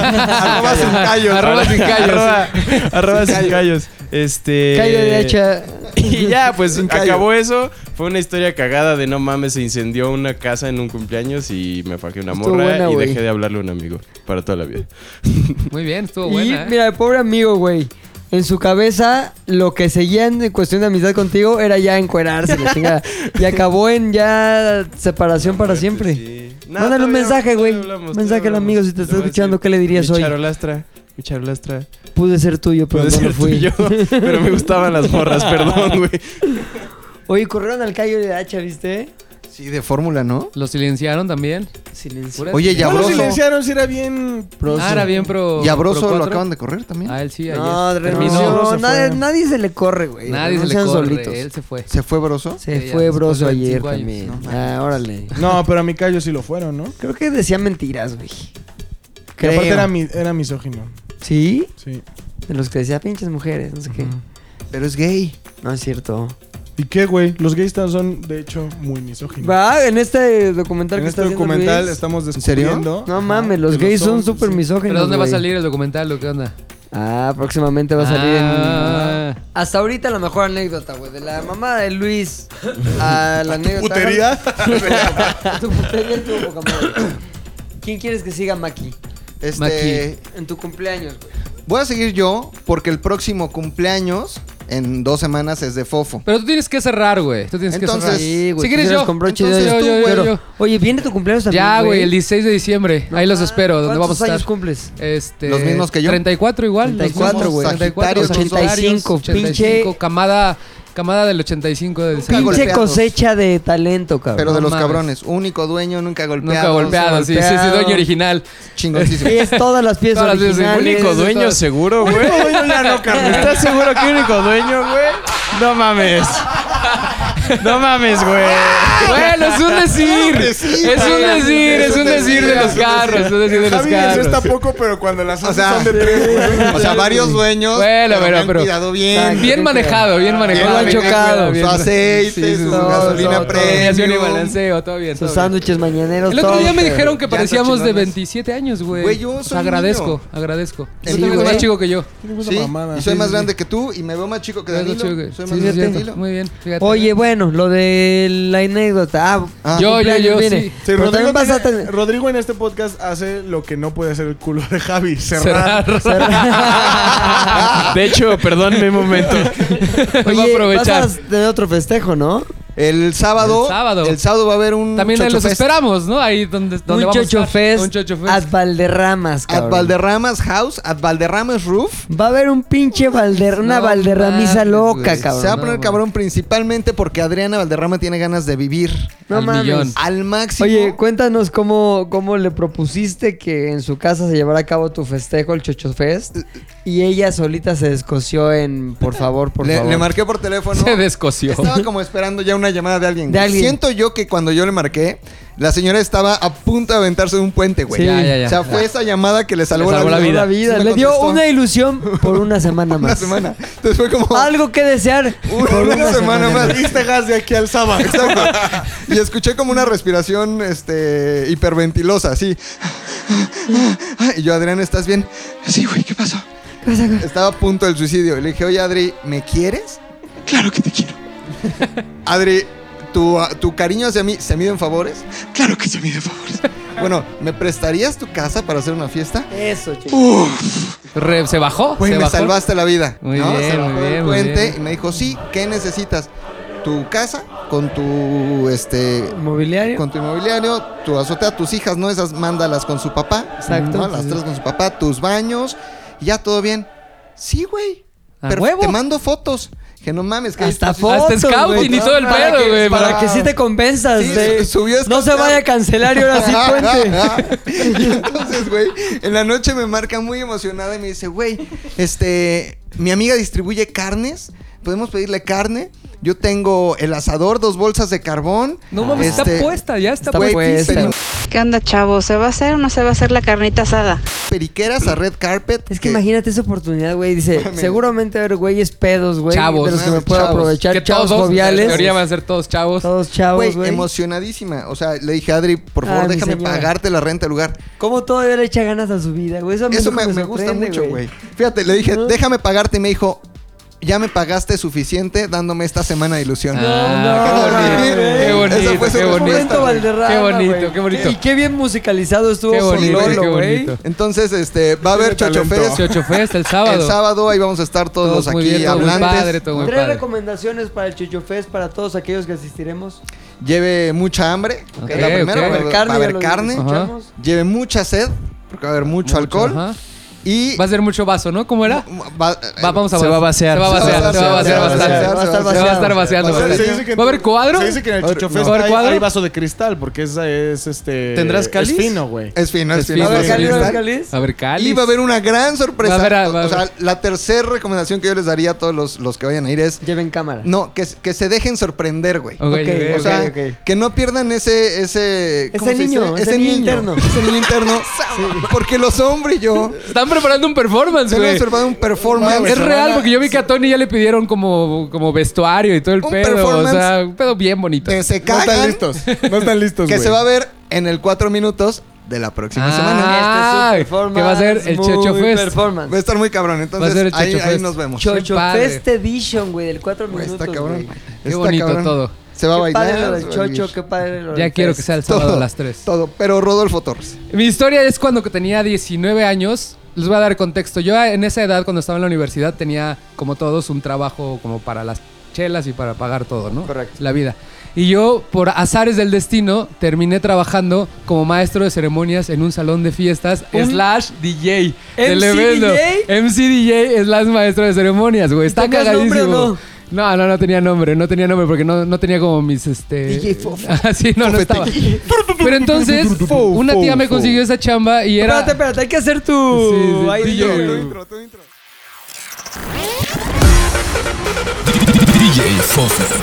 [SPEAKER 3] Arroba sin callos.
[SPEAKER 4] Arroba sin callos.
[SPEAKER 6] Arroba, arroba sin callos. Este.
[SPEAKER 2] Calle derecha.
[SPEAKER 6] Y ya, pues
[SPEAKER 3] Sin callo.
[SPEAKER 6] acabó eso. Fue una historia cagada de no mames, se incendió una casa en un cumpleaños y me fajé una
[SPEAKER 2] Estuvo
[SPEAKER 6] morra
[SPEAKER 2] buena,
[SPEAKER 6] y
[SPEAKER 2] güey.
[SPEAKER 6] dejé de hablarle a un amigo para toda la vida.
[SPEAKER 4] Muy bien, estuvo
[SPEAKER 2] Y
[SPEAKER 4] buena. ¿eh?
[SPEAKER 2] mira, el pobre amigo, güey. En su cabeza, lo que seguía en cuestión de amistad contigo era ya encuerarse, la chingada. Y acabó en ya separación para siempre.
[SPEAKER 6] Sí. No,
[SPEAKER 2] Mándale un
[SPEAKER 6] todavía-
[SPEAKER 2] mensaje, güey.
[SPEAKER 6] todavía hablamos,
[SPEAKER 2] Mensaje
[SPEAKER 6] todavía
[SPEAKER 2] al amigo
[SPEAKER 6] hablamos.
[SPEAKER 2] si te
[SPEAKER 6] Le
[SPEAKER 2] está
[SPEAKER 6] voy a
[SPEAKER 2] escuchando,
[SPEAKER 6] decir,
[SPEAKER 2] ¿qué le dirías
[SPEAKER 6] mi
[SPEAKER 2] hoy?
[SPEAKER 6] Charolastra, mi charolastra.
[SPEAKER 2] Pude ser tuyo, pero no
[SPEAKER 6] Puede
[SPEAKER 2] lo
[SPEAKER 6] ser tú
[SPEAKER 2] fui.
[SPEAKER 6] y yo, pero me gustaban las morras, perdón, güey.
[SPEAKER 2] Oye, corrieron al callo de hacha, ¿viste?
[SPEAKER 3] Sí, de fórmula, ¿no?
[SPEAKER 4] Lo silenciaron también.
[SPEAKER 2] Silencio.
[SPEAKER 4] Pura-
[SPEAKER 3] Oye,
[SPEAKER 5] No lo
[SPEAKER 3] Yabroso.
[SPEAKER 5] silenciaron si era bien.
[SPEAKER 4] Ah, era bien pro.
[SPEAKER 3] Y a Broso lo
[SPEAKER 4] pro cuatro. Ah.
[SPEAKER 3] acaban de correr también.
[SPEAKER 4] A él sí, ayer.
[SPEAKER 2] No,
[SPEAKER 5] Terminó.
[SPEAKER 2] renunció.
[SPEAKER 5] Se fue.
[SPEAKER 2] Nadie, nadie se le corre, güey.
[SPEAKER 4] Nadie se le
[SPEAKER 2] Renuncian
[SPEAKER 4] corre.
[SPEAKER 2] solitos.
[SPEAKER 4] Él se fue.
[SPEAKER 3] ¿Se fue Broso?
[SPEAKER 2] Se
[SPEAKER 4] Sí, ya,
[SPEAKER 2] fue
[SPEAKER 4] después
[SPEAKER 2] broso
[SPEAKER 4] de
[SPEAKER 2] ayer
[SPEAKER 4] 25 años,
[SPEAKER 2] también.
[SPEAKER 4] no
[SPEAKER 2] ah, órale.
[SPEAKER 5] No, pero a mi callo sí lo fueron, ¿no?
[SPEAKER 2] Creo que decía mentiras, güey.
[SPEAKER 5] Que aparte
[SPEAKER 2] Creo.
[SPEAKER 5] era, mi- era misógino.
[SPEAKER 2] ¿Sí?
[SPEAKER 5] Sí.
[SPEAKER 2] De los que decía pinches mujeres, no sé qué.
[SPEAKER 3] Pero es gay.
[SPEAKER 2] No es cierto.
[SPEAKER 5] ¿Y qué, güey? Los gays tan- son, de hecho, muy misóginos.
[SPEAKER 2] Va, en este documental
[SPEAKER 5] en
[SPEAKER 2] que
[SPEAKER 5] este
[SPEAKER 2] está haciendo
[SPEAKER 5] documental
[SPEAKER 2] Luis,
[SPEAKER 5] estamos
[SPEAKER 3] serio?
[SPEAKER 5] descubriendo.
[SPEAKER 2] No
[SPEAKER 5] ajá,
[SPEAKER 2] mames, los
[SPEAKER 5] que lo
[SPEAKER 2] gays son
[SPEAKER 5] sí,
[SPEAKER 2] súper
[SPEAKER 5] sí.
[SPEAKER 2] misóginos.
[SPEAKER 4] ¿Pero dónde va a
[SPEAKER 2] güey.
[SPEAKER 4] salir el documental o qué onda?
[SPEAKER 2] Ah, próximamente va a salir en.
[SPEAKER 4] Ah.
[SPEAKER 2] Hasta ahorita la mejor anécdota, güey. De la mamá de Luis a la anécdota.
[SPEAKER 5] Putería.
[SPEAKER 2] tu putería estuvo poca madre. ¿Quién quieres que siga Maki?
[SPEAKER 3] Este,
[SPEAKER 4] Maki.
[SPEAKER 2] En tu cumpleaños, güey.
[SPEAKER 3] voy a seguir yo porque el próximo cumpleaños en dos semanas es de Fofo.
[SPEAKER 4] Pero tú tienes que cerrar, güey. Tú tienes
[SPEAKER 3] Entonces-
[SPEAKER 4] que cerrar.
[SPEAKER 2] Sí, güey.
[SPEAKER 4] si quieres
[SPEAKER 2] quieres
[SPEAKER 4] yo.
[SPEAKER 2] con broche de
[SPEAKER 4] Entonces
[SPEAKER 2] oro.
[SPEAKER 4] tú, yo, yo,
[SPEAKER 2] Pero-
[SPEAKER 4] yo.
[SPEAKER 2] Oye, viene tu cumpleaños también,
[SPEAKER 4] Ya, güey, el 16 de diciembre. Ahí los espero, donde vamos a estar.
[SPEAKER 2] años cumples?
[SPEAKER 4] Este,
[SPEAKER 3] Los mismos que yo.
[SPEAKER 4] 34 igual. los
[SPEAKER 2] 34,
[SPEAKER 4] mismos,
[SPEAKER 3] güey.
[SPEAKER 4] 34,
[SPEAKER 3] Sagitarios,
[SPEAKER 4] 85, 85,
[SPEAKER 2] pinche-
[SPEAKER 4] camada, camada del 85 del
[SPEAKER 3] Nunca
[SPEAKER 4] Sagitario.
[SPEAKER 2] Pinche
[SPEAKER 3] golpeados.
[SPEAKER 2] cosecha de talento,
[SPEAKER 3] Pero
[SPEAKER 2] cabrón.
[SPEAKER 3] de
[SPEAKER 4] No
[SPEAKER 3] los
[SPEAKER 4] mames.
[SPEAKER 3] cabrones, único dueño, nunca golpeado.
[SPEAKER 4] Nunca golpeado, sí, sí, sí,
[SPEAKER 2] golpeado.
[SPEAKER 4] dueño original.
[SPEAKER 3] Chingoncísimo.
[SPEAKER 2] Sí, es todas las piezas
[SPEAKER 4] Todas las piezas,
[SPEAKER 2] originales.
[SPEAKER 6] Único dueño
[SPEAKER 4] todas-
[SPEAKER 6] seguro, güey. Único dueño ya no, Carmen. ¿Estás seguro que único dueño, güey? No mames. No mames, güey.
[SPEAKER 4] Bueno, es un decir. Es un decir, es un decir de los carros, es un decir de los
[SPEAKER 5] Javi, eso está
[SPEAKER 4] carros.
[SPEAKER 5] poco, pero cuando las
[SPEAKER 3] O
[SPEAKER 5] haces
[SPEAKER 3] sea,
[SPEAKER 5] son de tres, güey.
[SPEAKER 3] o sea, varios dueños.
[SPEAKER 4] Bueno,
[SPEAKER 3] me
[SPEAKER 4] pero-
[SPEAKER 3] han
[SPEAKER 4] pero-
[SPEAKER 3] cuidado bien.
[SPEAKER 4] Bien manejado, bien manejado.
[SPEAKER 2] han
[SPEAKER 4] bien
[SPEAKER 2] chocado.
[SPEAKER 4] cuidado, bien-
[SPEAKER 3] Su aceite,
[SPEAKER 4] Sí, sí,
[SPEAKER 3] su
[SPEAKER 4] sí,
[SPEAKER 2] todo,
[SPEAKER 3] gasolina
[SPEAKER 2] todo, todo.
[SPEAKER 4] Combinación y
[SPEAKER 3] premium.
[SPEAKER 4] balanceo, todo bien. todo
[SPEAKER 2] Sus
[SPEAKER 4] bien.
[SPEAKER 2] sándwiches mañaneros.
[SPEAKER 4] El otro día
[SPEAKER 2] todo.
[SPEAKER 4] me dijeron que
[SPEAKER 3] Llantas
[SPEAKER 4] parecíamos de
[SPEAKER 3] chingonas.
[SPEAKER 4] 27 años, güey.
[SPEAKER 3] Güey, yo soy
[SPEAKER 4] agradezco,
[SPEAKER 3] niño.
[SPEAKER 4] agradezco.
[SPEAKER 3] Sí,
[SPEAKER 4] Tú también eres
[SPEAKER 3] güey.
[SPEAKER 4] más chico que yo.
[SPEAKER 3] Sí, y soy más grande que tú y me veo más chico que
[SPEAKER 4] Eres más
[SPEAKER 3] Danilo.
[SPEAKER 4] chico que-
[SPEAKER 3] Soy
[SPEAKER 4] Sí,
[SPEAKER 3] más
[SPEAKER 4] sí,
[SPEAKER 3] grande que
[SPEAKER 4] cierto.
[SPEAKER 3] Danilo.
[SPEAKER 4] Muy bien, fíjate.
[SPEAKER 2] Oye, bueno, lo de la anécdota. Ah,
[SPEAKER 3] Ah.
[SPEAKER 2] tu
[SPEAKER 4] Yo, yo,
[SPEAKER 2] cumpleaños
[SPEAKER 4] yo,
[SPEAKER 2] viene.
[SPEAKER 4] sí.
[SPEAKER 5] Sí,
[SPEAKER 2] Pero
[SPEAKER 5] Rodrigo,
[SPEAKER 2] también vas a
[SPEAKER 5] tiene-
[SPEAKER 2] tener...
[SPEAKER 5] Rodrigo en este podcast hace lo que no puede hacer el culo de Javi, cerrar.
[SPEAKER 4] cerrar.
[SPEAKER 6] De hecho, perdón mi momento.
[SPEAKER 4] Voy a
[SPEAKER 2] Oye,
[SPEAKER 4] aprovechar.
[SPEAKER 2] Vas a tener otro festejo, ¿no?
[SPEAKER 3] El sábado,
[SPEAKER 4] El sábado.
[SPEAKER 3] el sábado va a haber un
[SPEAKER 4] También ahí
[SPEAKER 3] Chocho
[SPEAKER 4] los
[SPEAKER 3] Fest.
[SPEAKER 4] esperamos, ¿no? Ahí donde, donde
[SPEAKER 2] un
[SPEAKER 4] vamos a
[SPEAKER 2] chocho
[SPEAKER 4] estar.
[SPEAKER 2] fest.
[SPEAKER 4] Un chocho fest.
[SPEAKER 2] At Valderramas,
[SPEAKER 3] At
[SPEAKER 2] cabrón.
[SPEAKER 3] Valderramas House, at Valderramas Roof.
[SPEAKER 2] Va a haber un pinche Valder... una
[SPEAKER 4] No
[SPEAKER 2] Valderramiza
[SPEAKER 4] mames,
[SPEAKER 2] loca,
[SPEAKER 4] güey.
[SPEAKER 3] Se va a
[SPEAKER 2] cabrón.
[SPEAKER 3] poner
[SPEAKER 4] no,
[SPEAKER 3] cabrón principalmente porque Adriana Valderrama tiene ganas de vivir
[SPEAKER 2] No
[SPEAKER 4] al
[SPEAKER 2] mames.
[SPEAKER 4] millón.
[SPEAKER 3] al máximo.
[SPEAKER 2] Oye, cuéntanos cómo, cómo le propusiste que en su casa se llevara a cabo tu festejo, el Chocho Fest, y ella solita se descoció en por favor, por
[SPEAKER 3] le,
[SPEAKER 2] favor.
[SPEAKER 3] le marqué por teléfono.
[SPEAKER 4] Se descoció.
[SPEAKER 3] Estaba como esperando ya una llamada de alguien.
[SPEAKER 2] De
[SPEAKER 3] güey.
[SPEAKER 2] alguien.
[SPEAKER 3] Siento yo que cuando yo le marqué, la señora estaba a punto de aventarse de un puente, güey.
[SPEAKER 2] Sí.
[SPEAKER 4] Ya, ya, ya.
[SPEAKER 3] o sea, fue esa llamada que le salvó,
[SPEAKER 4] Le salvó
[SPEAKER 3] la,
[SPEAKER 4] la
[SPEAKER 3] vida.
[SPEAKER 2] La vida.
[SPEAKER 3] Sí me
[SPEAKER 2] le dio
[SPEAKER 3] contestó.
[SPEAKER 2] una ilusión por una semana
[SPEAKER 3] Una
[SPEAKER 2] más.
[SPEAKER 3] semana. Entonces fue como.
[SPEAKER 2] Algo que desear
[SPEAKER 3] Una,
[SPEAKER 2] por
[SPEAKER 3] una semana más.
[SPEAKER 2] más.
[SPEAKER 3] Diste gas de aquí al sábado. Exacto. Y escuché como una respiración este, hiperventilosa, así. Y yo, Adrián, ¿estás bien? Sí, güey, ¿qué pasó? Estaba a punto del suicidio. Y le dije, oye, Adri, ¿me quieres? Claro que te quiero. Adri, ¿tu, tu cariño hacia mí se mide en favores? Claro que se mide en favores. Bueno, ¿me prestarías tu casa para hacer una fiesta?
[SPEAKER 2] Eso, chico.
[SPEAKER 4] Re- se bajó.
[SPEAKER 3] Güey,
[SPEAKER 4] se
[SPEAKER 3] me
[SPEAKER 4] bajó.
[SPEAKER 3] salvaste la vida.
[SPEAKER 4] Muy
[SPEAKER 3] ¿no?
[SPEAKER 4] bien,
[SPEAKER 3] Se bajó
[SPEAKER 4] muy
[SPEAKER 3] del
[SPEAKER 4] bien, muy
[SPEAKER 3] puente
[SPEAKER 4] bien.
[SPEAKER 3] y me dijo, sí, ¿qué necesitas? Tu casa con tu este
[SPEAKER 2] Uh, Mobiliario.
[SPEAKER 3] con tu inmobiliario, tu azotea, tus hijas, ¿no? Esas mándalas con su papá.
[SPEAKER 2] Exacto.
[SPEAKER 3] ¿no? Las tres con su papá, tus baños, y ya todo bien. Sí, güey.
[SPEAKER 4] ¿A
[SPEAKER 3] Pero
[SPEAKER 4] huevo?
[SPEAKER 3] te mando fotos. Que no mames, que ah,
[SPEAKER 2] Hasta
[SPEAKER 3] fotos.
[SPEAKER 2] fotos.
[SPEAKER 4] Hasta scouting
[SPEAKER 2] güey.
[SPEAKER 4] y todo el
[SPEAKER 2] Para
[SPEAKER 4] pedo,
[SPEAKER 2] que-
[SPEAKER 4] güey,
[SPEAKER 2] Pues, Para
[SPEAKER 4] para-
[SPEAKER 2] que sí te compensas.
[SPEAKER 3] Sí,
[SPEAKER 2] de-
[SPEAKER 3] su- subió
[SPEAKER 2] no se
[SPEAKER 3] scouteado.
[SPEAKER 2] vaya a cancelar y ahora sí puente.
[SPEAKER 3] y entonces, güey, en la noche me marca muy emocionada y me dice, güey, este, mi amiga distribuye carnes, podemos pedirle carne. Yo tengo el asador, dos bolsas de carbón.
[SPEAKER 4] No mames,
[SPEAKER 3] Este,
[SPEAKER 4] está puesta, ya está,
[SPEAKER 2] Está
[SPEAKER 3] güey, pues,
[SPEAKER 2] puesta.
[SPEAKER 3] peri-
[SPEAKER 10] ¿Qué onda, chavo? ¿Se va a hacer o no se va a hacer la carnita asada?
[SPEAKER 3] periqueras a red carpet.
[SPEAKER 2] Es que imagínate esa oportunidad, güey. Dice, seguramente va a haber güeyes pedos, güey.
[SPEAKER 4] Chavos,
[SPEAKER 2] De los que me
[SPEAKER 3] mames,
[SPEAKER 2] puedo
[SPEAKER 3] chavos.
[SPEAKER 2] aprovechar.
[SPEAKER 4] Que
[SPEAKER 2] chavos
[SPEAKER 4] todos,
[SPEAKER 2] joviales.
[SPEAKER 4] En teoría van a ser todos chavos.
[SPEAKER 2] Todos chavos,
[SPEAKER 3] Güey,
[SPEAKER 2] güey.
[SPEAKER 3] emocionadísima. O sea, le dije, Adri, por
[SPEAKER 2] Ay,
[SPEAKER 3] favor,
[SPEAKER 2] mi
[SPEAKER 3] déjame
[SPEAKER 2] señora.
[SPEAKER 3] pagarte la renta del lugar.
[SPEAKER 2] ¿Cómo todavía le echa ganas a su vida, güey? Eso, a mí
[SPEAKER 3] Eso
[SPEAKER 2] nunca
[SPEAKER 3] me, me gusta
[SPEAKER 2] sorprende,
[SPEAKER 3] mucho, güey. Fíjate, le dije,
[SPEAKER 2] Ajá.
[SPEAKER 3] déjame pagarte. Y me dijo, ya me pagaste suficiente dándome esta semana de ilusión.
[SPEAKER 4] Ah,
[SPEAKER 3] no,
[SPEAKER 4] qué
[SPEAKER 3] no,
[SPEAKER 4] bonito,
[SPEAKER 3] güey. Esa fue su
[SPEAKER 4] qué bonito, qué
[SPEAKER 3] respuesta,
[SPEAKER 2] Momento
[SPEAKER 4] bonito.
[SPEAKER 3] güey.
[SPEAKER 2] Valderrama,
[SPEAKER 4] Qué bonito,
[SPEAKER 2] güey.
[SPEAKER 4] qué bonito.
[SPEAKER 2] Y qué bien musicalizado estuvo
[SPEAKER 4] Qué bonito,
[SPEAKER 2] con
[SPEAKER 4] qué
[SPEAKER 2] Lolo, güey.
[SPEAKER 4] bonito.
[SPEAKER 3] Entonces, este, va a haber
[SPEAKER 5] Tiene
[SPEAKER 3] Chocho
[SPEAKER 5] talento.
[SPEAKER 3] Fest.
[SPEAKER 4] Se ocho fest el sábado.
[SPEAKER 3] El sábado ahí vamos a estar todos,
[SPEAKER 4] Todos muy
[SPEAKER 3] aquí
[SPEAKER 4] bien, todo muy
[SPEAKER 3] hablantes.
[SPEAKER 4] padre, todo muy
[SPEAKER 2] Tres
[SPEAKER 4] padre.
[SPEAKER 2] recomendaciones para el Chicho Fest para todos aquellos que asistiremos.
[SPEAKER 3] Lleve mucha hambre, que es
[SPEAKER 4] Ok,
[SPEAKER 3] la primera,
[SPEAKER 4] ok.
[SPEAKER 3] va a haber- va a
[SPEAKER 2] ya
[SPEAKER 3] haber
[SPEAKER 2] lo
[SPEAKER 3] carne.
[SPEAKER 2] escuchamos.
[SPEAKER 3] Lleve mucha sed, porque va a haber mucho, alcohol.
[SPEAKER 4] Ajá.
[SPEAKER 3] Y
[SPEAKER 4] Va a ser mucho vaso, ¿no? ¿Cómo era?
[SPEAKER 3] va-
[SPEAKER 4] Va- vamos a
[SPEAKER 6] Se va a vaciar.
[SPEAKER 4] Se va a vaciar, se va a vaciar bastante.
[SPEAKER 2] vaciar,
[SPEAKER 4] Se va a estar vaciando.
[SPEAKER 5] O sea,
[SPEAKER 4] bastante.
[SPEAKER 5] se dice que en
[SPEAKER 4] ¿Va a
[SPEAKER 5] tu-
[SPEAKER 4] haber cuadro?
[SPEAKER 5] Se dice que en el
[SPEAKER 4] ¿Va a haber-
[SPEAKER 5] Chocho
[SPEAKER 4] no.
[SPEAKER 5] Fest
[SPEAKER 4] ¿Va a haber
[SPEAKER 5] hay,
[SPEAKER 4] cuadro?
[SPEAKER 5] hay vaso de cristal, porque esa es este.
[SPEAKER 6] ¿Tendrás cáliz?
[SPEAKER 5] Es fino, güey.
[SPEAKER 3] Es fino, es
[SPEAKER 4] Es
[SPEAKER 3] fino.
[SPEAKER 4] fino,
[SPEAKER 3] Va a haber
[SPEAKER 4] es
[SPEAKER 3] calidad.
[SPEAKER 4] fino.
[SPEAKER 2] ¿Va a haber cáliz?
[SPEAKER 4] Va a haber cáliz.
[SPEAKER 3] Y va a haber una gran sorpresa.
[SPEAKER 4] Va a haber- va a
[SPEAKER 3] O- o
[SPEAKER 4] haber-
[SPEAKER 3] sea, la tercera recomendación que yo les daría a todos los, los que vayan a ir es...
[SPEAKER 2] Lleven cámara.
[SPEAKER 3] No, que, que se dejen sorprender, güey.
[SPEAKER 4] Ok, ok,
[SPEAKER 3] O
[SPEAKER 4] ok.
[SPEAKER 3] sea,
[SPEAKER 2] ok.
[SPEAKER 3] que no pierdan ese... Ese, ¿cómo
[SPEAKER 2] Ese
[SPEAKER 3] se
[SPEAKER 2] niño,
[SPEAKER 3] dice?
[SPEAKER 2] ese niño interno.
[SPEAKER 3] Ese niño interno. Porque los hombres y yo...
[SPEAKER 4] Están preparando un performance,
[SPEAKER 3] Se han
[SPEAKER 4] güey.
[SPEAKER 3] observado un performance.
[SPEAKER 4] Es real, porque yo vi que a Tony ya le pidieron como, como vestuario y todo el
[SPEAKER 3] Un
[SPEAKER 4] pedo. O
[SPEAKER 3] performance
[SPEAKER 4] sea, un pedo bien bonito.
[SPEAKER 3] Que se
[SPEAKER 5] No
[SPEAKER 3] cagan.
[SPEAKER 5] están listos. No están listos,
[SPEAKER 3] Que
[SPEAKER 5] güey.
[SPEAKER 3] se va a ver en el 4 minutos de la próxima semana.
[SPEAKER 4] Ah,
[SPEAKER 2] Este es un
[SPEAKER 4] que va a ser el
[SPEAKER 2] performance,
[SPEAKER 4] Checho
[SPEAKER 2] muy
[SPEAKER 4] Fest.
[SPEAKER 2] performance.
[SPEAKER 3] Va a estar muy cabrón. Entonces,
[SPEAKER 4] ser el
[SPEAKER 3] ahí,
[SPEAKER 4] Chocho
[SPEAKER 3] ahí
[SPEAKER 4] Fest.
[SPEAKER 3] nos vemos.
[SPEAKER 2] Chocho
[SPEAKER 4] padre.
[SPEAKER 2] Fest Edition, güey, del 4
[SPEAKER 3] Güey,
[SPEAKER 2] minutos.
[SPEAKER 3] está cabrón.
[SPEAKER 2] güey.
[SPEAKER 4] Qué
[SPEAKER 3] Está
[SPEAKER 4] bonito
[SPEAKER 3] cabrón.
[SPEAKER 4] todo.
[SPEAKER 3] Se va a
[SPEAKER 2] Qué
[SPEAKER 3] bailar.
[SPEAKER 2] padre lo
[SPEAKER 3] se
[SPEAKER 2] del
[SPEAKER 3] va a vivir.
[SPEAKER 2] Chocho, qué padre lo del
[SPEAKER 4] Ya quiero
[SPEAKER 2] Fest.
[SPEAKER 4] que sea el sábado a las 3.
[SPEAKER 3] Todo, pero Rodolfo Torres.
[SPEAKER 4] Mi historia es cuando que tenía 19 años. les voy a dar contexto. Yo ah, en esa edad, cuando estaba en la universidad, tenía, como todos, un trabajo como para las chelas y para pagar todo, ¿no?
[SPEAKER 2] Correcto.
[SPEAKER 4] La vida. Y yo, por azares del destino, terminé trabajando como maestro de ceremonias en un salón de fiestas, slash DJ del
[SPEAKER 2] ¿MC
[SPEAKER 4] evento.
[SPEAKER 2] DJ?
[SPEAKER 4] MC DJ slash maestro de ceremonias, güey. Está
[SPEAKER 2] ¿Tenías
[SPEAKER 4] cagadísimo.
[SPEAKER 2] nombre o no?
[SPEAKER 4] No, no, no tenía nombre, no tenía nombre porque no, no tenía como mis este.
[SPEAKER 2] DJ Fofo.
[SPEAKER 4] Ah, sí, no, no estaba. Pero entonces,
[SPEAKER 5] Fofo.
[SPEAKER 4] una tía me consiguió esa chamba y era.
[SPEAKER 2] Espérate, espérate, hay que hacer tu
[SPEAKER 4] Sí, sí,
[SPEAKER 2] Ay,
[SPEAKER 4] sí,
[SPEAKER 2] DJ,
[SPEAKER 4] yo,
[SPEAKER 2] güey.
[SPEAKER 4] güey.
[SPEAKER 8] DJ Fofo.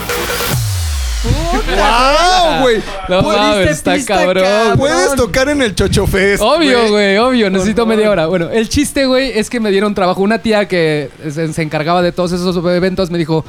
[SPEAKER 3] ¡Wow, güey!
[SPEAKER 4] Ah, No
[SPEAKER 2] Pues,
[SPEAKER 4] mames,
[SPEAKER 2] diste
[SPEAKER 4] está
[SPEAKER 2] pista, Pues,
[SPEAKER 4] cabrón.
[SPEAKER 2] cabrón.
[SPEAKER 3] Puedes tocar en el Chochofest.
[SPEAKER 4] Obvio, güey, obvio. Necesito media hora. Bueno, el chiste, güey, es que me dieron trabajo. Una tía que se, se encargaba de todos esos eventos me dijo: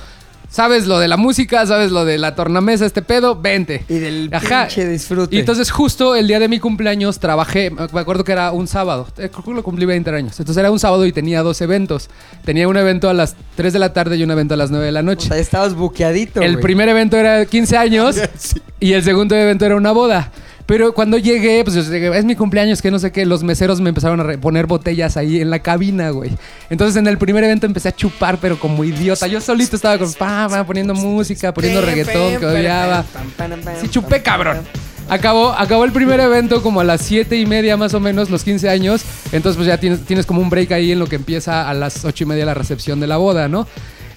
[SPEAKER 4] ¿Sabes lo de la música? ¿Sabes lo de la tornamesa? Este pedo, vente.
[SPEAKER 2] Y del
[SPEAKER 4] Ajá.
[SPEAKER 2] pinche disfrute.
[SPEAKER 4] Y entonces justo el día de mi cumpleaños trabajé, me acuerdo que era un sábado, eh, creo que lo cumplí 20 años, entonces era un sábado y tenía dos eventos. Tenía un evento a las 3 de la tarde y un evento a las 9 de la
[SPEAKER 2] O
[SPEAKER 4] noche.
[SPEAKER 2] sea, estabas buqueadito.
[SPEAKER 4] El
[SPEAKER 2] güey.
[SPEAKER 4] primer evento era 15 años y el segundo evento era una boda. Pero cuando llegué, pues yo llegué, es mi cumpleaños, que no sé qué, los meseros me empezaron a re- poner botellas ahí en la cabina, güey. Entonces en el primer evento empecé a chupar, pero como idiota. Yo solito estaba con, pa, pa, poniendo música, poniendo reggaetón que odiaba. Sí, chupé, cabrón. Acabó, acabó el primer evento como a las 7 y media más o menos, los 15 años. Entonces pues ya tienes, tienes como un break ahí en lo que empieza a las 8 y media la recepción de la boda, ¿no?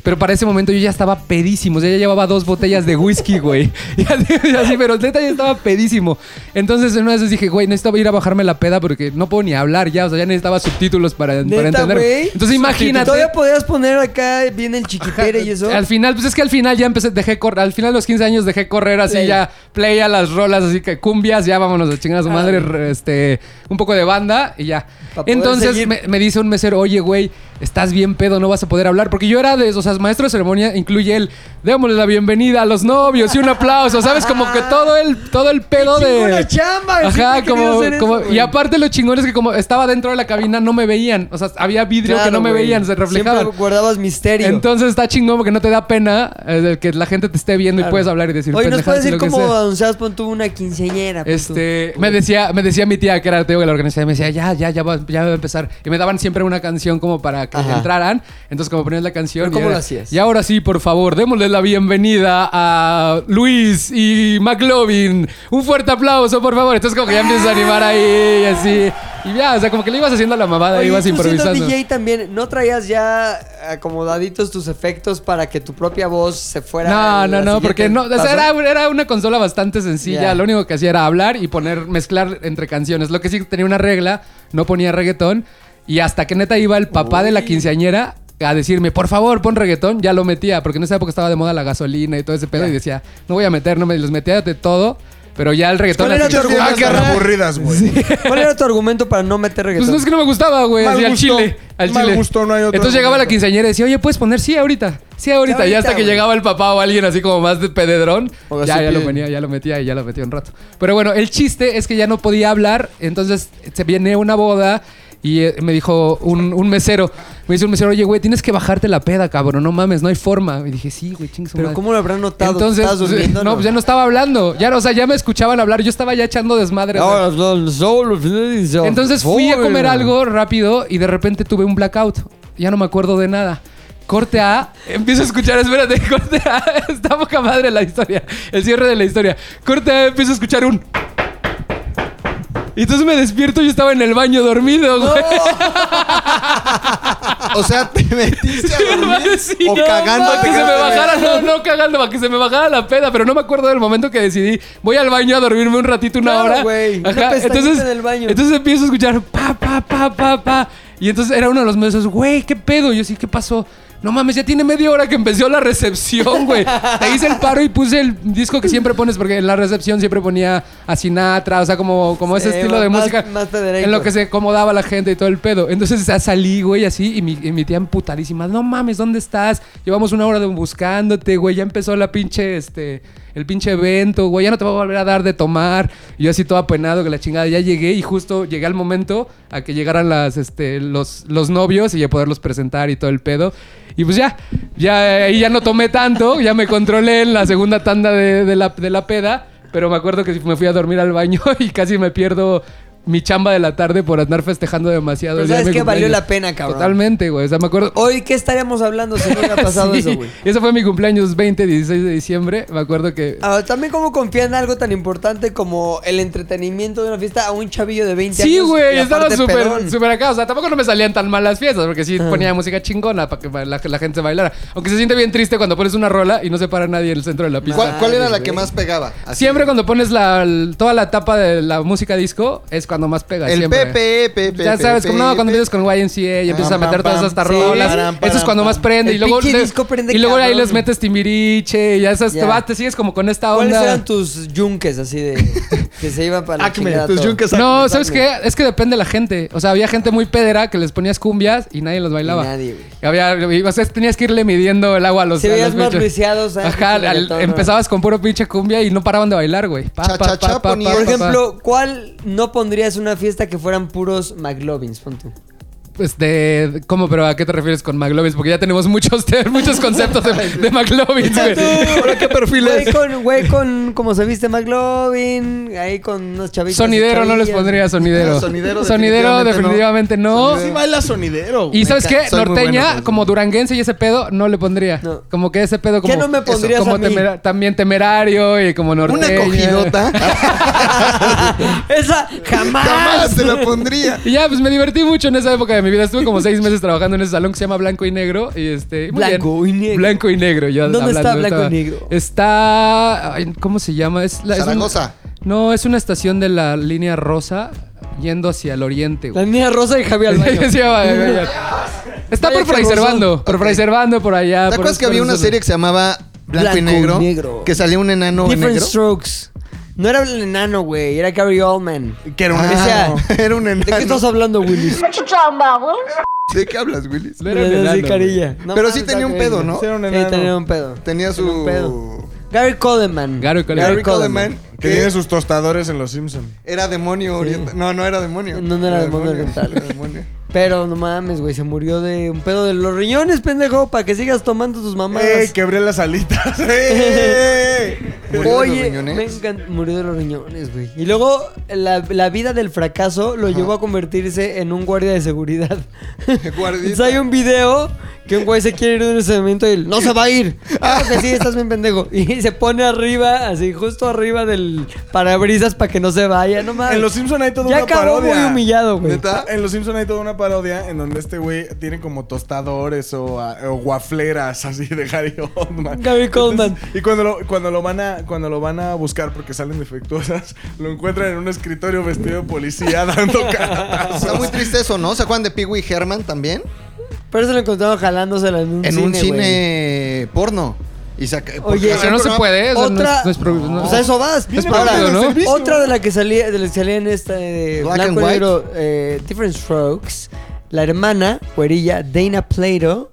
[SPEAKER 4] Pero para ese momento yo ya estaba pedísimo. O sea, ya llevaba dos botellas de whisky, güey. Y así, y así, pero neta ya estaba pedísimo. Entonces en una vez dije, güey, necesito ir a bajarme la peda porque no puedo ni hablar ya. O sea, ya necesitaba subtítulos para, para
[SPEAKER 2] Neta,
[SPEAKER 4] entender.
[SPEAKER 2] güey.
[SPEAKER 4] Entonces imagínate.
[SPEAKER 2] Todavía podías poner acá bien el chiquitere y eso.
[SPEAKER 4] Al final, pues es que al final ya empecé, dejé correr, al final de los 15 años dejé correr así
[SPEAKER 2] Play.
[SPEAKER 4] ya, play a las rolas, así que cumbias, ya vámonos a chingar a su madre, re- este, un poco de banda y ya.
[SPEAKER 2] Ah. Pa poder
[SPEAKER 4] Entonces
[SPEAKER 2] seguir.
[SPEAKER 4] me, me dice un mesero, oye, güey, estás bien pedo, no vas a poder hablar, porque yo era de, o sea, maestro de ceremonia, incluye el, démosle la bienvenida a los novios y un aplauso, ¿sabes? Como que todo el, todo el pedo de...
[SPEAKER 2] Una chamba. siempre
[SPEAKER 4] Ajá,
[SPEAKER 2] he querido
[SPEAKER 4] como,
[SPEAKER 2] hacer
[SPEAKER 4] como-
[SPEAKER 2] eso, güey.
[SPEAKER 4] y aparte los chingones que como estaba dentro de la cabina no me veían, o sea, había vidrio que
[SPEAKER 2] Claro,
[SPEAKER 4] no me
[SPEAKER 2] güey.
[SPEAKER 4] veían, se reflejaban.
[SPEAKER 2] Siempre guardabas misterio.
[SPEAKER 4] Entonces está chingón porque no te da pena eh, de que la gente te esté viendo
[SPEAKER 2] Claro.
[SPEAKER 4] y puedes hablar y decir
[SPEAKER 2] Oye, ¿nos
[SPEAKER 4] pendejadas
[SPEAKER 2] puedes
[SPEAKER 4] y
[SPEAKER 2] decir
[SPEAKER 4] lo que
[SPEAKER 2] cómo
[SPEAKER 4] sea.
[SPEAKER 2] anunciabas pon tú una quinceañera? pon tú?
[SPEAKER 4] Este, me decía, me decía mi tía que era Teo de la organización, me decía, ya, ya, ya va, ya va a empezar. Y me daban siempre una canción como para que
[SPEAKER 2] Ajá.
[SPEAKER 4] entraran. Entonces, como ponías la canción.
[SPEAKER 2] ¿Pero
[SPEAKER 4] y
[SPEAKER 2] cómo
[SPEAKER 4] era,
[SPEAKER 2] lo hacías?
[SPEAKER 4] Y ahora sí, por favor, démosle la bienvenida a Luis y McLovin. Un fuerte aplauso, por favor. Entonces, como que ya empiezas a animar ahí y así. Y ya, o sea, como que le ibas haciendo la mamada,
[SPEAKER 2] Oye,
[SPEAKER 4] ibas
[SPEAKER 2] tú siendo
[SPEAKER 4] improvisando.
[SPEAKER 2] DJ también, ¿no traías ya acomodaditos tus efectos para que tu propia voz se fuera? a
[SPEAKER 4] No,
[SPEAKER 2] la
[SPEAKER 4] no, no,
[SPEAKER 2] siguiente
[SPEAKER 4] porque no, o sea,
[SPEAKER 2] paso?
[SPEAKER 4] era, era una consola bastante sencilla.
[SPEAKER 2] Ya.
[SPEAKER 4] Lo único que hacía era hablar y poner, mezclar entre canciones. Lo que sí tenía una regla, no ponía reggaetón. Y hasta que neta iba el papá de la quinceañera a decirme, por favor, pon reggaetón, ya lo metía, porque en esa época estaba de moda la gasolina y todo ese pedo. Y decía, no voy a meter, no me los metía de todo. Pero ya el reggaetón.
[SPEAKER 2] ¿Cuál era
[SPEAKER 4] así-
[SPEAKER 2] tu
[SPEAKER 5] Muchas viejas
[SPEAKER 2] Ah,
[SPEAKER 5] tan
[SPEAKER 2] carnal.
[SPEAKER 5] aburridas, güey.
[SPEAKER 2] ¿Cuál era tu argumento para no meter
[SPEAKER 4] Pues
[SPEAKER 2] reggaetón?
[SPEAKER 4] no es que no me gustaba, güey.
[SPEAKER 5] Mal
[SPEAKER 4] así al
[SPEAKER 5] gusto.
[SPEAKER 4] chile. Al
[SPEAKER 5] Mal
[SPEAKER 4] chile.
[SPEAKER 5] gusto, no hay otro
[SPEAKER 4] Entonces llegaba la
[SPEAKER 5] argumento.
[SPEAKER 4] quinceañera y decía, oye, puedes poner sí ahorita. Sí ahorita.
[SPEAKER 2] Sí,
[SPEAKER 4] y hasta
[SPEAKER 2] ahorita,
[SPEAKER 4] que
[SPEAKER 2] güey.
[SPEAKER 4] llegaba el papá o alguien así como más de pededrón.
[SPEAKER 2] O
[SPEAKER 4] Ya,
[SPEAKER 2] así
[SPEAKER 4] ya lo
[SPEAKER 2] piden.
[SPEAKER 4] venía, ya lo metía y ya lo metía un rato. Pero bueno, el chiste es que ya no podía hablar. Entonces se viene una boda. Y eh, me dijo un, un mesero, me dice un mesero, oye, güey, tienes que bajarte la peda, cabrón, no mames, no hay forma. Y dije, sí, güey, chingue su
[SPEAKER 2] Pero
[SPEAKER 4] madre".
[SPEAKER 2] ¿cómo lo habrán notado?
[SPEAKER 4] Entonces,
[SPEAKER 2] ¿Estabas durmiendo o
[SPEAKER 4] no, pues ya no estaba hablando. Ya, no, o sea, ya me escuchaban hablar, yo estaba ya echando desmadre. o sea,
[SPEAKER 2] Ahora, sol, sol, sol.
[SPEAKER 4] entonces fui a comer
[SPEAKER 2] Voy.
[SPEAKER 4] algo rápido y de repente tuve un blackout. Ya no me acuerdo de nada. Corte A, empiezo a escuchar, espérate, corte A, está poca madre la historia, el cierre de la historia. Corte A, empiezo a escuchar un... Y entonces me despierto y yo estaba en el baño dormido, güey.
[SPEAKER 3] O sea, te metiste a dormir
[SPEAKER 4] Sí,
[SPEAKER 3] o
[SPEAKER 4] no,
[SPEAKER 3] cagando.
[SPEAKER 4] para
[SPEAKER 3] te
[SPEAKER 4] que se me
[SPEAKER 3] quedaste
[SPEAKER 4] bajara, no, no cagando, para que se me bajara la peda, pero no me acuerdo del momento que decidí, voy al baño a dormirme un ratito, una
[SPEAKER 2] Claro,
[SPEAKER 4] hora.
[SPEAKER 2] güey, una
[SPEAKER 4] Ajá,
[SPEAKER 2] pestañita
[SPEAKER 4] entonces,
[SPEAKER 2] en el baño.
[SPEAKER 4] entonces empiezo a escuchar pa, pa, pa, pa, pa. Y entonces era uno de los meses, güey, ¿qué pedo? Y yo sí, ¿qué pasó? No mames, ya tiene media hora que empezó la recepción, güey. Te hice el paro y puse el disco que siempre pones, porque en la recepción siempre ponía a Sinatra, o sea, como, como ese
[SPEAKER 2] Sí,
[SPEAKER 4] estilo de
[SPEAKER 2] más-
[SPEAKER 4] música.
[SPEAKER 2] más pedereico.
[SPEAKER 4] en lo que se acomodaba la gente y todo el pedo. Entonces ya salí, güey, así, y mi, y mi tía emputadísima. No mames, ¿dónde estás? Llevamos una hora de- buscándote, güey. Ya empezó la pinche, este, el pinche evento, güey. Ya no te va a volver a dar de tomar. Y yo así todo apenado que la chingada. Ya llegué y justo llegué al momento a que llegaran las, este, los, los novios y ya poderlos presentar y todo el pedo. Y pues ya, ya, ahí ya no tomé tanto. Ya me controlé en la segunda tanda de, de la, de la peda. Pero me acuerdo que me fui a dormir al baño y casi me pierdo mi chamba de la tarde por andar festejando demasiado.
[SPEAKER 2] Pero
[SPEAKER 4] el día de
[SPEAKER 2] ¿sabes
[SPEAKER 4] mi
[SPEAKER 2] qué? Valió
[SPEAKER 4] cumpleaños.
[SPEAKER 2] la pena, cabrón.
[SPEAKER 4] Totalmente, güey. O sea, me acuerdo.
[SPEAKER 2] Hoy, ¿qué estaríamos hablando si no hubiera pasado
[SPEAKER 4] Sí.
[SPEAKER 2] eso, güey?
[SPEAKER 4] Ese fue mi cumpleaños 20, 16 de diciembre. Me acuerdo que.
[SPEAKER 2] Ah, también como confía en algo tan importante como el entretenimiento de una fiesta a un chavillo de 20 años.
[SPEAKER 4] Sí, güey,
[SPEAKER 2] y
[SPEAKER 4] estaba
[SPEAKER 2] aparte
[SPEAKER 4] súper
[SPEAKER 2] pedón.
[SPEAKER 4] súper acá. O sea, tampoco no me salían tan mal las fiestas, porque sí ponía música chingona para que la, la gente se bailara. Aunque se siente bien triste cuando pones una rola y no se para nadie en el centro de la pista.
[SPEAKER 3] ¿Cuál, cuál era la
[SPEAKER 2] Madres,
[SPEAKER 3] que
[SPEAKER 2] güey.
[SPEAKER 3] más pegaba? Así.
[SPEAKER 4] Siempre cuando pones la, el- toda la tapa de la música disco es cuando más pega.
[SPEAKER 3] El
[SPEAKER 4] siempre.
[SPEAKER 3] Pepe, Pepe.
[SPEAKER 4] Ya sabes, como no, cuando
[SPEAKER 3] Pepe.
[SPEAKER 4] empiezas con YNCA y empiezas a
[SPEAKER 5] Pam, pam,
[SPEAKER 4] meter todas
[SPEAKER 5] pam.
[SPEAKER 4] estas
[SPEAKER 5] Sí.
[SPEAKER 4] rolas,
[SPEAKER 5] Param,
[SPEAKER 4] eso es
[SPEAKER 5] param,
[SPEAKER 4] cuando más
[SPEAKER 5] pam.
[SPEAKER 4] prende. Y
[SPEAKER 2] El
[SPEAKER 4] luego,
[SPEAKER 2] pinche
[SPEAKER 4] le-
[SPEAKER 2] disco prende
[SPEAKER 4] y luego ahí
[SPEAKER 2] cabrón.
[SPEAKER 4] les metes timbiriche y ya sabes, te,
[SPEAKER 2] Ya.
[SPEAKER 4] vas, te sigues como con esta onda.
[SPEAKER 2] ¿Cuáles eran tus yunques así de Ah, que se iban para la chingada todo?
[SPEAKER 4] No, ¿sabes qué? Es que depende de la gente. O sea, había gente muy pedera que les ponías cumbias y nadie los bailaba.
[SPEAKER 2] Y nadie, güey.
[SPEAKER 4] Y había, y, o sea, tenías que irle midiendo el agua a los
[SPEAKER 2] Si
[SPEAKER 4] a los
[SPEAKER 2] veías más
[SPEAKER 4] pinches-
[SPEAKER 2] luisiados, ¿sabes?
[SPEAKER 4] Ajá,
[SPEAKER 2] Pinche
[SPEAKER 4] al-
[SPEAKER 2] reggaetón, ¿no?
[SPEAKER 4] empezabas con puro pinche cumbia y no paraban de bailar, güey. Pa,
[SPEAKER 3] Cha,
[SPEAKER 4] pa,
[SPEAKER 3] cha, cha,
[SPEAKER 4] pa, pa,
[SPEAKER 3] ponías.
[SPEAKER 4] pa,
[SPEAKER 2] Por
[SPEAKER 4] pa,
[SPEAKER 2] ejemplo, ¿cuál no pondrías en una fiesta que fueran puros McLovins? Pon tú.
[SPEAKER 4] pa. Este, ¿cómo? ¿Pero a qué te refieres con McLovin? Porque ya tenemos muchos, te- muchos conceptos de, de McLovin, güey.
[SPEAKER 2] qué perfiles? Güey con, güey con, como se viste McLovin, ahí con unos chavitos.
[SPEAKER 4] Sonidero no les pondría sonidero.
[SPEAKER 3] Sonidero
[SPEAKER 4] Sonidero
[SPEAKER 3] definitivamente
[SPEAKER 4] definitivamente no.
[SPEAKER 5] Sí baila sonidero. güey.
[SPEAKER 4] Y sabes qué,
[SPEAKER 3] Soy muy
[SPEAKER 4] norteña,
[SPEAKER 3] bueno, pues.
[SPEAKER 4] como duranguense y ese pedo, no le pondría.
[SPEAKER 2] No.
[SPEAKER 4] Como que ese pedo como...
[SPEAKER 2] ¿Qué no me pondrías
[SPEAKER 4] como
[SPEAKER 2] a mí?
[SPEAKER 4] temera- también temerario y como norteña.
[SPEAKER 3] Una cogidota.
[SPEAKER 2] Esa jamás.
[SPEAKER 3] Jamás te la pondría.
[SPEAKER 4] Y ya, pues me divertí mucho en esa época de mi vida. Estuve como seis meses trabajando en ese salón que se llama Blanco y Negro. Y este, muy
[SPEAKER 2] Blanco
[SPEAKER 4] bien.
[SPEAKER 2] y Negro.
[SPEAKER 4] Blanco y Negro. Yo
[SPEAKER 2] ¿Dónde está
[SPEAKER 4] hablando,
[SPEAKER 2] Blanco y
[SPEAKER 4] estaba-
[SPEAKER 2] Negro?
[SPEAKER 4] Está... ay, ¿Cómo se llama? Es la- es un-
[SPEAKER 3] Zaragoza.
[SPEAKER 4] no, es una estación de la línea rosa yendo hacia el oriente. güey.
[SPEAKER 2] La niña rosa y Javier al baño.
[SPEAKER 4] Sí, va, va, va. Está
[SPEAKER 2] Vaya
[SPEAKER 4] por Fray
[SPEAKER 2] carrozón.
[SPEAKER 4] Servando, por Fray Servando, por allá.
[SPEAKER 3] ¿Te
[SPEAKER 4] por
[SPEAKER 3] acuerdas que había
[SPEAKER 4] por
[SPEAKER 3] una
[SPEAKER 4] esos-
[SPEAKER 3] serie que se llamaba Blanco,
[SPEAKER 2] Blanco
[SPEAKER 3] y negro,
[SPEAKER 2] y negro.
[SPEAKER 3] Que salía un enano
[SPEAKER 2] Different
[SPEAKER 3] negro.
[SPEAKER 2] Strokes. No era el enano, güey. Era Gary Oldman.
[SPEAKER 3] Que era un
[SPEAKER 2] Ah,
[SPEAKER 3] enano. Era un
[SPEAKER 2] ¿De qué
[SPEAKER 3] enano.
[SPEAKER 2] estás hablando, Willis?
[SPEAKER 3] ¿De qué hablas, Willis?
[SPEAKER 4] No era un enano,
[SPEAKER 2] Sí,
[SPEAKER 4] güey.
[SPEAKER 2] carilla.
[SPEAKER 3] Pero
[SPEAKER 2] mames,
[SPEAKER 3] sí tenía un
[SPEAKER 2] está
[SPEAKER 3] pedo,
[SPEAKER 2] increíble.
[SPEAKER 3] ¿no?
[SPEAKER 5] Sí, era un
[SPEAKER 2] Sí,
[SPEAKER 5] enano.
[SPEAKER 2] tenía un pedo.
[SPEAKER 3] Tenía
[SPEAKER 2] Tenía un
[SPEAKER 3] su...
[SPEAKER 2] pedo. Gary Coleman.
[SPEAKER 4] Gary Coleman.
[SPEAKER 3] Gary Coleman.
[SPEAKER 5] Que tiene sus tostadores en los Simpsons.
[SPEAKER 3] Era demonio oriental. No, no era demonio.
[SPEAKER 2] No, no era demonio oriental.
[SPEAKER 3] Era demonio.
[SPEAKER 2] Pero no mames, güey, se murió de un pedo de los riñones, pendejo, para que sigas tomando tus mamadas.
[SPEAKER 3] Eh,
[SPEAKER 5] ¡Ey! Quebré las alitas. ¡Ey!
[SPEAKER 3] ¿Murió de los
[SPEAKER 2] Oye,
[SPEAKER 3] riñones?
[SPEAKER 2] me encan- murió de los riñones, güey. Y luego la, la vida del fracaso lo llevó a convertirse en un guardia de seguridad.
[SPEAKER 3] Guardita.
[SPEAKER 2] Entonces hay un video que un güey se quiere ir de un estacionamiento y él, no se va a ir.
[SPEAKER 3] Ah.
[SPEAKER 2] Claro que sí, estás bien pendejo. Y se pone arriba, así, justo arriba del parabrisas para que no se vaya, no mames.
[SPEAKER 5] En los Simpsons hay toda
[SPEAKER 2] ya
[SPEAKER 5] una
[SPEAKER 2] acabó
[SPEAKER 5] parodia.
[SPEAKER 2] muy humillado, güey.
[SPEAKER 5] ¿Neta? En los Simpsons hay toda una parodia en donde este güey tiene como tostadores o, ah, o guafleras así de Gary Oldman.
[SPEAKER 2] Gary Oldman.
[SPEAKER 5] Entonces, Y cuando lo, cuando lo van a cuando lo van a buscar porque salen defectuosas, lo encuentran en un escritorio vestido de policía dando caras.
[SPEAKER 3] Está muy triste eso, ¿no? ¿Se acuerdan de Pee Wee Herman también?
[SPEAKER 2] Pero se lo encontraron jalándosela en un
[SPEAKER 3] En
[SPEAKER 2] cine,
[SPEAKER 3] un
[SPEAKER 2] güey.
[SPEAKER 3] cine porno. Y saca- porque
[SPEAKER 2] Oye,
[SPEAKER 3] hacía
[SPEAKER 4] Pero
[SPEAKER 3] un
[SPEAKER 4] no se
[SPEAKER 3] programa-
[SPEAKER 4] puede. o sea, no
[SPEAKER 2] Otra.
[SPEAKER 4] es- no es pro- no.
[SPEAKER 2] Pues a eso vas.
[SPEAKER 5] Viene
[SPEAKER 2] Ahora,
[SPEAKER 5] parte del
[SPEAKER 4] ¿no?
[SPEAKER 5] servicio.
[SPEAKER 2] Otra de la que salía, de la que salía en esta de
[SPEAKER 3] Black
[SPEAKER 2] Blanco
[SPEAKER 3] and
[SPEAKER 2] y
[SPEAKER 3] White.
[SPEAKER 2] Negro, eh, Different Strokes, la hermana, cuerilla, Dana Plato,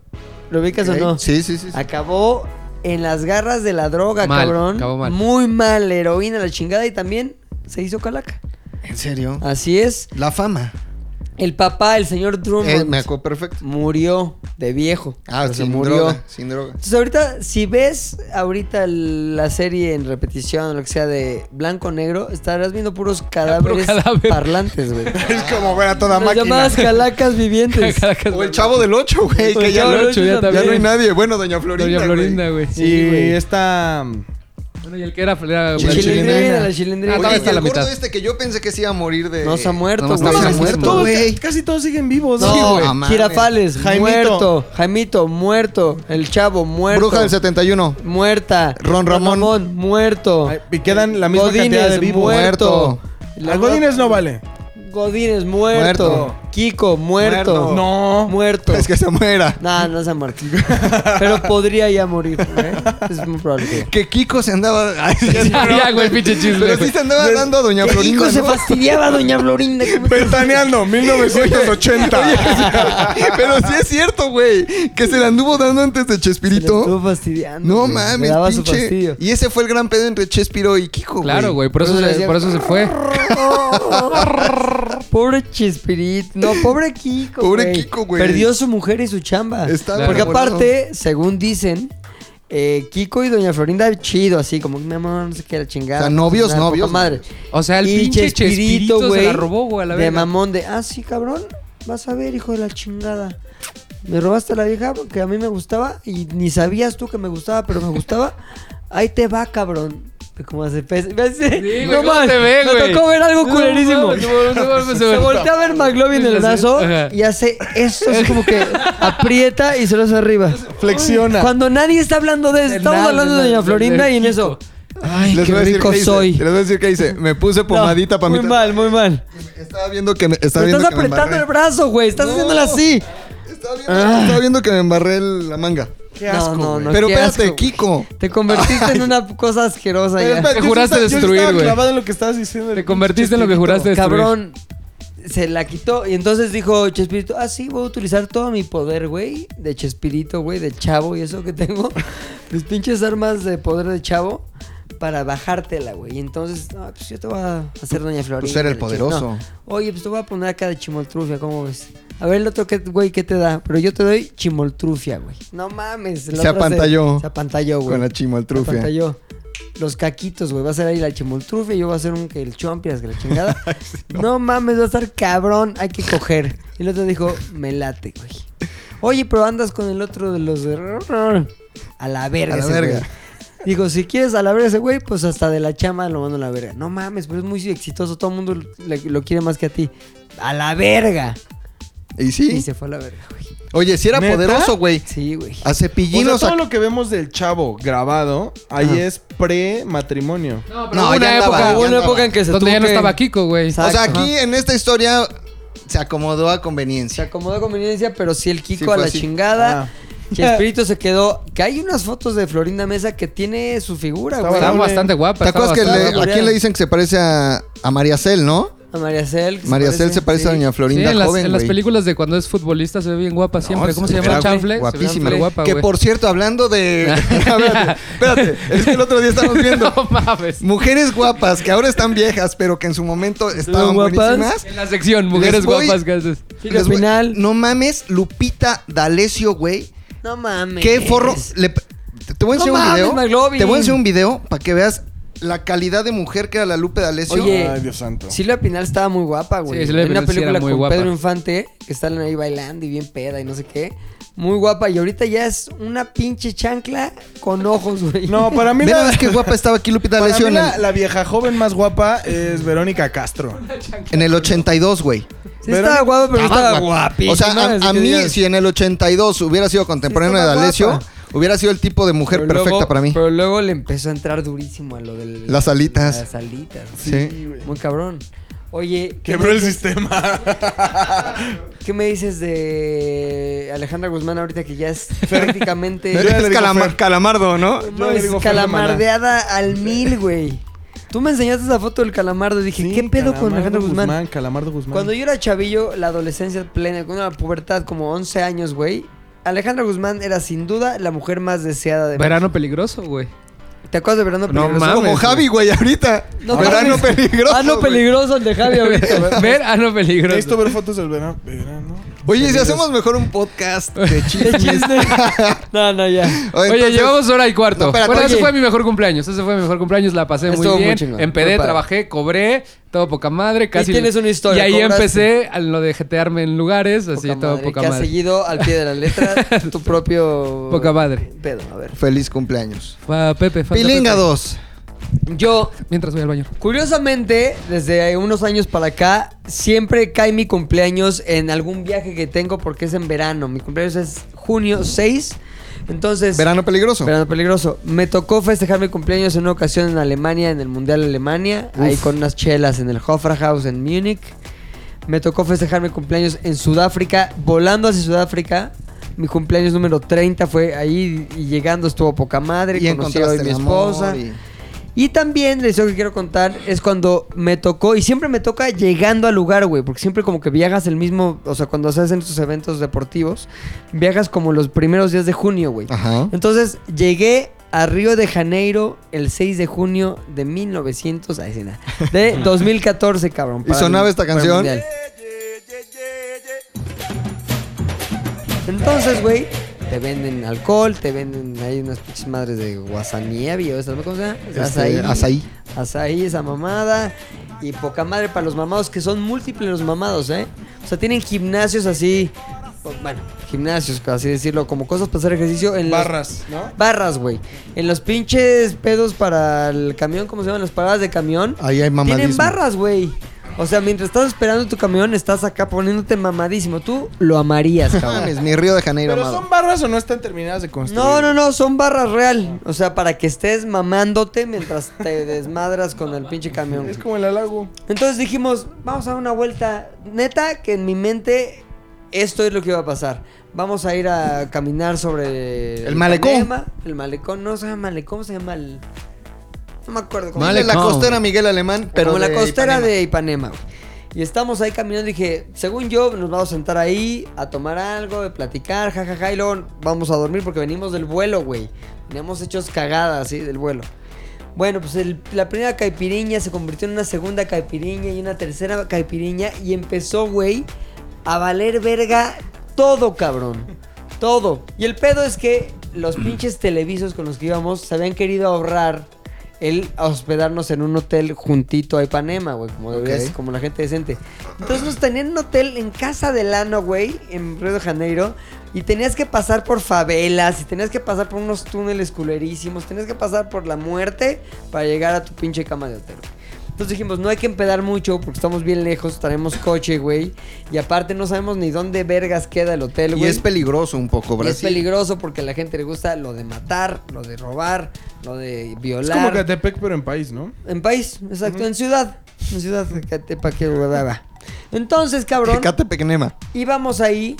[SPEAKER 2] ¿lo ubicas
[SPEAKER 3] Ok.
[SPEAKER 2] o no? Ah,
[SPEAKER 3] Sí, sí, sí. sí.
[SPEAKER 2] Acabó en las garras de la droga,
[SPEAKER 4] Mal,
[SPEAKER 2] cabrón.
[SPEAKER 4] acabó mal.
[SPEAKER 2] Muy mal, heroína, la chingada, y también se hizo calaca.
[SPEAKER 3] En serio.
[SPEAKER 2] Así es.
[SPEAKER 3] Ah, La fama.
[SPEAKER 2] El papá, el señor Drummond,
[SPEAKER 3] Eh, me acuerdo perfecto.
[SPEAKER 2] murió de viejo.
[SPEAKER 3] Ah,
[SPEAKER 2] O sea,
[SPEAKER 3] sin droga. Sin droga.
[SPEAKER 2] entonces ahorita, si ves ahorita el- la serie en repetición o lo que sea de blanco negro, estarás viendo puros cadáveres
[SPEAKER 4] cadáver.
[SPEAKER 2] parlantes, güey.
[SPEAKER 5] Es como ver a toda
[SPEAKER 2] Las
[SPEAKER 5] máquina.
[SPEAKER 2] llamadas calacas vivientes.
[SPEAKER 4] Caracas,
[SPEAKER 3] O el chavo del 8, güey.
[SPEAKER 2] Pues
[SPEAKER 3] Que ya,
[SPEAKER 2] ya
[SPEAKER 3] no,
[SPEAKER 2] lo ocho, ya
[SPEAKER 3] ya no
[SPEAKER 4] también.
[SPEAKER 3] hay nadie. Bueno, Doña Florinda.
[SPEAKER 4] Doña Florinda,
[SPEAKER 3] güey.
[SPEAKER 4] güey.
[SPEAKER 2] Sí,
[SPEAKER 5] y
[SPEAKER 2] güey.
[SPEAKER 5] esta
[SPEAKER 4] Bueno, y el que era. era
[SPEAKER 3] Chilindrina.
[SPEAKER 2] Chilindrina, la
[SPEAKER 4] Ah,
[SPEAKER 2] chilindrina.
[SPEAKER 3] Oye,
[SPEAKER 4] estaba
[SPEAKER 3] hasta
[SPEAKER 4] hasta
[SPEAKER 3] el
[SPEAKER 4] la
[SPEAKER 3] gordo
[SPEAKER 4] mitad.
[SPEAKER 3] este que yo pensé que se iba a morir de...
[SPEAKER 2] no se ha muerto,
[SPEAKER 4] No,
[SPEAKER 2] güey.
[SPEAKER 3] No se ha
[SPEAKER 4] Sí,
[SPEAKER 3] muerto,
[SPEAKER 4] todos-
[SPEAKER 3] güey.
[SPEAKER 5] casi todos siguen vivos.
[SPEAKER 2] No,
[SPEAKER 3] Sí, güey.
[SPEAKER 2] no mames. Girafales,
[SPEAKER 5] Jaimito.
[SPEAKER 2] muerto. Jaimito, muerto. El chavo, muerto.
[SPEAKER 3] Bruja del 71.
[SPEAKER 2] Muerta.
[SPEAKER 3] Ron Ramón.
[SPEAKER 2] muerto.
[SPEAKER 5] Ay, Y quedan la misma cantidad de
[SPEAKER 2] Godínez,
[SPEAKER 5] vivos.
[SPEAKER 2] muerto.
[SPEAKER 5] Las Godines no vale.
[SPEAKER 2] Godínez, muerto.
[SPEAKER 3] Muerto.
[SPEAKER 2] Kiko, muerto.
[SPEAKER 5] No.
[SPEAKER 2] Muerto.
[SPEAKER 3] Es que se muera.
[SPEAKER 2] No, no se ha muerto. Pero podría ya morir, ¿eh? Es muy probable que.
[SPEAKER 3] Que Kiko se andaba... Ay, ya sé, pero-
[SPEAKER 4] Ya, güey, pinche chisme.
[SPEAKER 3] Pero
[SPEAKER 4] güey.
[SPEAKER 3] sí se andaba dando a Doña
[SPEAKER 2] Que
[SPEAKER 3] Florinda,
[SPEAKER 2] Kiko se
[SPEAKER 3] ¿no?
[SPEAKER 2] fastidiaba, doña Florinda. ¿cómo te-
[SPEAKER 5] Ventaneando, 1980.
[SPEAKER 3] Pero sí es cierto, güey. Que se la anduvo dando antes de
[SPEAKER 2] Se la estuvo
[SPEAKER 3] Chespirito.
[SPEAKER 2] fastidiando.
[SPEAKER 3] No
[SPEAKER 2] güey. Le
[SPEAKER 3] mames,
[SPEAKER 2] daba su
[SPEAKER 3] pinche.
[SPEAKER 2] fastidio.
[SPEAKER 3] Y ese fue el gran pedo entre Chespiro y Kiko,
[SPEAKER 4] Claro, güey,
[SPEAKER 2] Por
[SPEAKER 4] por, eso
[SPEAKER 2] eso le
[SPEAKER 4] se-
[SPEAKER 2] decía-
[SPEAKER 4] por eso se fue.
[SPEAKER 2] Pobre Chespirito. No, pobre Kiko.
[SPEAKER 3] Pobre Kiko, güey.
[SPEAKER 2] Perdió su mujer y su chamba.
[SPEAKER 3] Está
[SPEAKER 2] Porque
[SPEAKER 3] enamorado.
[SPEAKER 2] aparte, según dicen, eh, Kiko y Doña Florinda, chido, así como, mi amor, no sé qué, la chingada.
[SPEAKER 3] O sea, novios,
[SPEAKER 2] Nada, poca
[SPEAKER 3] novios,
[SPEAKER 2] madre.
[SPEAKER 4] O sea, el
[SPEAKER 2] Y
[SPEAKER 4] pinche Chespirito se la
[SPEAKER 2] güey,
[SPEAKER 4] robó, güey, a la
[SPEAKER 2] De
[SPEAKER 4] verga.
[SPEAKER 2] mamón de, ah, sí, cabrón, vas a ver, hijo de la chingada. Me robaste a la vieja porque a mí me gustaba y ni sabías tú que me gustaba, pero me gustaba. Ahí te va, cabrón. Como hace pez. ¿Ves?
[SPEAKER 4] güey,
[SPEAKER 2] no
[SPEAKER 4] ¿cómo
[SPEAKER 2] mames,
[SPEAKER 4] te ve,
[SPEAKER 2] me
[SPEAKER 4] güey?
[SPEAKER 2] tocó ver algo
[SPEAKER 4] No,
[SPEAKER 2] culerísimo.
[SPEAKER 4] mames, no, no, no, no,
[SPEAKER 2] se
[SPEAKER 4] no.
[SPEAKER 2] voltea a ver McLovin el
[SPEAKER 4] Ajá.
[SPEAKER 2] brazo y hace esto, así como que aprieta y se lo hace arriba.
[SPEAKER 5] Flexiona.
[SPEAKER 2] Cuando nadie está hablando de eso,
[SPEAKER 4] De
[SPEAKER 2] estamos
[SPEAKER 4] nada,
[SPEAKER 2] hablando de
[SPEAKER 4] de
[SPEAKER 2] Doña
[SPEAKER 4] nada,
[SPEAKER 2] Florinda
[SPEAKER 4] de-
[SPEAKER 2] y en eso. Ay,
[SPEAKER 3] Les
[SPEAKER 2] qué
[SPEAKER 3] voy, a decir
[SPEAKER 2] rico
[SPEAKER 3] qué hice,
[SPEAKER 2] soy.
[SPEAKER 3] les voy a decir qué hice. Me puse pomadita
[SPEAKER 2] No,
[SPEAKER 3] para
[SPEAKER 2] Muy mal, muy mal.
[SPEAKER 3] Estaba viendo que me. Estaba
[SPEAKER 2] Pero
[SPEAKER 3] viendo
[SPEAKER 2] estás
[SPEAKER 3] que me
[SPEAKER 2] apretando
[SPEAKER 3] embarré.
[SPEAKER 2] el brazo, güey. Estás
[SPEAKER 3] No.
[SPEAKER 2] haciéndola así.
[SPEAKER 3] Estaba viendo, estaba viendo que me embarré el- la manga.
[SPEAKER 2] Qué asco, no, no, no,
[SPEAKER 3] Pero
[SPEAKER 2] qué
[SPEAKER 3] espérate,
[SPEAKER 2] asco, güey.
[SPEAKER 3] Kiko.
[SPEAKER 2] Te convertiste en una cosa asquerosa
[SPEAKER 3] Pero
[SPEAKER 2] ya.
[SPEAKER 3] espérate,
[SPEAKER 4] Te
[SPEAKER 3] yo
[SPEAKER 4] juraste
[SPEAKER 3] estaba- yo
[SPEAKER 4] destruir,
[SPEAKER 3] estaba
[SPEAKER 4] güey.
[SPEAKER 5] clavado en lo que estabas diciendo.
[SPEAKER 4] Te convertiste en lo que juraste destruir.
[SPEAKER 2] Cabrón. Se la quitó y entonces dijo Chespirito, ah sí, voy a utilizar todo mi poder, güey, de Chespirito, güey, de chavo y eso que tengo, mis pinches armas de poder de chavo, para bajártela, güey. Y entonces, ah, pues yo te voy a hacer Doña Florinda.
[SPEAKER 3] pues era el
[SPEAKER 2] la chingada".
[SPEAKER 3] poderoso.
[SPEAKER 2] No. Oye, pues te voy a poner acá de chimoltrufia, ¿cómo ves? A ver el otro, que- güey, ¿qué te da? Pero yo te doy chimoltrufia, güey. No mames. la
[SPEAKER 3] Se
[SPEAKER 2] otra
[SPEAKER 3] apantalló.
[SPEAKER 2] Se, apantalló, güey.
[SPEAKER 3] Con la chimoltrufia.
[SPEAKER 2] Aparte yo, Los caquitos, güey. Va a ser ahí la chimoltrufia, yo voy a hacer un que el chompias, que la chingada. no. mames, va a estar cabrón, hay que coger. Y el otro dijo, me late, güey. Oye, pero andas con el otro de los de. A la verga,
[SPEAKER 3] A la
[SPEAKER 2] ese
[SPEAKER 3] verga.
[SPEAKER 2] güey. Digo, si quieres a la verga ese güey, pues hasta de la chama lo mando a la verga. No mames, pero es muy exitoso, todo el mundo le- lo quiere más que a ti. A la verga.
[SPEAKER 3] Y
[SPEAKER 2] Y
[SPEAKER 3] sí.
[SPEAKER 2] se fue a la verga, güey.
[SPEAKER 3] Oye, si era
[SPEAKER 5] ¿Neta?
[SPEAKER 3] poderoso, güey.
[SPEAKER 2] Sí, güey.
[SPEAKER 3] A
[SPEAKER 5] O sea,
[SPEAKER 3] cepillinos.
[SPEAKER 5] todo lo que vemos del chavo grabado, ahí
[SPEAKER 2] Ajá.
[SPEAKER 5] es pre-matrimonio.
[SPEAKER 4] No,
[SPEAKER 3] No,
[SPEAKER 4] hubo
[SPEAKER 3] ya
[SPEAKER 4] una
[SPEAKER 3] andaba,
[SPEAKER 4] época
[SPEAKER 3] ya
[SPEAKER 2] Hubo una
[SPEAKER 3] andaba.
[SPEAKER 2] época en que se
[SPEAKER 4] donde
[SPEAKER 2] tuvo
[SPEAKER 4] ya no
[SPEAKER 2] que-
[SPEAKER 4] estaba Kiko, güey.
[SPEAKER 2] Exacto,
[SPEAKER 3] o sea,
[SPEAKER 2] ajá.
[SPEAKER 3] aquí en esta historia se acomodó a
[SPEAKER 2] Se
[SPEAKER 3] conveniencia.
[SPEAKER 2] acomodó a conveniencia, pero sí el
[SPEAKER 3] Sí,
[SPEAKER 2] Kiko
[SPEAKER 3] fue
[SPEAKER 2] a la
[SPEAKER 3] así.
[SPEAKER 2] chingada.
[SPEAKER 5] Ah.
[SPEAKER 2] Chespirito se quedó. Que hay unas fotos de Florinda Mesa que tiene su figura,
[SPEAKER 5] Está
[SPEAKER 2] güey.
[SPEAKER 4] Estaba
[SPEAKER 5] Estaba
[SPEAKER 4] bastante guapa.
[SPEAKER 3] ¿Te acuerdas que
[SPEAKER 4] estaba
[SPEAKER 3] le-
[SPEAKER 4] bastante-
[SPEAKER 3] a quién le dicen que se parece a, a María Cel, no?
[SPEAKER 2] A María Cel. que
[SPEAKER 3] María Cel se parece a
[SPEAKER 2] sí.
[SPEAKER 3] Doña
[SPEAKER 4] Sí,
[SPEAKER 3] Florinda
[SPEAKER 4] en, las,
[SPEAKER 3] joven,
[SPEAKER 4] en las
[SPEAKER 3] güey.
[SPEAKER 4] películas de cuando es futbolista se ve bien guapa siempre.
[SPEAKER 3] No,
[SPEAKER 4] ¿Cómo se llama?
[SPEAKER 3] era
[SPEAKER 4] el Chanfle.
[SPEAKER 3] Guapísima.
[SPEAKER 4] Se ve guapa,
[SPEAKER 3] que
[SPEAKER 4] güey.
[SPEAKER 3] por cierto, hablando de. espérate, espérate, es que el otro día estábamos viendo.
[SPEAKER 4] No mames.
[SPEAKER 3] Mujeres guapas que ahora están viejas, pero que en su momento estaban
[SPEAKER 2] guapas?
[SPEAKER 3] buenísimas.
[SPEAKER 4] En la sección, mujeres
[SPEAKER 3] Les voy-
[SPEAKER 4] guapas que haces.
[SPEAKER 2] Y al
[SPEAKER 3] Les voy-
[SPEAKER 2] final.
[SPEAKER 3] No mames, Lupita D'Alessio, güey.
[SPEAKER 2] No mames.
[SPEAKER 3] Qué forro. Le- te, te voy a
[SPEAKER 2] No
[SPEAKER 3] enseñar un
[SPEAKER 2] mames,
[SPEAKER 3] video.
[SPEAKER 2] McLovin.
[SPEAKER 3] Te voy a enseñar un video para que veas la calidad de mujer que era la Lupe D'Alessio.
[SPEAKER 2] Oye.
[SPEAKER 5] Ay, Dios santo.
[SPEAKER 2] Silvia Pinal estaba muy guapa, güey.
[SPEAKER 4] Sí, Silvia
[SPEAKER 2] en una
[SPEAKER 4] Pinal sí era
[SPEAKER 2] película
[SPEAKER 4] muy
[SPEAKER 2] con
[SPEAKER 4] guapa.
[SPEAKER 2] Pedro Infante, que están ahí bailando y bien peda y no sé qué. Muy guapa. Y ahorita ya es una pinche chancla con ojos, güey.
[SPEAKER 5] No, para mí,
[SPEAKER 3] Ve nada
[SPEAKER 5] la,
[SPEAKER 3] más qué guapa estaba aquí Lupita
[SPEAKER 5] para
[SPEAKER 3] D'Alessio
[SPEAKER 5] mí
[SPEAKER 3] en,
[SPEAKER 5] la,
[SPEAKER 3] el-
[SPEAKER 5] la vieja joven más guapa es Verónica Castro.
[SPEAKER 3] en el 82, güey.
[SPEAKER 2] Sí estaba
[SPEAKER 5] Verónica-
[SPEAKER 2] guapa, pero
[SPEAKER 3] Estaba
[SPEAKER 2] estaba
[SPEAKER 3] guapa.
[SPEAKER 2] guapísima.
[SPEAKER 3] O sea, a- a,
[SPEAKER 2] así que
[SPEAKER 3] mí,
[SPEAKER 2] digas.
[SPEAKER 3] si en el 82 hubiera sido contemporáneo
[SPEAKER 2] Sí,
[SPEAKER 3] de
[SPEAKER 2] estaba
[SPEAKER 3] D'Alessio,
[SPEAKER 2] guapa.
[SPEAKER 3] hubiera sido el tipo de mujer
[SPEAKER 2] Pero
[SPEAKER 3] perfecta
[SPEAKER 2] luego-
[SPEAKER 3] para mí.
[SPEAKER 2] Pero luego le empezó a entrar durísimo a lo del...
[SPEAKER 3] Las alitas.
[SPEAKER 2] Las alitas.
[SPEAKER 3] Sí.
[SPEAKER 2] Muy cabrón. Oye, ¿qué,
[SPEAKER 5] Quebró el sistema.
[SPEAKER 2] qué me dices de Alejandra Guzmán ahorita que ya es prácticamente...
[SPEAKER 5] Yo ya le
[SPEAKER 3] Es
[SPEAKER 5] digo
[SPEAKER 3] calama-
[SPEAKER 5] Fer.
[SPEAKER 3] calamardo, ¿no?
[SPEAKER 2] No,
[SPEAKER 5] yo le
[SPEAKER 2] es
[SPEAKER 5] digo Fer de Maná.
[SPEAKER 2] calamardeada al mil, güey. Tú me enseñaste esa foto del calamardo y dije, ¿qué pedo con Alejandra Guzmán?
[SPEAKER 5] Calamardo Guzmán.
[SPEAKER 2] Cuando yo era chavillo, la adolescencia plena, con la pubertad como 11 años, güey, Alejandra Guzmán era sin duda la mujer más deseada de
[SPEAKER 4] Verano peligroso, güey.
[SPEAKER 2] ¿Te acuerdas de Verano
[SPEAKER 4] No
[SPEAKER 2] Peligroso?
[SPEAKER 4] mames.
[SPEAKER 3] Como Javi, güey, ahorita.
[SPEAKER 2] No,
[SPEAKER 3] Verano
[SPEAKER 2] mames.
[SPEAKER 3] peligroso.
[SPEAKER 2] Ah, no
[SPEAKER 3] güey.
[SPEAKER 2] peligroso el de Javi ahorita.
[SPEAKER 4] Verano
[SPEAKER 5] Necesito
[SPEAKER 4] peligroso.
[SPEAKER 5] ver fotos del verano. verano.
[SPEAKER 3] Oye, si hacemos mejor un podcast de
[SPEAKER 2] Qué
[SPEAKER 3] chismes.
[SPEAKER 2] chiste. No, no, ya.
[SPEAKER 4] Oye,
[SPEAKER 3] entonces-
[SPEAKER 4] llevamos hora y cuarto.
[SPEAKER 3] No, espérate,
[SPEAKER 4] bueno, ese
[SPEAKER 3] oye.
[SPEAKER 4] fue mi mejor cumpleaños. Ese fue mi mejor cumpleaños. La pasé muy
[SPEAKER 2] Estuvo muy
[SPEAKER 4] bien.
[SPEAKER 2] chingón, muy
[SPEAKER 4] Empedé,
[SPEAKER 2] padre.
[SPEAKER 4] trabajé, cobré. Todo poca madre. Casi
[SPEAKER 2] tienes una historia,
[SPEAKER 4] Y ahí
[SPEAKER 2] cobraste.
[SPEAKER 4] empecé a lo de jetearme en lugares. Así,
[SPEAKER 2] Poca
[SPEAKER 4] todo
[SPEAKER 2] madre,
[SPEAKER 4] poca
[SPEAKER 2] que has
[SPEAKER 4] madre.
[SPEAKER 2] seguido al pie de la letra tu propio
[SPEAKER 4] Poca madre.
[SPEAKER 2] pedo, a ver.
[SPEAKER 3] Feliz cumpleaños.
[SPEAKER 4] Fue a Pepe. fue a
[SPEAKER 3] Pilinga
[SPEAKER 4] Pepe.
[SPEAKER 3] 2.
[SPEAKER 2] Yo
[SPEAKER 4] Mientras voy al baño.
[SPEAKER 2] curiosamente desde unos años para acá siempre cae mi cumpleaños en algún viaje que tengo porque es en verano. Mi cumpleaños es junio 6. Entonces,
[SPEAKER 3] Verano peligroso.
[SPEAKER 2] Verano peligroso. Me tocó festejar mi cumpleaños en una ocasión en Alemania, en el Mundial Alemania, ahí con unas chelas en el Hofrahaus en Múnich. Me tocó festejar mi cumpleaños en Sudáfrica, volando hacia Sudáfrica. Mi cumpleaños número 30 fue ahí y llegando estuvo poca madre.
[SPEAKER 3] y
[SPEAKER 2] conocí a
[SPEAKER 3] encontraste
[SPEAKER 2] hoy mi esposa.
[SPEAKER 3] Y...
[SPEAKER 2] Y también les digo que quiero contar es cuando me tocó, y siempre me toca llegando al lugar, güey, porque siempre como que viajas el mismo, o sea, cuando se hacen estos eventos deportivos, viajas como los primeros días de junio, güey.
[SPEAKER 3] Ajá.
[SPEAKER 2] Entonces llegué a Río de Janeiro el 6 de junio de 1900, ay, sí, nada, de 2014, cabrón. para
[SPEAKER 3] sonaba esta
[SPEAKER 2] para el
[SPEAKER 3] canción?
[SPEAKER 2] Mundial. Entonces, güey, Te venden alcohol, te venden. Hay unas pinches madres de guasanieve o eso, ¿cómo se llama?
[SPEAKER 3] Este, azaí.
[SPEAKER 2] Azaí, esa mamada. Y poca madre para los mamados, que son múltiples los mamados, ¿eh? O sea, tienen gimnasios así. o- Bueno, gimnasios, así decirlo, como cosas para hacer ejercicio. En los-
[SPEAKER 5] Barras, ¿no?
[SPEAKER 2] barras, güey. En los pinches pedos para el camión, ¿cómo se llaman? Las paradas de camión.
[SPEAKER 3] Ahí hay mamadismo.
[SPEAKER 2] Tienen barras, güey. O sea, mientras estás esperando tu camión, estás acá poniéndote mamadísimo. Tú lo amarías, cabrón.
[SPEAKER 3] Mames, mi Río de Janeiro,
[SPEAKER 5] Pero
[SPEAKER 3] amado.
[SPEAKER 5] son barras o no están terminadas de construir.
[SPEAKER 2] No, no, no, son barras real. O sea, para que estés mamándote mientras te desmadras con el pinche camión.
[SPEAKER 5] Es como el halago.
[SPEAKER 2] Entonces dijimos, vamos a dar una vuelta. Neta, que en mi mente esto es lo que iba a pasar. Vamos a ir a caminar sobre
[SPEAKER 3] El malecón.
[SPEAKER 2] Ipanema, el malecón, no se llama malecón, se llama el. No me acuerdo cómo
[SPEAKER 3] Dile la costera Miguel Alemán, pero
[SPEAKER 2] pero como la
[SPEAKER 3] de
[SPEAKER 2] costera
[SPEAKER 3] Ipanema.
[SPEAKER 2] de Ipanema, güey. Y estamos ahí caminando, dije, según yo, nos vamos a sentar ahí a tomar algo, a platicar, jajaja, y luego vamos a dormir porque venimos del vuelo, güey. Veníamos hechos cagadas, sí, del vuelo. Bueno, pues el- la primera caipiriña se convirtió en una segunda caipiriña y una tercera caipiriña y empezó, güey, a valer verga todo, cabrón. Todo. Y el pedo es que los pinches televisos con los que íbamos se habían querido ahorrar el hospedarnos en un hotel juntito a Ipanema, güey, como debería
[SPEAKER 3] Ok.
[SPEAKER 2] ser, como la gente decente. Entonces nos tenían un hotel en Casa de Lano, güey, en Río de Janeiro, y tenías que pasar por favelas, y tenías que pasar por unos túneles culerísimos, tenías que pasar por la muerte para llegar a tu pinche cama de hotel. Entonces dijimos, no hay que empedar mucho porque estamos bien lejos, traemos coche, güey. Y aparte no sabemos ni dónde vergas queda el hotel,
[SPEAKER 3] Y
[SPEAKER 2] güey.
[SPEAKER 3] es peligroso un poco,
[SPEAKER 2] Y es
[SPEAKER 3] Brasil.
[SPEAKER 2] peligroso porque a la gente le gusta lo de matar, lo de robar, lo de
[SPEAKER 5] Es
[SPEAKER 2] violar.
[SPEAKER 5] como Catepec, pero en país, ¿no?
[SPEAKER 2] En país, exacto, en ciudad. En ciudad, Catepa, que huevada. Entonces, cabrón,
[SPEAKER 3] Tecate Pequenema.
[SPEAKER 2] íbamos ahí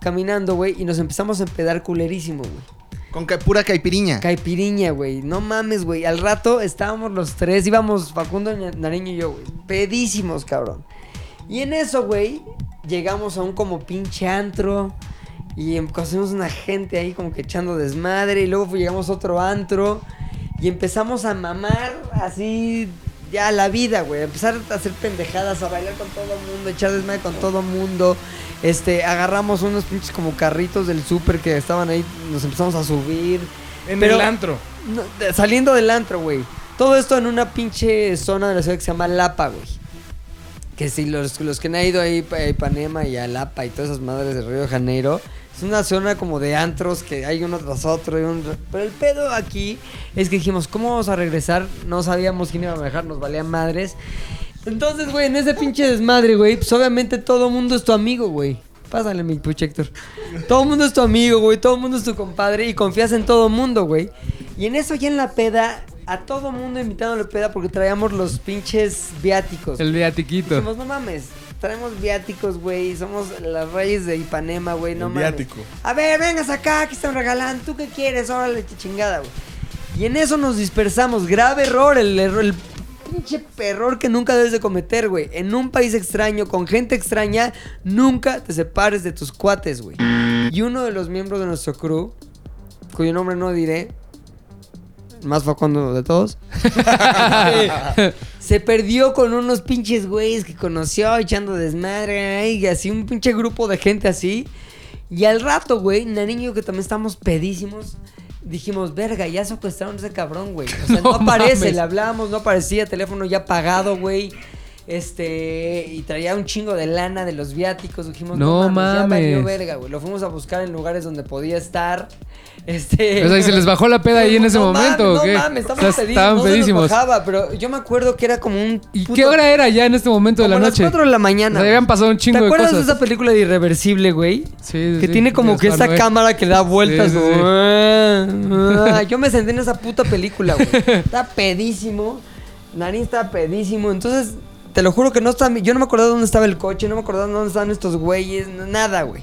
[SPEAKER 2] caminando, güey, y nos empezamos a empedar culerísimo, güey.
[SPEAKER 3] Con ca- pura caipiriña.
[SPEAKER 2] Caipiriña, güey. No mames, güey. Al rato estábamos los tres, íbamos Facundo, Ña- Nariño y yo, güey. Pedísimos, cabrón. Y en eso, güey, llegamos a un como pinche antro. Y em- conocimos una gente ahí como que echando desmadre. Y luego fu- llegamos a otro antro. Y empezamos a mamar así ya la vida, güey. A Empezar a hacer pendejadas, a bailar con todo el mundo, echar desmadre con todo el mundo. Este, agarramos unos pinches como carritos del súper que estaban ahí. Nos empezamos a subir.
[SPEAKER 5] En
[SPEAKER 2] Pero-
[SPEAKER 5] el antro.
[SPEAKER 2] No, de- saliendo del antro, güey. Todo esto en una pinche zona de la ciudad que se llama Lapa, güey. Que si los, los que han ido ahí a Ipanema y a Lapa y todas esas madres de Río de Janeiro, es una zona como de antros que hay uno tras otro. Y uno tras- Pero el pedo aquí es que dijimos, ¿cómo vamos a regresar? No sabíamos quién iba a manejar, nos valían madres. Entonces, güey, en ese pinche desmadre, güey, pues obviamente todo mundo es tu amigo, güey. Pásale mi puchector. Todo el mundo es tu amigo, güey. Todo el mundo es tu compadre y confías en todo el mundo, güey. Y en eso ya en la peda, a todo mundo invitándole peda porque traíamos los pinches viáticos.
[SPEAKER 4] El viatiquito.
[SPEAKER 2] Dijimos, no mames, traemos viáticos, güey. Somos las reyes de Ipanema, güey, no
[SPEAKER 5] El
[SPEAKER 2] mames.
[SPEAKER 5] viático.
[SPEAKER 2] A ver, vengas acá, aquí están regalando. ¿Tú qué quieres? Órale, ch- chingada, güey. Y en eso nos dispersamos. Grave error, el error, el pinche error que nunca debes de cometer, güey. En un país extraño, con gente extraña, nunca te separes de tus cuates, güey. Y uno de los miembros de nuestro crew, cuyo nombre no diré, más facundo de todos, se perdió con unos pinches güeyes que conoció echando desmadre ay, y así un pinche grupo de gente así. Y al rato, güey, Nariño, que también estamos pedísimos, dijimos, verga, ya secuestraron a ese cabrón, güey. O sea, no,
[SPEAKER 4] No
[SPEAKER 2] aparece,
[SPEAKER 4] mames.
[SPEAKER 2] le hablábamos, no aparecía, teléfono ya pagado, güey. Este, y traía un chingo de lana de los viáticos. Dijimos, no,
[SPEAKER 4] No
[SPEAKER 2] mames, ya valió
[SPEAKER 4] mames.
[SPEAKER 2] verga, güey. Lo fuimos a buscar en lugares donde podía estar. Este.
[SPEAKER 4] O sea, ¿y Pues se les bajó la peda ahí en ese
[SPEAKER 2] No mames,
[SPEAKER 4] momento, ¿o qué?
[SPEAKER 2] No mames,
[SPEAKER 4] O
[SPEAKER 2] estaban
[SPEAKER 4] sea,
[SPEAKER 2] pedísimos.
[SPEAKER 4] estaban
[SPEAKER 2] no se nos
[SPEAKER 4] pedísimos.
[SPEAKER 2] bajaba, pero yo me acuerdo que era como un.
[SPEAKER 4] ¿Y
[SPEAKER 2] puto-
[SPEAKER 4] qué hora era ya en este momento de
[SPEAKER 2] como
[SPEAKER 4] la
[SPEAKER 2] las
[SPEAKER 4] noche?
[SPEAKER 2] 4 de la mañana.
[SPEAKER 4] O sea, habían pasado un chingo
[SPEAKER 2] ¿Te
[SPEAKER 4] de
[SPEAKER 2] acuerdas
[SPEAKER 4] cosas.
[SPEAKER 2] de esa película de Irreversible, güey?
[SPEAKER 4] Sí, sí,
[SPEAKER 2] Que
[SPEAKER 4] sí,
[SPEAKER 2] tiene como
[SPEAKER 4] de
[SPEAKER 2] que esa
[SPEAKER 4] Gaspar Noé.
[SPEAKER 2] cámara que da vueltas.
[SPEAKER 4] Sí, sí,
[SPEAKER 2] como,
[SPEAKER 4] sí.
[SPEAKER 2] "Ah, ah". Yo me senté en esa puta película, güey. Está pedísimo. Nariz está pedísimo. Entonces, te lo juro que no estaba. Yo no me acordaba dónde estaba el coche, no me acordaba dónde estaban estos güeyes, n- nada, güey.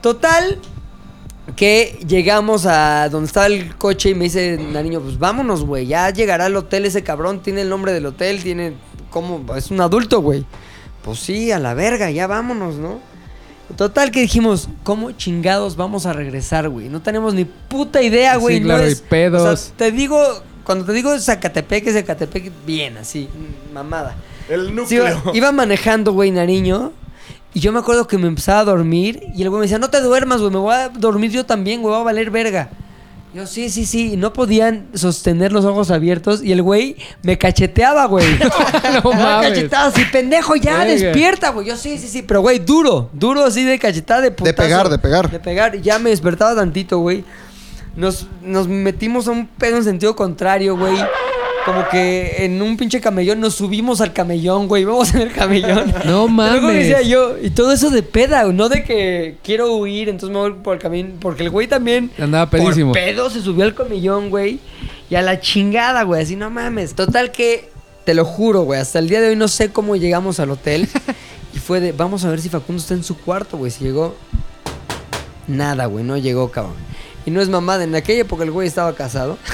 [SPEAKER 2] Total, que llegamos a donde estaba el coche y me dice Nariño, pues vámonos, güey, ya llegará al hotel ese cabrón, tiene el nombre del hotel, tiene como es un adulto, güey. Pues sí, a la verga, ya vámonos, ¿no? Total que dijimos, ¿cómo chingados vamos a regresar, güey? No tenemos ni puta idea,
[SPEAKER 4] Sí,
[SPEAKER 2] güey. no
[SPEAKER 4] claro, y
[SPEAKER 2] es-
[SPEAKER 4] pedos.
[SPEAKER 2] o sea, te digo, cuando te digo Zacatepec, es Zacatepec bien, así, mamada.
[SPEAKER 5] El
[SPEAKER 2] Sí,
[SPEAKER 5] núcleo.
[SPEAKER 2] iba, iba manejando, güey, Nariño. Y yo me acuerdo que me empezaba a dormir y el güey me decía, no te duermas, güey, me voy a dormir yo también, güey, va a valer verga. Yo, sí, sí, sí. Y no podían sostener los ojos abiertos y el güey me cacheteaba, güey.
[SPEAKER 4] No
[SPEAKER 2] Me daba
[SPEAKER 4] mames.
[SPEAKER 2] cachetadas y pendejo, ya,
[SPEAKER 4] Verga.
[SPEAKER 2] despierta, güey. Yo, sí, sí, sí. Pero, güey, duro. Duro así de cachetada, de putazo.
[SPEAKER 3] pegar, de pegar.
[SPEAKER 2] De pegar. Y ya me despertaba tantito, güey. Nos, nos metimos a un pedo en sentido contrario, güey. Como que en un pinche camellón nos subimos al camellón, güey. Vamos en el camellón.
[SPEAKER 4] No
[SPEAKER 2] Pero luego
[SPEAKER 4] mames.
[SPEAKER 2] decía yo, y todo eso de peda, no de que quiero huir, entonces me voy por el camino. Porque el güey también.
[SPEAKER 4] Andaba pedísimo.
[SPEAKER 2] Por pedo se subió al comillón, güey. Y a la chingada, güey. Así no mames. Total que, te lo juro, güey. Hasta el día de hoy no sé cómo llegamos al hotel. y fue de, vamos a ver si Facundo está en su cuarto, güey. Si llegó. Nada, güey. No llegó, cabrón. Y no es mamada. En aquella época el güey estaba casado.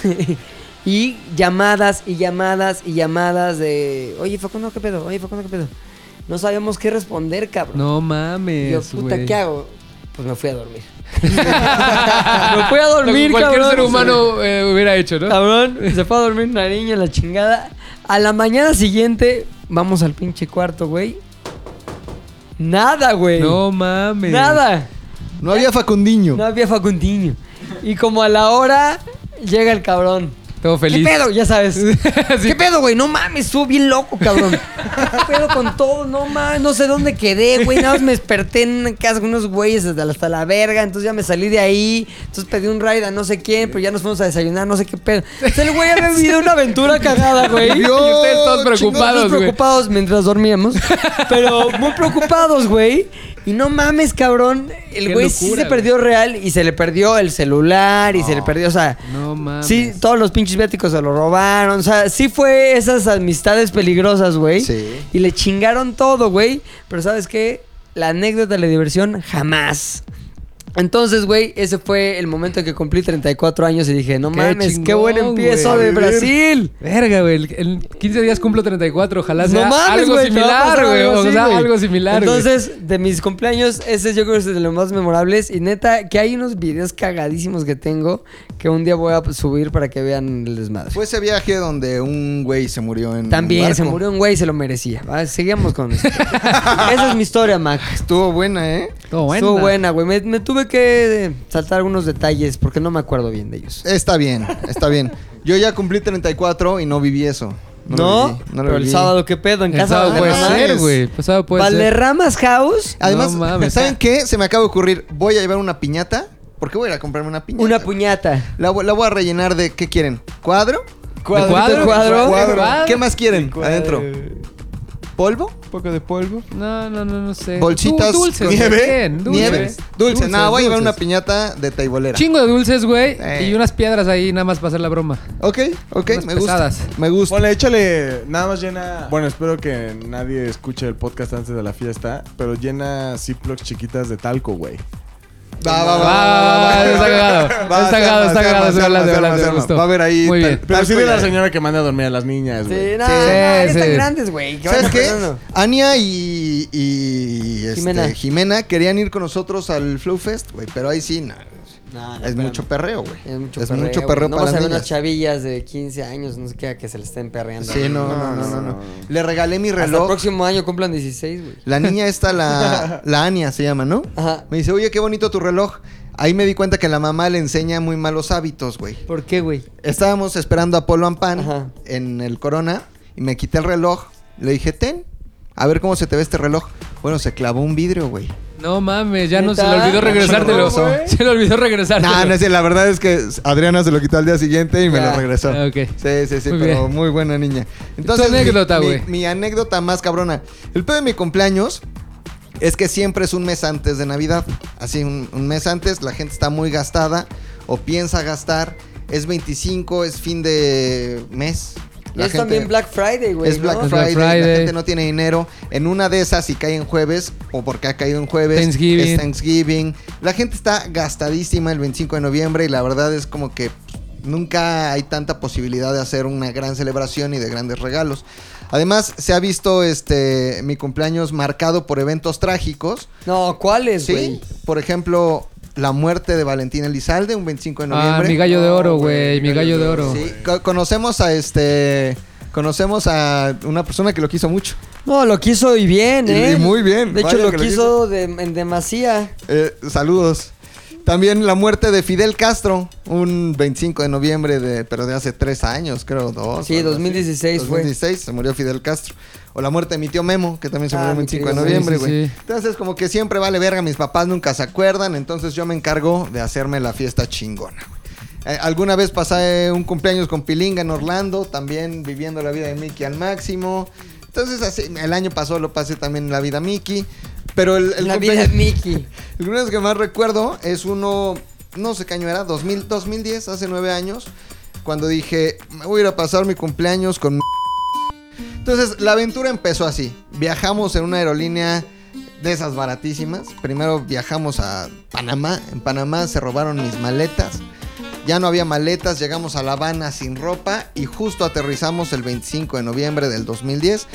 [SPEAKER 2] y llamadas y llamadas y llamadas de, oye, Facundo, ¿qué pedo? Oye, Facundo, ¿qué pedo? No sabíamos qué responder, cabrón.
[SPEAKER 4] No
[SPEAKER 2] Y yo,
[SPEAKER 4] mames.
[SPEAKER 2] puta,
[SPEAKER 4] güey.
[SPEAKER 2] ¿qué hago? Pues me fui a dormir. me fui a dormir,
[SPEAKER 4] Lo que cualquier
[SPEAKER 2] cabrón. Ah,
[SPEAKER 4] ser humano eh, hubiera hecho, ¿no?
[SPEAKER 2] Cabrón, se fue a dormir una niña, la chingada. A la mañana siguiente, vamos al pinche cuarto, güey. Nada, güey.
[SPEAKER 4] No mames.
[SPEAKER 2] Nada.
[SPEAKER 3] No había Facundiño.
[SPEAKER 2] No había Facundinho. Y como a la hora, llega el cabrón.
[SPEAKER 4] Todo feliz.
[SPEAKER 2] ¿Qué pedo? Ya sabes.
[SPEAKER 4] Sí.
[SPEAKER 2] ¿Qué pedo, güey? No mames, estuvo bien loco, cabrón. ¿Qué pedo con todo? No mames, no sé dónde quedé, güey. Nada más me desperté en una casa con unos güeyes hasta la, hasta la verga. Entonces ya me salí de ahí. Entonces pedí un ride a no sé quién, pero ya nos fuimos a desayunar, no sé qué pedo. Entonces el güey había vivido una aventura cagada, güey.
[SPEAKER 4] Y ustedes todos preocupados,
[SPEAKER 2] Nosotros
[SPEAKER 4] güey.
[SPEAKER 2] preocupados mientras dormíamos. Pero muy preocupados, güey. Y no mames, cabrón. El
[SPEAKER 4] Qué
[SPEAKER 2] güey sí
[SPEAKER 4] locura,
[SPEAKER 2] se perdió real y se le perdió el celular y se le perdió, o sea.
[SPEAKER 4] No mames.
[SPEAKER 2] Sí, todos los pinches viáticos se lo robaron. O sea, sí fue esas amistades peligrosas, güey.
[SPEAKER 3] Sí.
[SPEAKER 2] Y le chingaron todo, güey. Pero ¿sabes qué? La anécdota de la diversión, jamás. Entonces, güey, ese fue el momento en que cumplí 34 años y dije, no
[SPEAKER 4] Qué
[SPEAKER 2] mames, qué
[SPEAKER 4] chingón,
[SPEAKER 2] buen empiezo
[SPEAKER 4] güey.
[SPEAKER 2] de Brasil.
[SPEAKER 4] Verga, güey. En 15 días cumplo 34. Ojalá sea
[SPEAKER 2] No mames,
[SPEAKER 4] algo
[SPEAKER 2] güey. te va a
[SPEAKER 4] similar,
[SPEAKER 2] pasar
[SPEAKER 4] güey.
[SPEAKER 2] algo
[SPEAKER 4] O
[SPEAKER 2] así,
[SPEAKER 4] sea,
[SPEAKER 2] güey.
[SPEAKER 4] algo similar, güey.
[SPEAKER 2] Entonces, de mis cumpleaños, ese yo creo que es de los más memorables. Y neta, que hay unos videos cagadísimos que tengo que un día voy a subir para que vean el desmadre.
[SPEAKER 3] Fue ese viaje donde un güey se murió en.
[SPEAKER 2] También
[SPEAKER 3] un barco.
[SPEAKER 2] se murió un güey y se lo merecía. Va, Seguimos con esto. Esa es mi historia, Mac.
[SPEAKER 3] Estuvo buena, ¿eh?
[SPEAKER 4] Todo bueno.
[SPEAKER 2] Estuvo buena, güey. Me, me tuve que eh, saltar algunos detalles porque no me acuerdo bien de ellos.
[SPEAKER 3] Está bien, está bien. Yo ya cumplí 34 y no viví eso.
[SPEAKER 2] No,
[SPEAKER 3] lo viví, lo
[SPEAKER 2] pero el
[SPEAKER 3] viví.
[SPEAKER 2] sábado, ¿qué pedo? En
[SPEAKER 4] El
[SPEAKER 2] casa
[SPEAKER 4] sábado
[SPEAKER 2] de
[SPEAKER 4] puede
[SPEAKER 2] Valderramas.
[SPEAKER 3] pues
[SPEAKER 4] ser, güey. Pasado puede ser.
[SPEAKER 2] Valderramas House,
[SPEAKER 3] Además,
[SPEAKER 4] No mames.
[SPEAKER 3] ¿saben qué? Se me acaba de ocurrir. Voy a llevar una piñata. ¿Por qué voy a ir a comprarme una piñata?
[SPEAKER 2] una puñata.
[SPEAKER 3] La, voy- la voy a rellenar de. ¿Qué quieren? ¿Cuadro?
[SPEAKER 4] ¿De cuadro?
[SPEAKER 2] cuadro.
[SPEAKER 4] ¿De cuadro?
[SPEAKER 3] ¿Qué más quieren adentro?
[SPEAKER 5] Eh,
[SPEAKER 3] ¿Polvo?
[SPEAKER 6] Un poco de polvo.
[SPEAKER 4] No, no, no, no sé.
[SPEAKER 3] Bolsitas
[SPEAKER 4] Eh, Du- Dulces.
[SPEAKER 3] con-
[SPEAKER 4] ¿de
[SPEAKER 3] nieve,
[SPEAKER 4] quién? Dulces.
[SPEAKER 3] Nieve. Dulce.
[SPEAKER 4] Dulces,
[SPEAKER 3] Nada, voy a llevar
[SPEAKER 4] dulces.
[SPEAKER 3] una piñata de taibolera.
[SPEAKER 4] Chingo de dulces, güey.
[SPEAKER 3] Eh.
[SPEAKER 4] Y unas piedras ahí nada más para hacer la broma.
[SPEAKER 3] Ok, ok,
[SPEAKER 4] Unas
[SPEAKER 3] me gusta.
[SPEAKER 4] pesadas.
[SPEAKER 3] Me gusta.
[SPEAKER 5] Ponle, échale, nada más llena. Bueno, espero que nadie escuche el podcast antes de la fiesta, pero llena Ziplocs chiquitas de talco, güey.
[SPEAKER 3] Va, va, va.
[SPEAKER 4] Ah, está cagado. Está
[SPEAKER 3] se
[SPEAKER 4] cagado,
[SPEAKER 3] arma,
[SPEAKER 4] está
[SPEAKER 3] se
[SPEAKER 4] cagado.
[SPEAKER 3] arma,
[SPEAKER 4] Se
[SPEAKER 3] se
[SPEAKER 4] habla,
[SPEAKER 3] arma,
[SPEAKER 4] se
[SPEAKER 3] se
[SPEAKER 4] habla,
[SPEAKER 3] arma,
[SPEAKER 4] se
[SPEAKER 3] se arma.
[SPEAKER 4] gustó.
[SPEAKER 3] Va a haber ahí
[SPEAKER 4] Muy
[SPEAKER 3] tal-
[SPEAKER 4] bien.
[SPEAKER 5] Pero
[SPEAKER 3] Talco
[SPEAKER 5] sí de la
[SPEAKER 3] ya.
[SPEAKER 5] señora que manda a dormir a las niñas,
[SPEAKER 2] Sí,
[SPEAKER 5] güey.
[SPEAKER 2] no,
[SPEAKER 3] Sí.
[SPEAKER 2] no, están
[SPEAKER 4] Sí.
[SPEAKER 2] grandes, güey. ¿Qué
[SPEAKER 3] ¿Sabes
[SPEAKER 2] van
[SPEAKER 3] qué?
[SPEAKER 2] acordando?
[SPEAKER 3] Ania y, y, este, Jimena.
[SPEAKER 2] Jimena.
[SPEAKER 3] querían ir con nosotros al Flow Fest, güey, pero ahí sí, no, es mucho perreo, güey.
[SPEAKER 2] Es mucho
[SPEAKER 3] Es
[SPEAKER 2] perreo,
[SPEAKER 3] mucho
[SPEAKER 2] güey.
[SPEAKER 3] perreo
[SPEAKER 2] No
[SPEAKER 3] para
[SPEAKER 2] vas a
[SPEAKER 3] las
[SPEAKER 2] ver unas
[SPEAKER 3] niñas.
[SPEAKER 2] chavillas de 15 años, no sé qué, a que se le estén perreando.
[SPEAKER 3] Sí, no, no, no, no, no. Le regalé mi
[SPEAKER 2] Hasta el
[SPEAKER 3] reloj.
[SPEAKER 2] próximo año cumplan 16, güey.
[SPEAKER 3] La niña esta, la, la Ania se llama, ¿no?
[SPEAKER 2] Ajá.
[SPEAKER 3] Me dice, oye, qué bonito tu reloj. Ahí me di cuenta que la mamá le enseña muy malos hábitos, güey.
[SPEAKER 2] ¿Por qué, güey?
[SPEAKER 3] Estábamos esperando a Polo Ampan
[SPEAKER 2] Ajá.
[SPEAKER 3] en el Corona y me quité el reloj. Le dije, ten, a ver cómo se te ve este reloj. Bueno, se clavó un vidrio, güey.
[SPEAKER 4] No mames, ya no se
[SPEAKER 2] ¿Neta?
[SPEAKER 4] le olvidó
[SPEAKER 2] No,
[SPEAKER 4] regresártelo.
[SPEAKER 3] güey.
[SPEAKER 4] Se le olvidó regresártelo.
[SPEAKER 3] No, no sé, la verdad es que Adriana se lo quitó al día siguiente y me
[SPEAKER 2] Ya.
[SPEAKER 3] lo regresó.
[SPEAKER 4] Ah, ok.
[SPEAKER 3] Sí, sí, sí,
[SPEAKER 4] Muy
[SPEAKER 3] pero
[SPEAKER 4] bien.
[SPEAKER 3] muy buena niña. Entonces,
[SPEAKER 4] Tu
[SPEAKER 3] mi-
[SPEAKER 4] anécdota,
[SPEAKER 3] mi,
[SPEAKER 4] güey.
[SPEAKER 3] Mi, anécdota más cabrona. El pedo de mi cumpleaños es que siempre es un mes antes de Navidad. Así, un, un mes antes, la gente está muy gastada o piensa gastar. Es 25, es fin de mes.
[SPEAKER 2] Y
[SPEAKER 3] La
[SPEAKER 2] es también
[SPEAKER 3] gente-
[SPEAKER 2] Black Friday, güey.
[SPEAKER 3] es Black
[SPEAKER 2] ¿no?
[SPEAKER 4] Black
[SPEAKER 3] Friday, la
[SPEAKER 4] Friday.
[SPEAKER 3] gente no tiene dinero. En una de esas, si cae en jueves, o porque ha caído en jueves,
[SPEAKER 4] Thanksgiving.
[SPEAKER 3] es Thanksgiving. La gente está gastadísima el 25 de noviembre y la verdad es como que nunca hay tanta posibilidad de hacer una gran celebración y de grandes regalos. Además, se ha visto este mi cumpleaños marcado por eventos trágicos.
[SPEAKER 2] No, ¿cuáles, güey?
[SPEAKER 3] Sí, por ejemplo, la muerte de Valentín Elizalde, un 25 de noviembre.
[SPEAKER 4] Ah, mi gallo de oro, güey. Mi gallo de oro.
[SPEAKER 3] Sí, co- conocemos a este Conocemos a una persona que lo quiso mucho.
[SPEAKER 2] No, lo quiso y bien,
[SPEAKER 3] Y-
[SPEAKER 2] ¿eh?
[SPEAKER 3] y muy bien,
[SPEAKER 2] De hecho,
[SPEAKER 3] vaya
[SPEAKER 2] lo
[SPEAKER 3] que lo
[SPEAKER 2] quiso de- en demasía.
[SPEAKER 3] Eh, saludos. También la muerte de Fidel Castro, un 25 de noviembre, de, pero de hace tres años, creo, dos.
[SPEAKER 2] Sí,
[SPEAKER 3] algo así.
[SPEAKER 2] 2016 fue.
[SPEAKER 3] 2016 se murió Fidel Castro. O la muerte de mi tío Memo, que también se
[SPEAKER 2] Ah,
[SPEAKER 3] murió el
[SPEAKER 2] mi
[SPEAKER 3] 25 de
[SPEAKER 2] querido
[SPEAKER 3] noviembre,
[SPEAKER 4] Memo, sí,
[SPEAKER 3] güey.
[SPEAKER 4] sí.
[SPEAKER 3] Entonces, como que siempre vale verga, mis papás nunca se acuerdan, entonces yo me encargo de hacerme la fiesta chingona, güey. Eh, alguna vez pasé un cumpleaños con Pilinga en Orlando, también viviendo la vida de Mickey al máximo. Entonces, así, el año pasado lo pasé también la vida Mickey. Pero el, el
[SPEAKER 2] la vida de
[SPEAKER 3] cumpleaños-
[SPEAKER 2] Mickey.
[SPEAKER 3] el cumpleaños que más recuerdo es uno, no sé qué año era, 2000, 2010, hace nueve años, cuando dije, me voy a ir a pasar mi cumpleaños con... Entonces, la aventura empezó así. Viajamos en una aerolínea de esas baratísimas. Primero viajamos a Panamá. En Panamá se robaron mis maletas. Ya no había maletas, llegamos a La Habana sin ropa y justo aterrizamos el 25 de noviembre del 2010.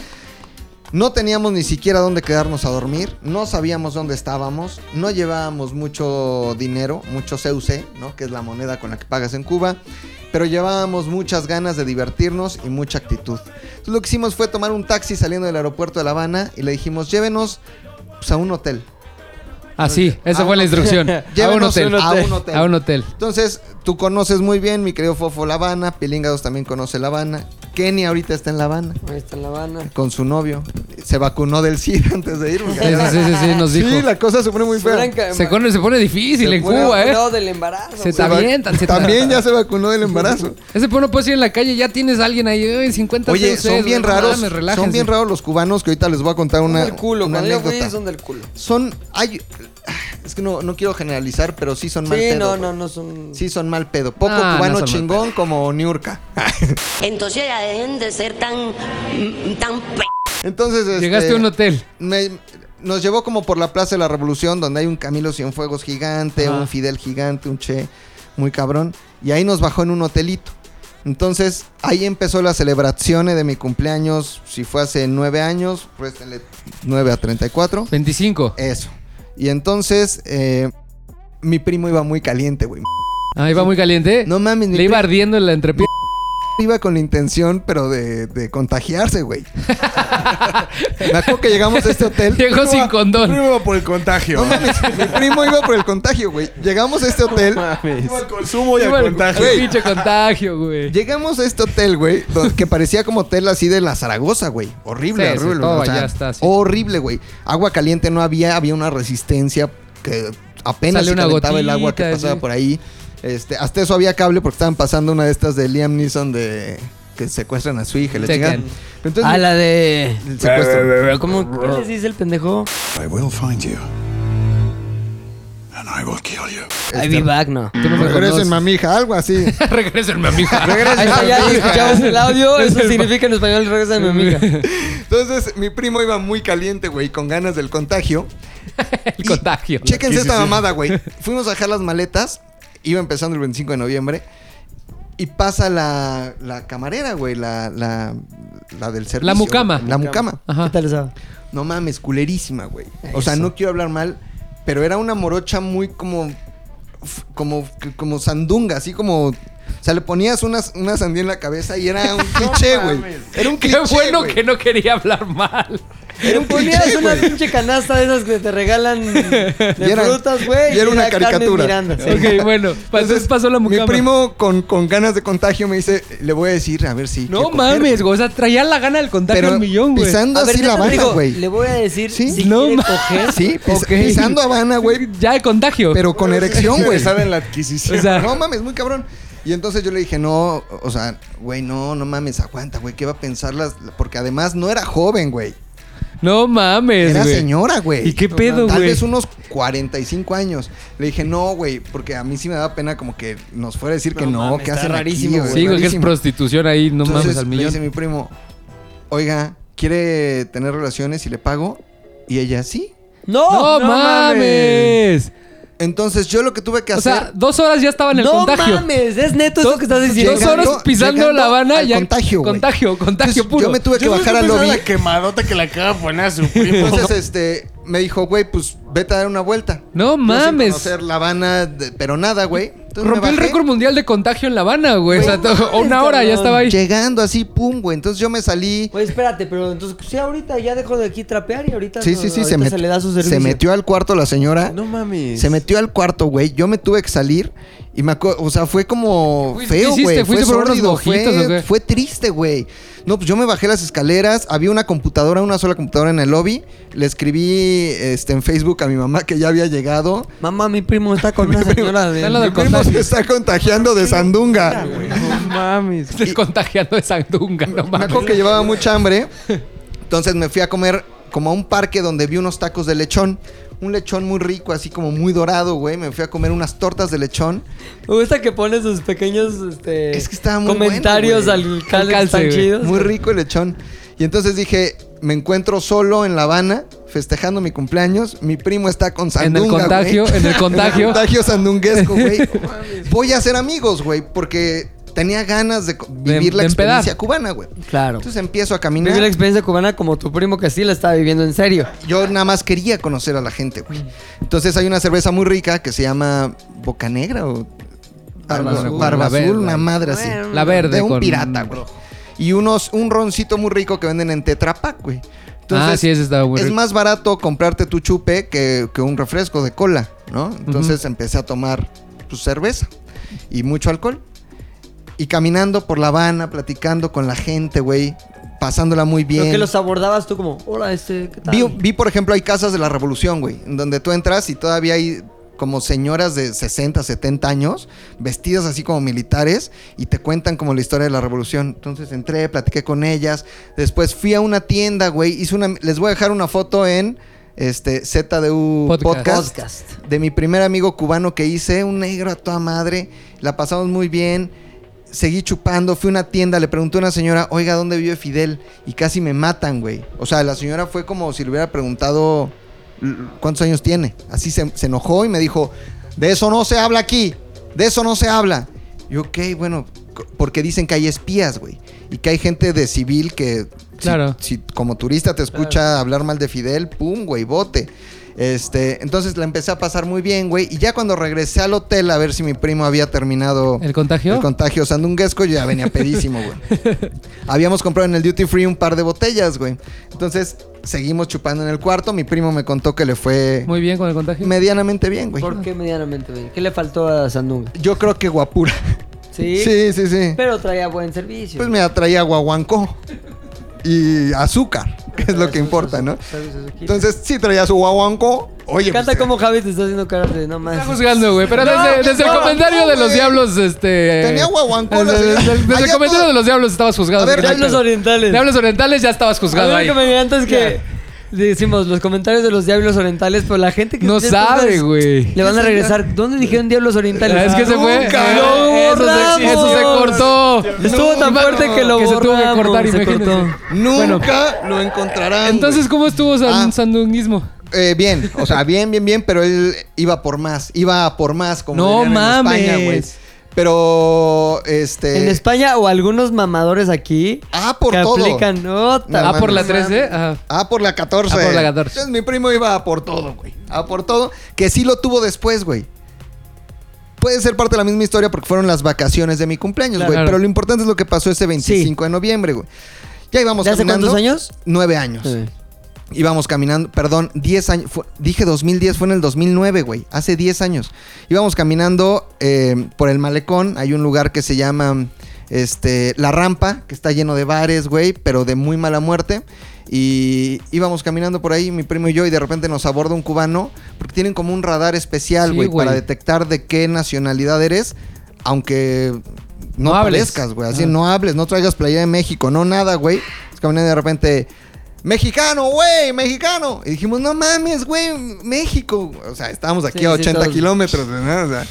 [SPEAKER 3] No teníamos ni siquiera dónde quedarnos a dormir, no sabíamos dónde estábamos, no llevábamos mucho dinero, mucho CUC, ¿no? que es la moneda con la que pagas en Cuba, pero llevábamos muchas ganas de divertirnos y mucha actitud. Entonces lo que hicimos fue tomar un taxi saliendo del aeropuerto de La Habana y le dijimos, llévenos pues, a un hotel.
[SPEAKER 4] Así, esa
[SPEAKER 3] A
[SPEAKER 4] fue
[SPEAKER 3] un
[SPEAKER 4] la instrucción. A un
[SPEAKER 3] Llévenos
[SPEAKER 4] hotel.
[SPEAKER 3] a un hotel.
[SPEAKER 4] A un hotel.
[SPEAKER 3] Entonces, tú conoces muy bien, mi querido Fofo, La Habana, Pilingados también conoce La Habana, Kenny ahorita está en La Habana
[SPEAKER 2] Ahí está en La Habana.
[SPEAKER 3] con su novio, se vacunó del SIDA antes de ir. porque-
[SPEAKER 4] Sí, sí, sí, sí, sí, nos
[SPEAKER 3] Sí,
[SPEAKER 4] dijo.
[SPEAKER 3] la cosa se pone muy fea.
[SPEAKER 2] Franca-
[SPEAKER 4] Se, pone, se pone difícil
[SPEAKER 3] Se
[SPEAKER 4] en
[SPEAKER 3] pone-
[SPEAKER 4] Cuba, ¿eh?
[SPEAKER 2] No, del embarazo.
[SPEAKER 4] Se
[SPEAKER 2] güey.
[SPEAKER 4] te avientan, se te-
[SPEAKER 3] También ya se vacunó del embarazo.
[SPEAKER 4] Ese no puedes ir en la calle, ya tienes a alguien ahí, "Ay, 50
[SPEAKER 3] Oye,
[SPEAKER 4] CUCs,
[SPEAKER 3] son bien
[SPEAKER 4] no
[SPEAKER 3] raros.
[SPEAKER 4] mames,
[SPEAKER 3] son
[SPEAKER 4] relájense".
[SPEAKER 3] bien raros los cubanos que ahorita les voy a contar
[SPEAKER 2] Son
[SPEAKER 3] una,
[SPEAKER 2] del culo.
[SPEAKER 3] una
[SPEAKER 2] Cuando yo fui,
[SPEAKER 3] anécdota.
[SPEAKER 2] son del culo.
[SPEAKER 3] Son- hay- es que no, no quiero generalizar, pero sí son mal
[SPEAKER 2] Sí,
[SPEAKER 3] pedo.
[SPEAKER 2] no,
[SPEAKER 3] güey.
[SPEAKER 2] no, no son.
[SPEAKER 3] Sí son mal pedo. Poco
[SPEAKER 4] Ah, no
[SPEAKER 3] cubano
[SPEAKER 4] son mal
[SPEAKER 3] chingón como Niurka.
[SPEAKER 9] Entonces ya dejen de ser tan. mm, tan p.
[SPEAKER 3] Entonces, este,
[SPEAKER 4] Llegaste a un hotel.
[SPEAKER 3] me- nos llevó como por la Plaza de la Revolución, donde hay un Camilo Cienfuegos gigante,
[SPEAKER 4] Ajá.
[SPEAKER 3] un Fidel gigante, un Che muy cabrón. Y ahí nos bajó en un hotelito. Entonces, ahí empezó la celebración de mi cumpleaños. Si fue hace nueve años, préstenle 9 a 34.
[SPEAKER 4] 25.
[SPEAKER 3] Eso. Y entonces, eh, mi primo iba muy caliente, güey.
[SPEAKER 4] Ahí va muy caliente.
[SPEAKER 3] No mames, mi
[SPEAKER 4] Le iba
[SPEAKER 3] primo-
[SPEAKER 4] ardiendo en la entrepierna.
[SPEAKER 3] Iba con la intención, pero de, de contagiarse, güey. Me acuerdo que llegamos a este hotel.
[SPEAKER 4] Llegó sin condón.
[SPEAKER 5] Primero por el contagio.
[SPEAKER 3] No mames, mi primo iba por el contagio, güey. Llegamos a este hotel.
[SPEAKER 5] Iba al consumo y
[SPEAKER 4] Iba
[SPEAKER 5] al
[SPEAKER 4] al-
[SPEAKER 5] contagio.
[SPEAKER 4] al pinche contagio, güey.
[SPEAKER 3] Llegamos a este hotel, güey, do- que parecía como hotel así de la Zaragoza, güey. Horrible,
[SPEAKER 4] Sí, sí,
[SPEAKER 3] horrible.
[SPEAKER 4] todo
[SPEAKER 3] o sea,
[SPEAKER 4] allá está así.
[SPEAKER 3] Horrible, güey. Agua caliente no había, había una resistencia que apenas
[SPEAKER 4] Sale
[SPEAKER 3] se
[SPEAKER 4] una
[SPEAKER 3] calentaba el agua que
[SPEAKER 4] gotita,
[SPEAKER 3] pasaba
[SPEAKER 4] sí.
[SPEAKER 3] por ahí. Este, hasta eso había cable porque estaban pasando una de estas de Liam Neeson de que secuestran a su hija, le
[SPEAKER 4] Tekken.
[SPEAKER 3] chingan. Entonces,
[SPEAKER 2] a la de.
[SPEAKER 3] el secuestro.
[SPEAKER 2] ¿Cómo ¿Qué les dice el pendejo?
[SPEAKER 8] I will find you. And I will kill you.
[SPEAKER 3] Este-
[SPEAKER 2] I be back, no.
[SPEAKER 4] Tú no me conoces.
[SPEAKER 3] Regresen, mamija, algo así.
[SPEAKER 4] Regrésenme a mi
[SPEAKER 2] Ahí
[SPEAKER 3] Regresen,
[SPEAKER 2] está, ya
[SPEAKER 3] mamija.
[SPEAKER 2] escuchamos el audio. Eso significa en español regresa de mi amiga.
[SPEAKER 3] Entonces, mi primo iba muy caliente, güey, con ganas del contagio.
[SPEAKER 4] El contagio.
[SPEAKER 3] Chéquense esta mamada, güey. Fuimos a dejar las maletas. Iba empezando el 25 de noviembre. Y pasa la, la camarera, güey. La, la, la del servicio.
[SPEAKER 4] La mucama.
[SPEAKER 3] La mucama.
[SPEAKER 2] ¿Qué
[SPEAKER 4] Ajá.
[SPEAKER 2] tal esa?
[SPEAKER 3] No mames, culerísima, güey. O
[SPEAKER 2] Eso.
[SPEAKER 3] sea, no quiero hablar mal. Pero era una morocha muy como... Como, como sandunga, así como... O sea, le ponías una, una sandía en la cabeza y era un cliché, güey. Era un
[SPEAKER 4] Qué
[SPEAKER 3] cliché,
[SPEAKER 4] bueno
[SPEAKER 3] güey.
[SPEAKER 4] que no quería hablar mal.
[SPEAKER 3] Era un
[SPEAKER 2] Ponías
[SPEAKER 3] cliché,
[SPEAKER 2] una
[SPEAKER 3] güey.
[SPEAKER 2] pinche canasta de esas que te regalan de
[SPEAKER 3] Y era-
[SPEAKER 2] frutas, güey.
[SPEAKER 3] y era una
[SPEAKER 2] la Carmen
[SPEAKER 3] caricatura.
[SPEAKER 2] Miranda, sí.
[SPEAKER 4] Ok, bueno. Entonces pasó la mucama.
[SPEAKER 3] Mi primo con, con ganas de contagio me dice, le voy a decir, a ver si...
[SPEAKER 4] No
[SPEAKER 3] quiero
[SPEAKER 4] mames,
[SPEAKER 3] coger,
[SPEAKER 4] güey. O sea, traía la gana del contagio
[SPEAKER 3] Pero
[SPEAKER 4] al millón, güey.
[SPEAKER 3] pisando
[SPEAKER 2] A ver,
[SPEAKER 3] así la
[SPEAKER 2] neta,
[SPEAKER 3] Habana,
[SPEAKER 2] digo,
[SPEAKER 3] güey.
[SPEAKER 2] Le voy a decir
[SPEAKER 3] Sí.
[SPEAKER 2] si
[SPEAKER 4] No
[SPEAKER 2] quiere
[SPEAKER 4] ma-
[SPEAKER 2] coger.
[SPEAKER 3] Sí, pis-
[SPEAKER 4] Ok.
[SPEAKER 3] pisando Habana, güey,
[SPEAKER 4] Ya de contagio.
[SPEAKER 3] pero con erección, güey.
[SPEAKER 5] Saben la
[SPEAKER 4] o
[SPEAKER 5] adquisición.
[SPEAKER 4] sea,
[SPEAKER 3] No mames, muy cabrón. Y entonces yo le dije, no, o sea, güey, no, no mames, aguanta, güey, ¿qué va a pensar las...? Porque además no era joven, güey.
[SPEAKER 4] no mames,
[SPEAKER 3] Era
[SPEAKER 4] güey.
[SPEAKER 3] señora, güey.
[SPEAKER 4] ¿Y qué
[SPEAKER 3] No
[SPEAKER 4] pedo,
[SPEAKER 3] Tal
[SPEAKER 4] güey?
[SPEAKER 3] vez unos 45 años. Le dije, no, güey, porque a mí sí me daba pena como que nos fuera a decir que no, que hacen rarísimo, aquí, güey,
[SPEAKER 4] Sí, güey, que es
[SPEAKER 3] rarísimo.
[SPEAKER 4] prostitución ahí, no
[SPEAKER 3] Entonces,
[SPEAKER 4] mames al
[SPEAKER 3] le
[SPEAKER 4] millón.
[SPEAKER 3] dice mi primo, oiga, ¿quiere tener relaciones y le pago? Y ella, sí.
[SPEAKER 4] ¡No, mames!
[SPEAKER 3] Entonces yo lo que tuve que
[SPEAKER 4] O
[SPEAKER 3] hacer...
[SPEAKER 4] sea, dos horas ya estaba en el
[SPEAKER 2] No
[SPEAKER 4] contagio.
[SPEAKER 2] mames, es neto eso
[SPEAKER 4] Dos-
[SPEAKER 2] que estás diciendo.
[SPEAKER 4] Dos horas pisando
[SPEAKER 3] llegando
[SPEAKER 4] la Habana
[SPEAKER 3] al
[SPEAKER 4] ya.
[SPEAKER 3] contagio, güey.
[SPEAKER 4] contagio, contagio
[SPEAKER 3] entonces,
[SPEAKER 4] puro.
[SPEAKER 3] Yo me tuve que bajar al lobby.
[SPEAKER 5] la quemadota que le acaba de poner a su primo.
[SPEAKER 3] Entonces, este, me dijo, güey, pues vete a dar una vuelta.
[SPEAKER 4] No
[SPEAKER 3] Yo sin
[SPEAKER 4] mames.
[SPEAKER 3] conocer La Habana, de- pero nada, güey. Entonces me
[SPEAKER 4] Rompió el
[SPEAKER 3] bajé,
[SPEAKER 4] récord mundial de contagio en La Habana, güey. O sea,
[SPEAKER 3] Güey,
[SPEAKER 4] to- una
[SPEAKER 2] mames,
[SPEAKER 4] hora ya
[SPEAKER 2] cabrón.
[SPEAKER 4] estaba ahí.
[SPEAKER 3] Llegando así, pum, güey. Entonces yo me salí.
[SPEAKER 2] Oye, Pues espérate, pero entonces, pues, sí, ahorita ya dejo de aquí trapear y ahorita,
[SPEAKER 3] Sí,
[SPEAKER 2] no-
[SPEAKER 3] sí, sí.
[SPEAKER 2] ahorita
[SPEAKER 3] Se, met-
[SPEAKER 2] le da su
[SPEAKER 3] se
[SPEAKER 2] servicio.
[SPEAKER 3] metió al cuarto la señora.
[SPEAKER 6] No mames.
[SPEAKER 3] Se metió al cuarto, güey. Yo me tuve que salir. Y me acuerdo, o sea, fue como
[SPEAKER 4] Fuiste-
[SPEAKER 3] feo,
[SPEAKER 4] ¿qué
[SPEAKER 3] güey. Fue
[SPEAKER 4] hiciste? ¿Fuiste por unos
[SPEAKER 3] sórdido,
[SPEAKER 4] mojitos o
[SPEAKER 3] fue,
[SPEAKER 4] qué?
[SPEAKER 3] fue triste, güey. No, pues yo me bajé las escaleras, había una computadora, una sola computadora en el lobby. Le escribí este, en Facebook a mi mamá que ya había llegado.
[SPEAKER 2] Mamá, mi primo está con una señora de...
[SPEAKER 4] Está en la del
[SPEAKER 3] Mi primo se
[SPEAKER 4] contagio.
[SPEAKER 3] está contagiando de sandunga.
[SPEAKER 6] mames.
[SPEAKER 4] Estoy contagiando de sandunga,
[SPEAKER 3] Me
[SPEAKER 4] no mames.
[SPEAKER 3] acuerdo que llevaba mucha hambre. Entonces me fui a comer como a un parque donde vi unos tacos de lechón. Un lechón muy rico, así como muy dorado, güey. Me fui a comer unas tortas de lechón.
[SPEAKER 2] Me gusta que pone sus pequeños este,
[SPEAKER 3] Es que estaba muy
[SPEAKER 2] comentarios
[SPEAKER 3] bueno, güey.
[SPEAKER 2] al calce,
[SPEAKER 4] Al calce,
[SPEAKER 2] están
[SPEAKER 4] güey.
[SPEAKER 2] chidos.
[SPEAKER 3] Muy rico el lechón. Y entonces dije, me encuentro solo en La Habana, festejando mi cumpleaños. Mi primo está con
[SPEAKER 4] En
[SPEAKER 3] sandunga,
[SPEAKER 4] el contagio,
[SPEAKER 3] güey.
[SPEAKER 4] en el contagio.
[SPEAKER 3] contagio sandunguesco, güey. Voy a hacer amigos, güey, porque tenía ganas de co- vivir la
[SPEAKER 4] de empedar.
[SPEAKER 3] experiencia cubana, güey.
[SPEAKER 2] Claro.
[SPEAKER 3] Entonces empiezo a caminar.
[SPEAKER 2] Viví la experiencia cubana como tu primo que sí la estaba viviendo en serio.
[SPEAKER 3] Yo nada más quería conocer a la gente, güey.
[SPEAKER 4] Mm.
[SPEAKER 3] Entonces hay una cerveza muy rica que se llama Boca Negra o
[SPEAKER 4] Barba
[SPEAKER 3] Barba,
[SPEAKER 4] Azul.
[SPEAKER 3] Barba
[SPEAKER 4] La
[SPEAKER 3] Azul,
[SPEAKER 4] verde.
[SPEAKER 3] una madre así.
[SPEAKER 4] La verde
[SPEAKER 3] De un
[SPEAKER 4] con-
[SPEAKER 3] pirata, güey. Y unos, un roncito muy rico que venden en Tetra Pak, güey.
[SPEAKER 4] Ah, sí, ese estaba muy
[SPEAKER 3] Es
[SPEAKER 4] rico.
[SPEAKER 3] más barato comprarte tu chupe que, que un refresco de cola, ¿no? Entonces empecé a tomar tu cerveza y mucho alcohol. Y caminando por La Habana, platicando con la gente, güey. Pasándola muy bien.
[SPEAKER 2] Lo que los abordabas tú como, hola, este, ¿qué tal?
[SPEAKER 3] Vi, vi, por ejemplo, hay casas de la revolución, güey, en donde tú entras y todavía hay como señoras de 60, 70 años, vestidas así como militares, y te cuentan como la historia de la revolución. Entonces entré, platiqué con ellas, después fui a una tienda, güey, hice una... Les voy a dejar una foto en este ZDU
[SPEAKER 4] Podcast.
[SPEAKER 3] Podcast
[SPEAKER 2] Podcast.
[SPEAKER 3] de mi primer amigo cubano que hice, un negro a toda madre. La pasamos muy bien. Seguí chupando, fui a una tienda, le pregunté a una señora, oiga, ¿dónde vive Fidel? Y casi me matan, güey. O sea, la señora fue como si le hubiera preguntado "L- cuántos años tiene. Así se, se enojó y me dijo, de eso no se habla aquí, de eso no se habla. Y ok, bueno, c- porque dicen que hay espías, güey. Y que hay gente de civil que si-
[SPEAKER 4] Claro.
[SPEAKER 3] si como turista te escucha hablar mal de Fidel, pum, güey, bote. Este, entonces la empecé a pasar muy bien, güey. Y ya cuando regresé al hotel a ver si mi primo había terminado
[SPEAKER 4] ¿El contagio?
[SPEAKER 3] el contagio sandunguesco, yo ya venía pedísimo, güey. Habíamos comprado en el duty free un par de botellas, güey. Entonces seguimos chupando en el cuarto. Mi primo me contó que le fue
[SPEAKER 4] Muy bien con el contagio.
[SPEAKER 3] medianamente bien, güey.
[SPEAKER 2] ¿Por qué medianamente bien? ¿Qué le faltó a Sandunga?
[SPEAKER 3] Yo creo que guapura.
[SPEAKER 2] ¿Sí?
[SPEAKER 3] sí, sí. sí.
[SPEAKER 2] Pero traía buen servicio.
[SPEAKER 3] Pues me atraía guaguancó y azúcar, que es lo que importa, ¿no? Entonces, sí traía su guaguancó. Oye,
[SPEAKER 2] Me encanta
[SPEAKER 3] pues,
[SPEAKER 2] cómo Javi te está haciendo caras de no más.
[SPEAKER 4] Está juzgando, güey. Pero desde, desde el
[SPEAKER 3] no,
[SPEAKER 4] comentario
[SPEAKER 3] no,
[SPEAKER 4] de los
[SPEAKER 3] güey.
[SPEAKER 4] diablos, este.
[SPEAKER 3] Tenía guaguancó la
[SPEAKER 4] Desde,
[SPEAKER 3] señora.
[SPEAKER 4] desde- desde
[SPEAKER 3] Allá
[SPEAKER 4] el comentario
[SPEAKER 3] todo-
[SPEAKER 4] de los diablos estabas juzgado.
[SPEAKER 3] A ver,
[SPEAKER 4] Diablos-
[SPEAKER 2] Diablos orientales.
[SPEAKER 4] diablos orientales ya estabas
[SPEAKER 2] A
[SPEAKER 4] juzgado
[SPEAKER 2] mí
[SPEAKER 4] ahí.
[SPEAKER 2] lo que me encanta es que decimos los comentarios de los diablos orientales, pero la gente que
[SPEAKER 4] No
[SPEAKER 2] escucha el podcast
[SPEAKER 4] sabe, güey.
[SPEAKER 2] Le van a regresar. ¿Dónde dijeron diablos orientales?
[SPEAKER 4] Ah, Es que se fue.
[SPEAKER 2] Nunca
[SPEAKER 4] Eh,
[SPEAKER 2] lo
[SPEAKER 4] eso, se,
[SPEAKER 2] borramos.
[SPEAKER 4] eso se cortó.
[SPEAKER 2] Estuvo tan
[SPEAKER 4] Ima-
[SPEAKER 2] fuerte que lo
[SPEAKER 4] se tuvo que
[SPEAKER 2] borramos,
[SPEAKER 4] cortar,
[SPEAKER 2] se
[SPEAKER 4] imagínense.
[SPEAKER 2] cortó.
[SPEAKER 3] Nunca lo encontrarán.
[SPEAKER 4] Entonces, ¿cómo estuvo San,
[SPEAKER 3] Ah.
[SPEAKER 4] sandunguismo?
[SPEAKER 3] güey. Eh, bien, o sea, bien, bien, bien, pero él iba por más, iba a por más, como
[SPEAKER 4] No
[SPEAKER 3] dirían en España, güey.
[SPEAKER 4] mames.
[SPEAKER 3] Pero, este...
[SPEAKER 2] Ah, En España o algunos mamadores aquí
[SPEAKER 3] Ah, por
[SPEAKER 2] que
[SPEAKER 3] todo.
[SPEAKER 2] aplican nota.
[SPEAKER 4] Ah,
[SPEAKER 3] mames.
[SPEAKER 4] por la 13. Ah.
[SPEAKER 3] Ah, por la 14.
[SPEAKER 4] Ah, por la 14.
[SPEAKER 3] Entonces mi primo iba a por todo, güey. A por todo. Que sí lo tuvo después, güey. Puede ser parte de la misma historia porque fueron las vacaciones de mi cumpleaños,
[SPEAKER 4] Claro.
[SPEAKER 3] güey. Pero lo importante es lo que pasó ese 25 de noviembre, güey. Ya íbamos
[SPEAKER 2] ¿De hace
[SPEAKER 3] caminando.
[SPEAKER 2] cuántos años?
[SPEAKER 3] Nueve años. Íbamos caminando, perdón, 10 años. fue- dije 2010, fue en el 2009, güey. Hace 10 años. Íbamos caminando eh, por el malecón. Hay un lugar que se llama este, La Rampa, que está lleno de bares, güey, pero de muy mala muerte. Y íbamos caminando por ahí, mi primo y yo, y de repente nos aborda un cubano, porque tienen como un radar especial,
[SPEAKER 4] Sí,
[SPEAKER 3] güey,
[SPEAKER 4] güey.
[SPEAKER 3] para detectar de qué nacionalidad eres, aunque no,
[SPEAKER 4] No hables.
[SPEAKER 3] aparezcas, güey. Así
[SPEAKER 4] Ah.
[SPEAKER 3] no hables, no traigas playa de México, no nada, güey. Es caminan de repente. Mexicano, güey, mexicano. Y dijimos, no mames, güey, México. O sea, estábamos aquí
[SPEAKER 2] Sí,
[SPEAKER 3] a
[SPEAKER 2] sí,
[SPEAKER 3] 80
[SPEAKER 2] todos.
[SPEAKER 3] kilómetros, ¿no? O sea,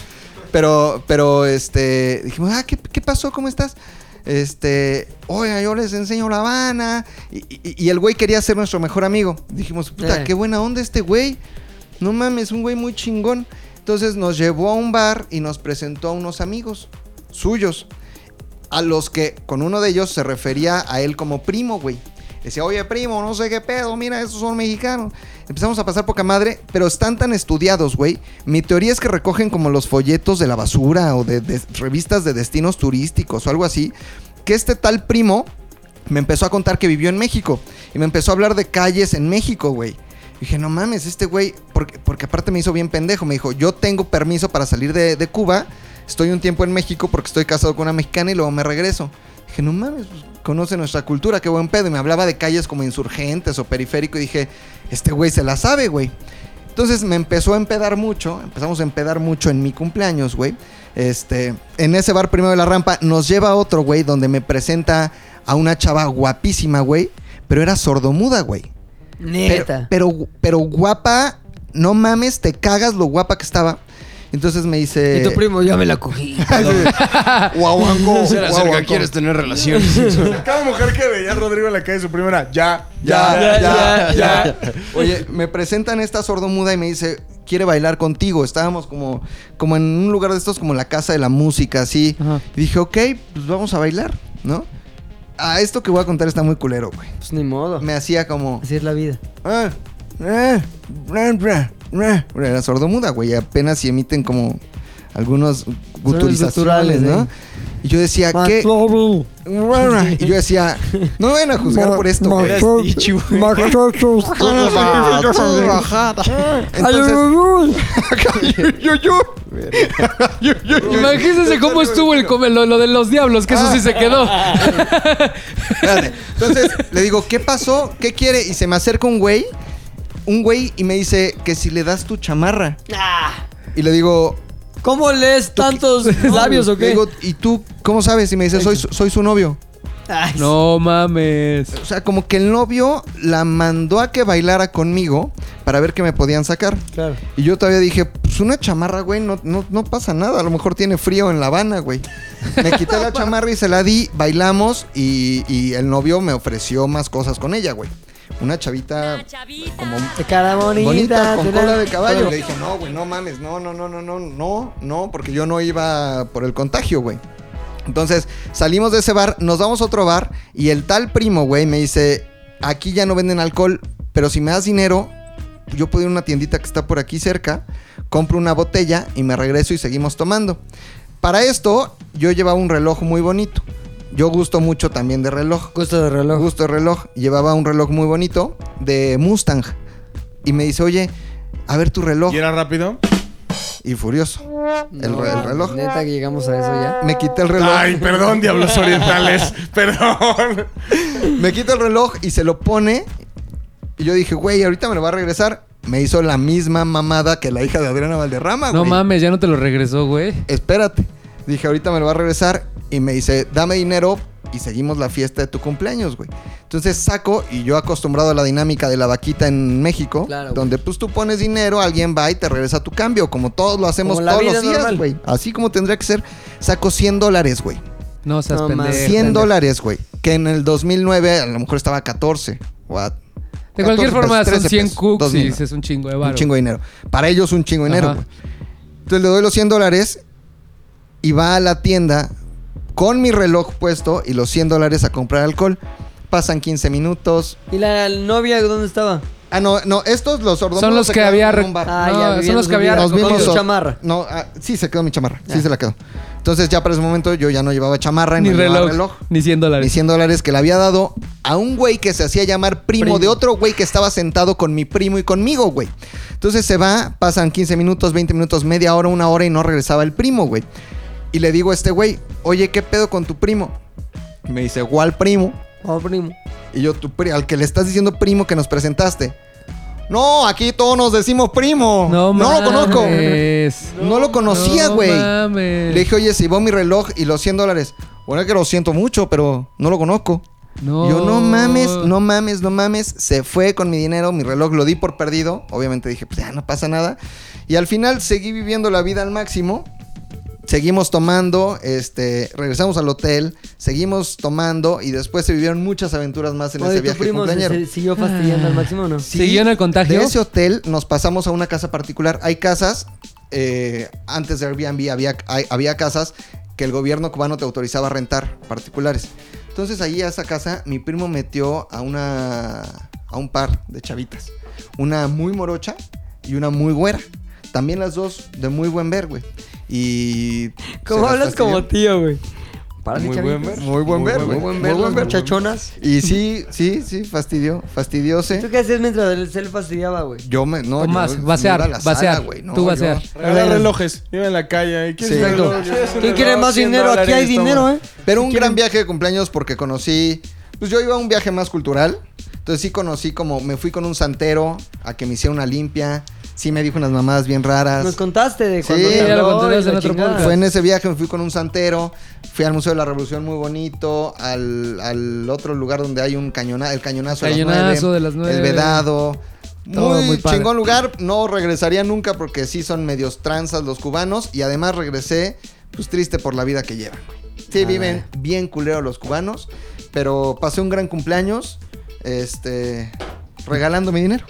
[SPEAKER 3] pero, pero, este, dijimos, ah, ¿qué, qué pasó? ¿Cómo estás? Este, oiga, yo les enseño La Habana. Y, y- y el güey quería ser nuestro mejor amigo. Dijimos, puta,
[SPEAKER 2] Eh.
[SPEAKER 3] qué buena onda este güey. No mames, un güey muy chingón. Entonces nos llevó a un bar y nos presentó a unos amigos suyos. A los que con uno de ellos se refería a él como primo, güey. Le decía, oye, primo, no sé qué pedo, mira, estos son mexicanos. Empezamos a pasar poca madre, pero están tan estudiados, güey. Mi teoría es que recogen como los folletos de la basura o de, de revistas de destinos turísticos o algo así. Que este tal primo me empezó a contar que vivió en México. Y me empezó a hablar de calles en México, güey. Y dije, no mames, este güey, porque, porque aparte me hizo bien pendejo. Me dijo, yo tengo permiso para salir de, de Cuba. Estoy un tiempo en México porque estoy casado con una mexicana y luego me regreso. Dije, no mames, pues, conoce nuestra cultura, qué buen pedo. Y me hablaba de calles como insurgentes o periférico. Y dije, este güey se la sabe, güey. Entonces me empezó a empedar mucho, empezamos a empedar mucho en mi cumpleaños, güey. Este, en ese bar primero de la rampa nos lleva a otro, güey, donde me presenta a una chava guapísima, güey, pero era sordomuda, güey. Pero,
[SPEAKER 2] Neta.
[SPEAKER 3] pero, pero guapa, no mames, te cagas lo guapa que estaba. Entonces me dice.
[SPEAKER 2] y tu primo, ya me la cogí.
[SPEAKER 3] Guauanco,
[SPEAKER 6] Se le acerca,
[SPEAKER 3] guauanco.
[SPEAKER 6] ¿Quieres tener relaciones?
[SPEAKER 5] Cada mujer que veía a Rodrigo en la calle, su primera, ya,
[SPEAKER 3] Ya,
[SPEAKER 5] ya,
[SPEAKER 3] ya,
[SPEAKER 5] ya, ya.
[SPEAKER 3] Oye, me presentan esta sordomuda y me dice, quiere bailar contigo. Estábamos como, como en un lugar de estos, como la casa de la música, así.
[SPEAKER 4] Ajá.
[SPEAKER 3] Y dije, ok, pues vamos a bailar, ¿no? Ah, esto que voy a contar está muy culero, güey.
[SPEAKER 2] Pues ni modo.
[SPEAKER 3] Me hacía como...
[SPEAKER 2] Así es la vida.
[SPEAKER 3] "Ah, ah, bra, bra, bra". Era sordomuda, güey. Apenas si emiten como algunos guturizaciones,
[SPEAKER 2] guturales,
[SPEAKER 3] ¿no?
[SPEAKER 2] ¿eh?
[SPEAKER 3] Y yo decía, ¿qué? Y yo decía, no me van a juzgar por esto, güey.
[SPEAKER 5] Ah.
[SPEAKER 4] Imagínense cómo estuvo el come- lo, lo de los diablos, que eso sí se quedó.
[SPEAKER 3] Espérate. Entonces le digo, ¿qué pasó? ¿Qué quiere? Y se me acerca un güey, un güey, y me dice que si le das tu chamarra.
[SPEAKER 9] Ah.
[SPEAKER 3] Y le digo,
[SPEAKER 2] ¿Cómo lees tantos labios o
[SPEAKER 3] le
[SPEAKER 2] qué?
[SPEAKER 3] pues, digo, ¿y tú cómo sabes? Y me dice, soy, su- soy su novio.
[SPEAKER 2] Ay,
[SPEAKER 4] No mames.
[SPEAKER 3] O sea, como que el novio la mandó a que bailara conmigo para ver qué me podían sacar.
[SPEAKER 2] Claro.
[SPEAKER 3] Y yo todavía dije, pues una chamarra, güey, no, no, no pasa nada. A lo mejor tiene frío en La Habana, güey. Me quité la chamarra y se la di, bailamos y, y el novio me ofreció más cosas con ella, güey. Una chavita como
[SPEAKER 2] De cara bonita.
[SPEAKER 3] bonita, con
[SPEAKER 2] tela-
[SPEAKER 3] cola de caballo.
[SPEAKER 2] Pero-
[SPEAKER 3] Le dije, no, güey, no mames, no, no, no, no, no, no, no, porque yo no iba por el contagio, güey. Entonces salimos de ese bar, nos damos a otro bar y el tal primo, güey, me dice, aquí ya no venden alcohol, pero si me das dinero, yo puedo ir a una tiendita que está por aquí cerca, compro una botella y me regreso y seguimos tomando. Para esto yo llevaba un reloj muy bonito. Yo gusto mucho también de reloj.
[SPEAKER 2] Gusto de reloj.
[SPEAKER 3] Gusto de reloj. Llevaba un reloj muy bonito de Mustang. Y me dice, oye, a ver tu reloj.
[SPEAKER 2] Oh.
[SPEAKER 5] ¿Y era rápido?
[SPEAKER 3] Y furioso. El, re- el reloj.
[SPEAKER 2] Neta que llegamos a eso ya.
[SPEAKER 3] Me quité el reloj.
[SPEAKER 5] Ay, perdón, diablos orientales. Perdón.
[SPEAKER 3] Me quita el reloj y se lo pone. Y yo dije, güey, ahorita me lo va a regresar. Me hizo la misma mamada que la hija de Adriana Valderrama, Ah,
[SPEAKER 4] No
[SPEAKER 3] güey.
[SPEAKER 4] mames, ya no te lo regresó, güey.
[SPEAKER 3] Espérate. Dije, ahorita me lo va a regresar. Y me dice, dame dinero y seguimos la fiesta de tu cumpleaños, güey. Entonces saco, y yo acostumbrado a la dinámica de la vaquita en México,
[SPEAKER 2] Claro, güey.
[SPEAKER 3] donde pues tú pones dinero, alguien va y te regresa tu cambio, como todos lo hacemos
[SPEAKER 2] Como la
[SPEAKER 3] todos
[SPEAKER 2] vida
[SPEAKER 3] los días,
[SPEAKER 2] normal.
[SPEAKER 3] güey. Así como tendría que ser, saco 100 dólares, güey.
[SPEAKER 4] No seas
[SPEAKER 2] No
[SPEAKER 4] pendejo.
[SPEAKER 2] mames.
[SPEAKER 3] 100 dólares, güey. Que en el 2009 a lo mejor estaba 14. What?
[SPEAKER 4] De cualquier
[SPEAKER 3] 14
[SPEAKER 4] forma,
[SPEAKER 3] pesos,
[SPEAKER 4] son
[SPEAKER 3] 13
[SPEAKER 4] 100
[SPEAKER 3] pesos,
[SPEAKER 4] cookies,
[SPEAKER 3] 2000,
[SPEAKER 4] es un chingo de varo.
[SPEAKER 3] un chingo de dinero. Para ellos un chingo de dinero,
[SPEAKER 4] Ajá.
[SPEAKER 3] güey. Entonces le doy los 100 dólares y va a la tienda con mi reloj puesto y los 100 dólares a comprar alcohol. Pasan 15 minutos.
[SPEAKER 2] ¿Y la novia dónde estaba?
[SPEAKER 3] Ah, no, no, estos los sordos.
[SPEAKER 4] Son los que había...
[SPEAKER 3] en
[SPEAKER 4] re-
[SPEAKER 3] un bar.
[SPEAKER 2] Ah,
[SPEAKER 4] no,
[SPEAKER 2] ya,
[SPEAKER 4] son
[SPEAKER 2] vivían
[SPEAKER 4] los que
[SPEAKER 2] los
[SPEAKER 4] había...
[SPEAKER 2] vivían.
[SPEAKER 3] Nos
[SPEAKER 2] recogido
[SPEAKER 3] vimos
[SPEAKER 2] tu
[SPEAKER 3] so-
[SPEAKER 2] chamarra.
[SPEAKER 3] No, ah, sí se quedó mi chamarra. Sí
[SPEAKER 2] Ya.
[SPEAKER 3] se la quedó. Entonces ya para ese momento yo ya no llevaba chamarra y
[SPEAKER 4] Ni
[SPEAKER 3] no llevaba
[SPEAKER 4] reloj, Ni 100
[SPEAKER 3] mis
[SPEAKER 4] dólares.
[SPEAKER 3] 100 dólares que le había dado a un güey que se hacía llamar primo,
[SPEAKER 2] Primo.
[SPEAKER 3] de otro güey que estaba sentado con mi primo y conmigo, güey. Entonces se va, pasan 15 minutos, 20 minutos, media hora, una hora y no regresaba el primo, güey. Y le digo a este güey, oye, ¿qué pedo con tu primo? Y me dice, ¿cuál primo?
[SPEAKER 2] Oh, primo.
[SPEAKER 3] Y yo, tu pri- al que le estás diciendo primo que nos presentaste. No, aquí todos nos decimos primo. No, lo conozco.
[SPEAKER 4] mames.
[SPEAKER 3] No, lo conocía,
[SPEAKER 4] No
[SPEAKER 3] güey.
[SPEAKER 4] mames.
[SPEAKER 3] Le dije, oye, si vos mi reloj y los 100 dólares. Bueno, es que lo siento mucho, pero no lo conozco.
[SPEAKER 4] No.
[SPEAKER 3] Yo no mames, no mames, no mames. Se fue con mi dinero, mi reloj lo di por perdido. Obviamente dije, pues ya no pasa nada. Y al final seguí viviendo la vida al máximo. Seguimos tomando, este, regresamos al hotel, seguimos tomando y después se vivieron muchas aventuras más en
[SPEAKER 2] Oye,
[SPEAKER 3] ese
[SPEAKER 2] tu
[SPEAKER 3] viaje
[SPEAKER 2] primo se-
[SPEAKER 3] cumpleañero.
[SPEAKER 2] se siguió fastidiando al máximo, ¿o ¿no?
[SPEAKER 3] Sí,
[SPEAKER 4] ¿Siguió en el contagio?
[SPEAKER 3] De ese hotel nos pasamos a una casa particular. Hay casas, eh, antes de Airbnb había, hay- había casas que el gobierno cubano te autorizaba a rentar particulares. Entonces ahí a esa casa mi primo metió a una a un par de chavitas, una muy morocha y una muy güera. También las dos de muy buen ver, güey. Y se
[SPEAKER 2] Como
[SPEAKER 3] las
[SPEAKER 2] hablas
[SPEAKER 3] fastidió.
[SPEAKER 2] como tío, güey. Para
[SPEAKER 6] Muy buen ver.
[SPEAKER 3] muy buen ver,
[SPEAKER 2] Muy
[SPEAKER 3] güey.
[SPEAKER 2] buen ver, las muchachonas.
[SPEAKER 3] Y sí, sí, sí, fastidió,
[SPEAKER 2] ¿Tú
[SPEAKER 3] fastidióse.
[SPEAKER 2] qué hacías mientras el cel fastidiaba, güey?
[SPEAKER 3] Yo me no,
[SPEAKER 4] Tomás,
[SPEAKER 3] yo,
[SPEAKER 4] vaciar,
[SPEAKER 3] yo era la sala,
[SPEAKER 4] vaciar.
[SPEAKER 3] güey, no,
[SPEAKER 4] Tú
[SPEAKER 3] yo-
[SPEAKER 4] vaciar.
[SPEAKER 5] Regalar relojes. Iba en la calle. ¿y ¿Quieres
[SPEAKER 3] Sí.
[SPEAKER 5] un reloj?
[SPEAKER 3] Exacto.
[SPEAKER 5] ¿Quieres un
[SPEAKER 2] ¿Quién quiere
[SPEAKER 5] reloj?
[SPEAKER 2] más
[SPEAKER 5] 100
[SPEAKER 2] dinero? Aquí hay
[SPEAKER 5] dólares, toma.
[SPEAKER 2] dinero, ¿eh?
[SPEAKER 3] Pero un gran viaje de cumpleaños porque conocí. Pues yo iba a un viaje más cultural. Entonces sí conocí como. Me fui con un santero a que me hiciera una limpia. Sí me dijo unas mamadas bien raras.
[SPEAKER 2] Nos contaste de cuando
[SPEAKER 3] Sí,
[SPEAKER 2] te
[SPEAKER 3] ya lo
[SPEAKER 2] habló
[SPEAKER 4] contaste
[SPEAKER 2] y la
[SPEAKER 4] en otro
[SPEAKER 2] chingada.
[SPEAKER 4] podcast.
[SPEAKER 3] Fue en ese viaje, me fui con un santero, fui al Museo de la Revolución muy bonito, al, al otro lugar donde hay un cañonazo, el cañonazo,
[SPEAKER 4] Cañonazo
[SPEAKER 3] de,
[SPEAKER 4] de
[SPEAKER 3] las
[SPEAKER 4] las
[SPEAKER 3] nueve,
[SPEAKER 4] nueve.
[SPEAKER 3] el vedado.
[SPEAKER 4] Todo
[SPEAKER 3] Muy,
[SPEAKER 4] muy padre.
[SPEAKER 3] chingón lugar, no regresaría nunca porque sí son medios tranzas los cubanos y además regresé pues triste por la vida que llevan. Sí viven bien culero los cubanos, pero pasé un gran cumpleaños este regalando mi dinero.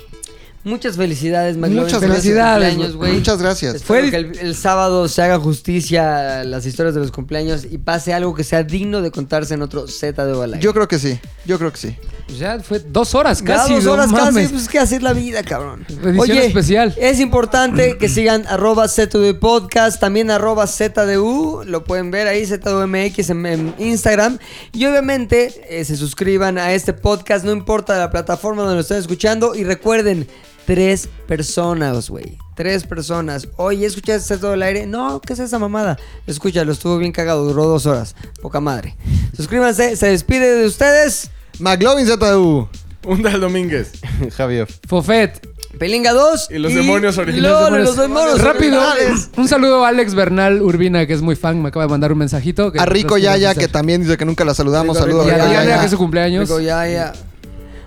[SPEAKER 2] Muchas felicidades, McLovin.
[SPEAKER 3] Muchas
[SPEAKER 2] por ese
[SPEAKER 4] felicidades,
[SPEAKER 2] cumpleaños,
[SPEAKER 3] güey. Muchas gracias.
[SPEAKER 2] Espero
[SPEAKER 4] Fue-
[SPEAKER 2] que el, el sábado se haga justicia a las historias de los cumpleaños y pase algo que sea digno de contarse en otro Z de Ovalay.
[SPEAKER 3] Yo creo que sí, yo creo que sí.
[SPEAKER 4] Pues ya fue dos horas
[SPEAKER 2] casi
[SPEAKER 4] casi.
[SPEAKER 2] dos
[SPEAKER 4] no
[SPEAKER 2] horas casi,
[SPEAKER 4] mames.
[SPEAKER 2] pues qué hacer la vida, cabrón.
[SPEAKER 4] Edición especial.
[SPEAKER 2] Es importante que sigan arroba ZDU Podcast, también arroba ZDU, lo pueden ver ahí, ZDUMX en, en Instagram. Y obviamente eh, se suscriban a este podcast, no importa la plataforma donde lo estén escuchando. Y recuerden, tres personas, güey. Tres personas. Oye, ¿escuchaste todo el aire? No, ¿qué es esa mamada? Escúchalo, estuvo bien cagado, duró dos horas. Poca madre. Suscríbanse, se despide de ustedes.
[SPEAKER 3] McLovin ZU.
[SPEAKER 5] Un Dal Domínguez.
[SPEAKER 6] Javier.
[SPEAKER 4] Fofet.
[SPEAKER 2] Pelinga 2
[SPEAKER 5] Y los demonios originales.
[SPEAKER 2] Lolo,
[SPEAKER 4] Demonios.
[SPEAKER 2] los demonios
[SPEAKER 4] Rápido.
[SPEAKER 2] originales.
[SPEAKER 4] Un saludo a Alex Bernal Urbina, que es muy fan, me acaba de mandar un mensajito. que-
[SPEAKER 3] A Rico Yaya, que también dice que nunca la saludamos.
[SPEAKER 2] Rico,
[SPEAKER 3] Saludos
[SPEAKER 4] Y
[SPEAKER 3] a
[SPEAKER 4] a
[SPEAKER 3] Rico
[SPEAKER 4] Diana,
[SPEAKER 3] Yaya.
[SPEAKER 4] que es su cumpleaños.
[SPEAKER 2] Digo, ya, ya.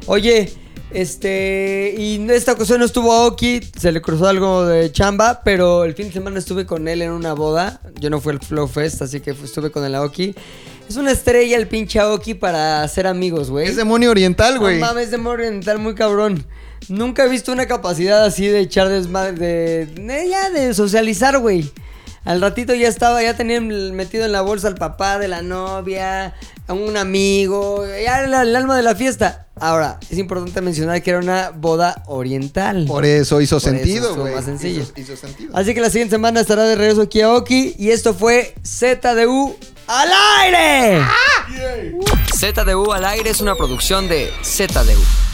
[SPEAKER 2] Oye, este. Y en esta ocasión no estuvo Aoki, se le cruzó algo de chamba, pero el fin de semana estuve con él en una boda. Yo no fui al Flow Fest, así que fu- estuve con el Aoki. Es una estrella el pinche Aoki para ser amigos, güey.
[SPEAKER 3] Es demonio oriental, güey.
[SPEAKER 2] No mames, demonio oriental muy cabrón. Nunca he visto una capacidad así de echar desmadre, de, de- ya de socializar, güey. Al ratito ya estaba, ya tenían metido en la bolsa al papá de la novia, a un amigo, ya era el alma de la fiesta. Ahora, es importante mencionar que era una boda oriental.
[SPEAKER 3] Por eso hizo
[SPEAKER 2] Por eso
[SPEAKER 3] sentido,
[SPEAKER 2] estuvo
[SPEAKER 3] güey.
[SPEAKER 2] más sencillo.
[SPEAKER 3] Hizo, hizo sentido.
[SPEAKER 2] Así que la siguiente semana estará de regreso aquí a Oki y esto fue ZDU al aire. ZDU al aire es una producción de ZDU.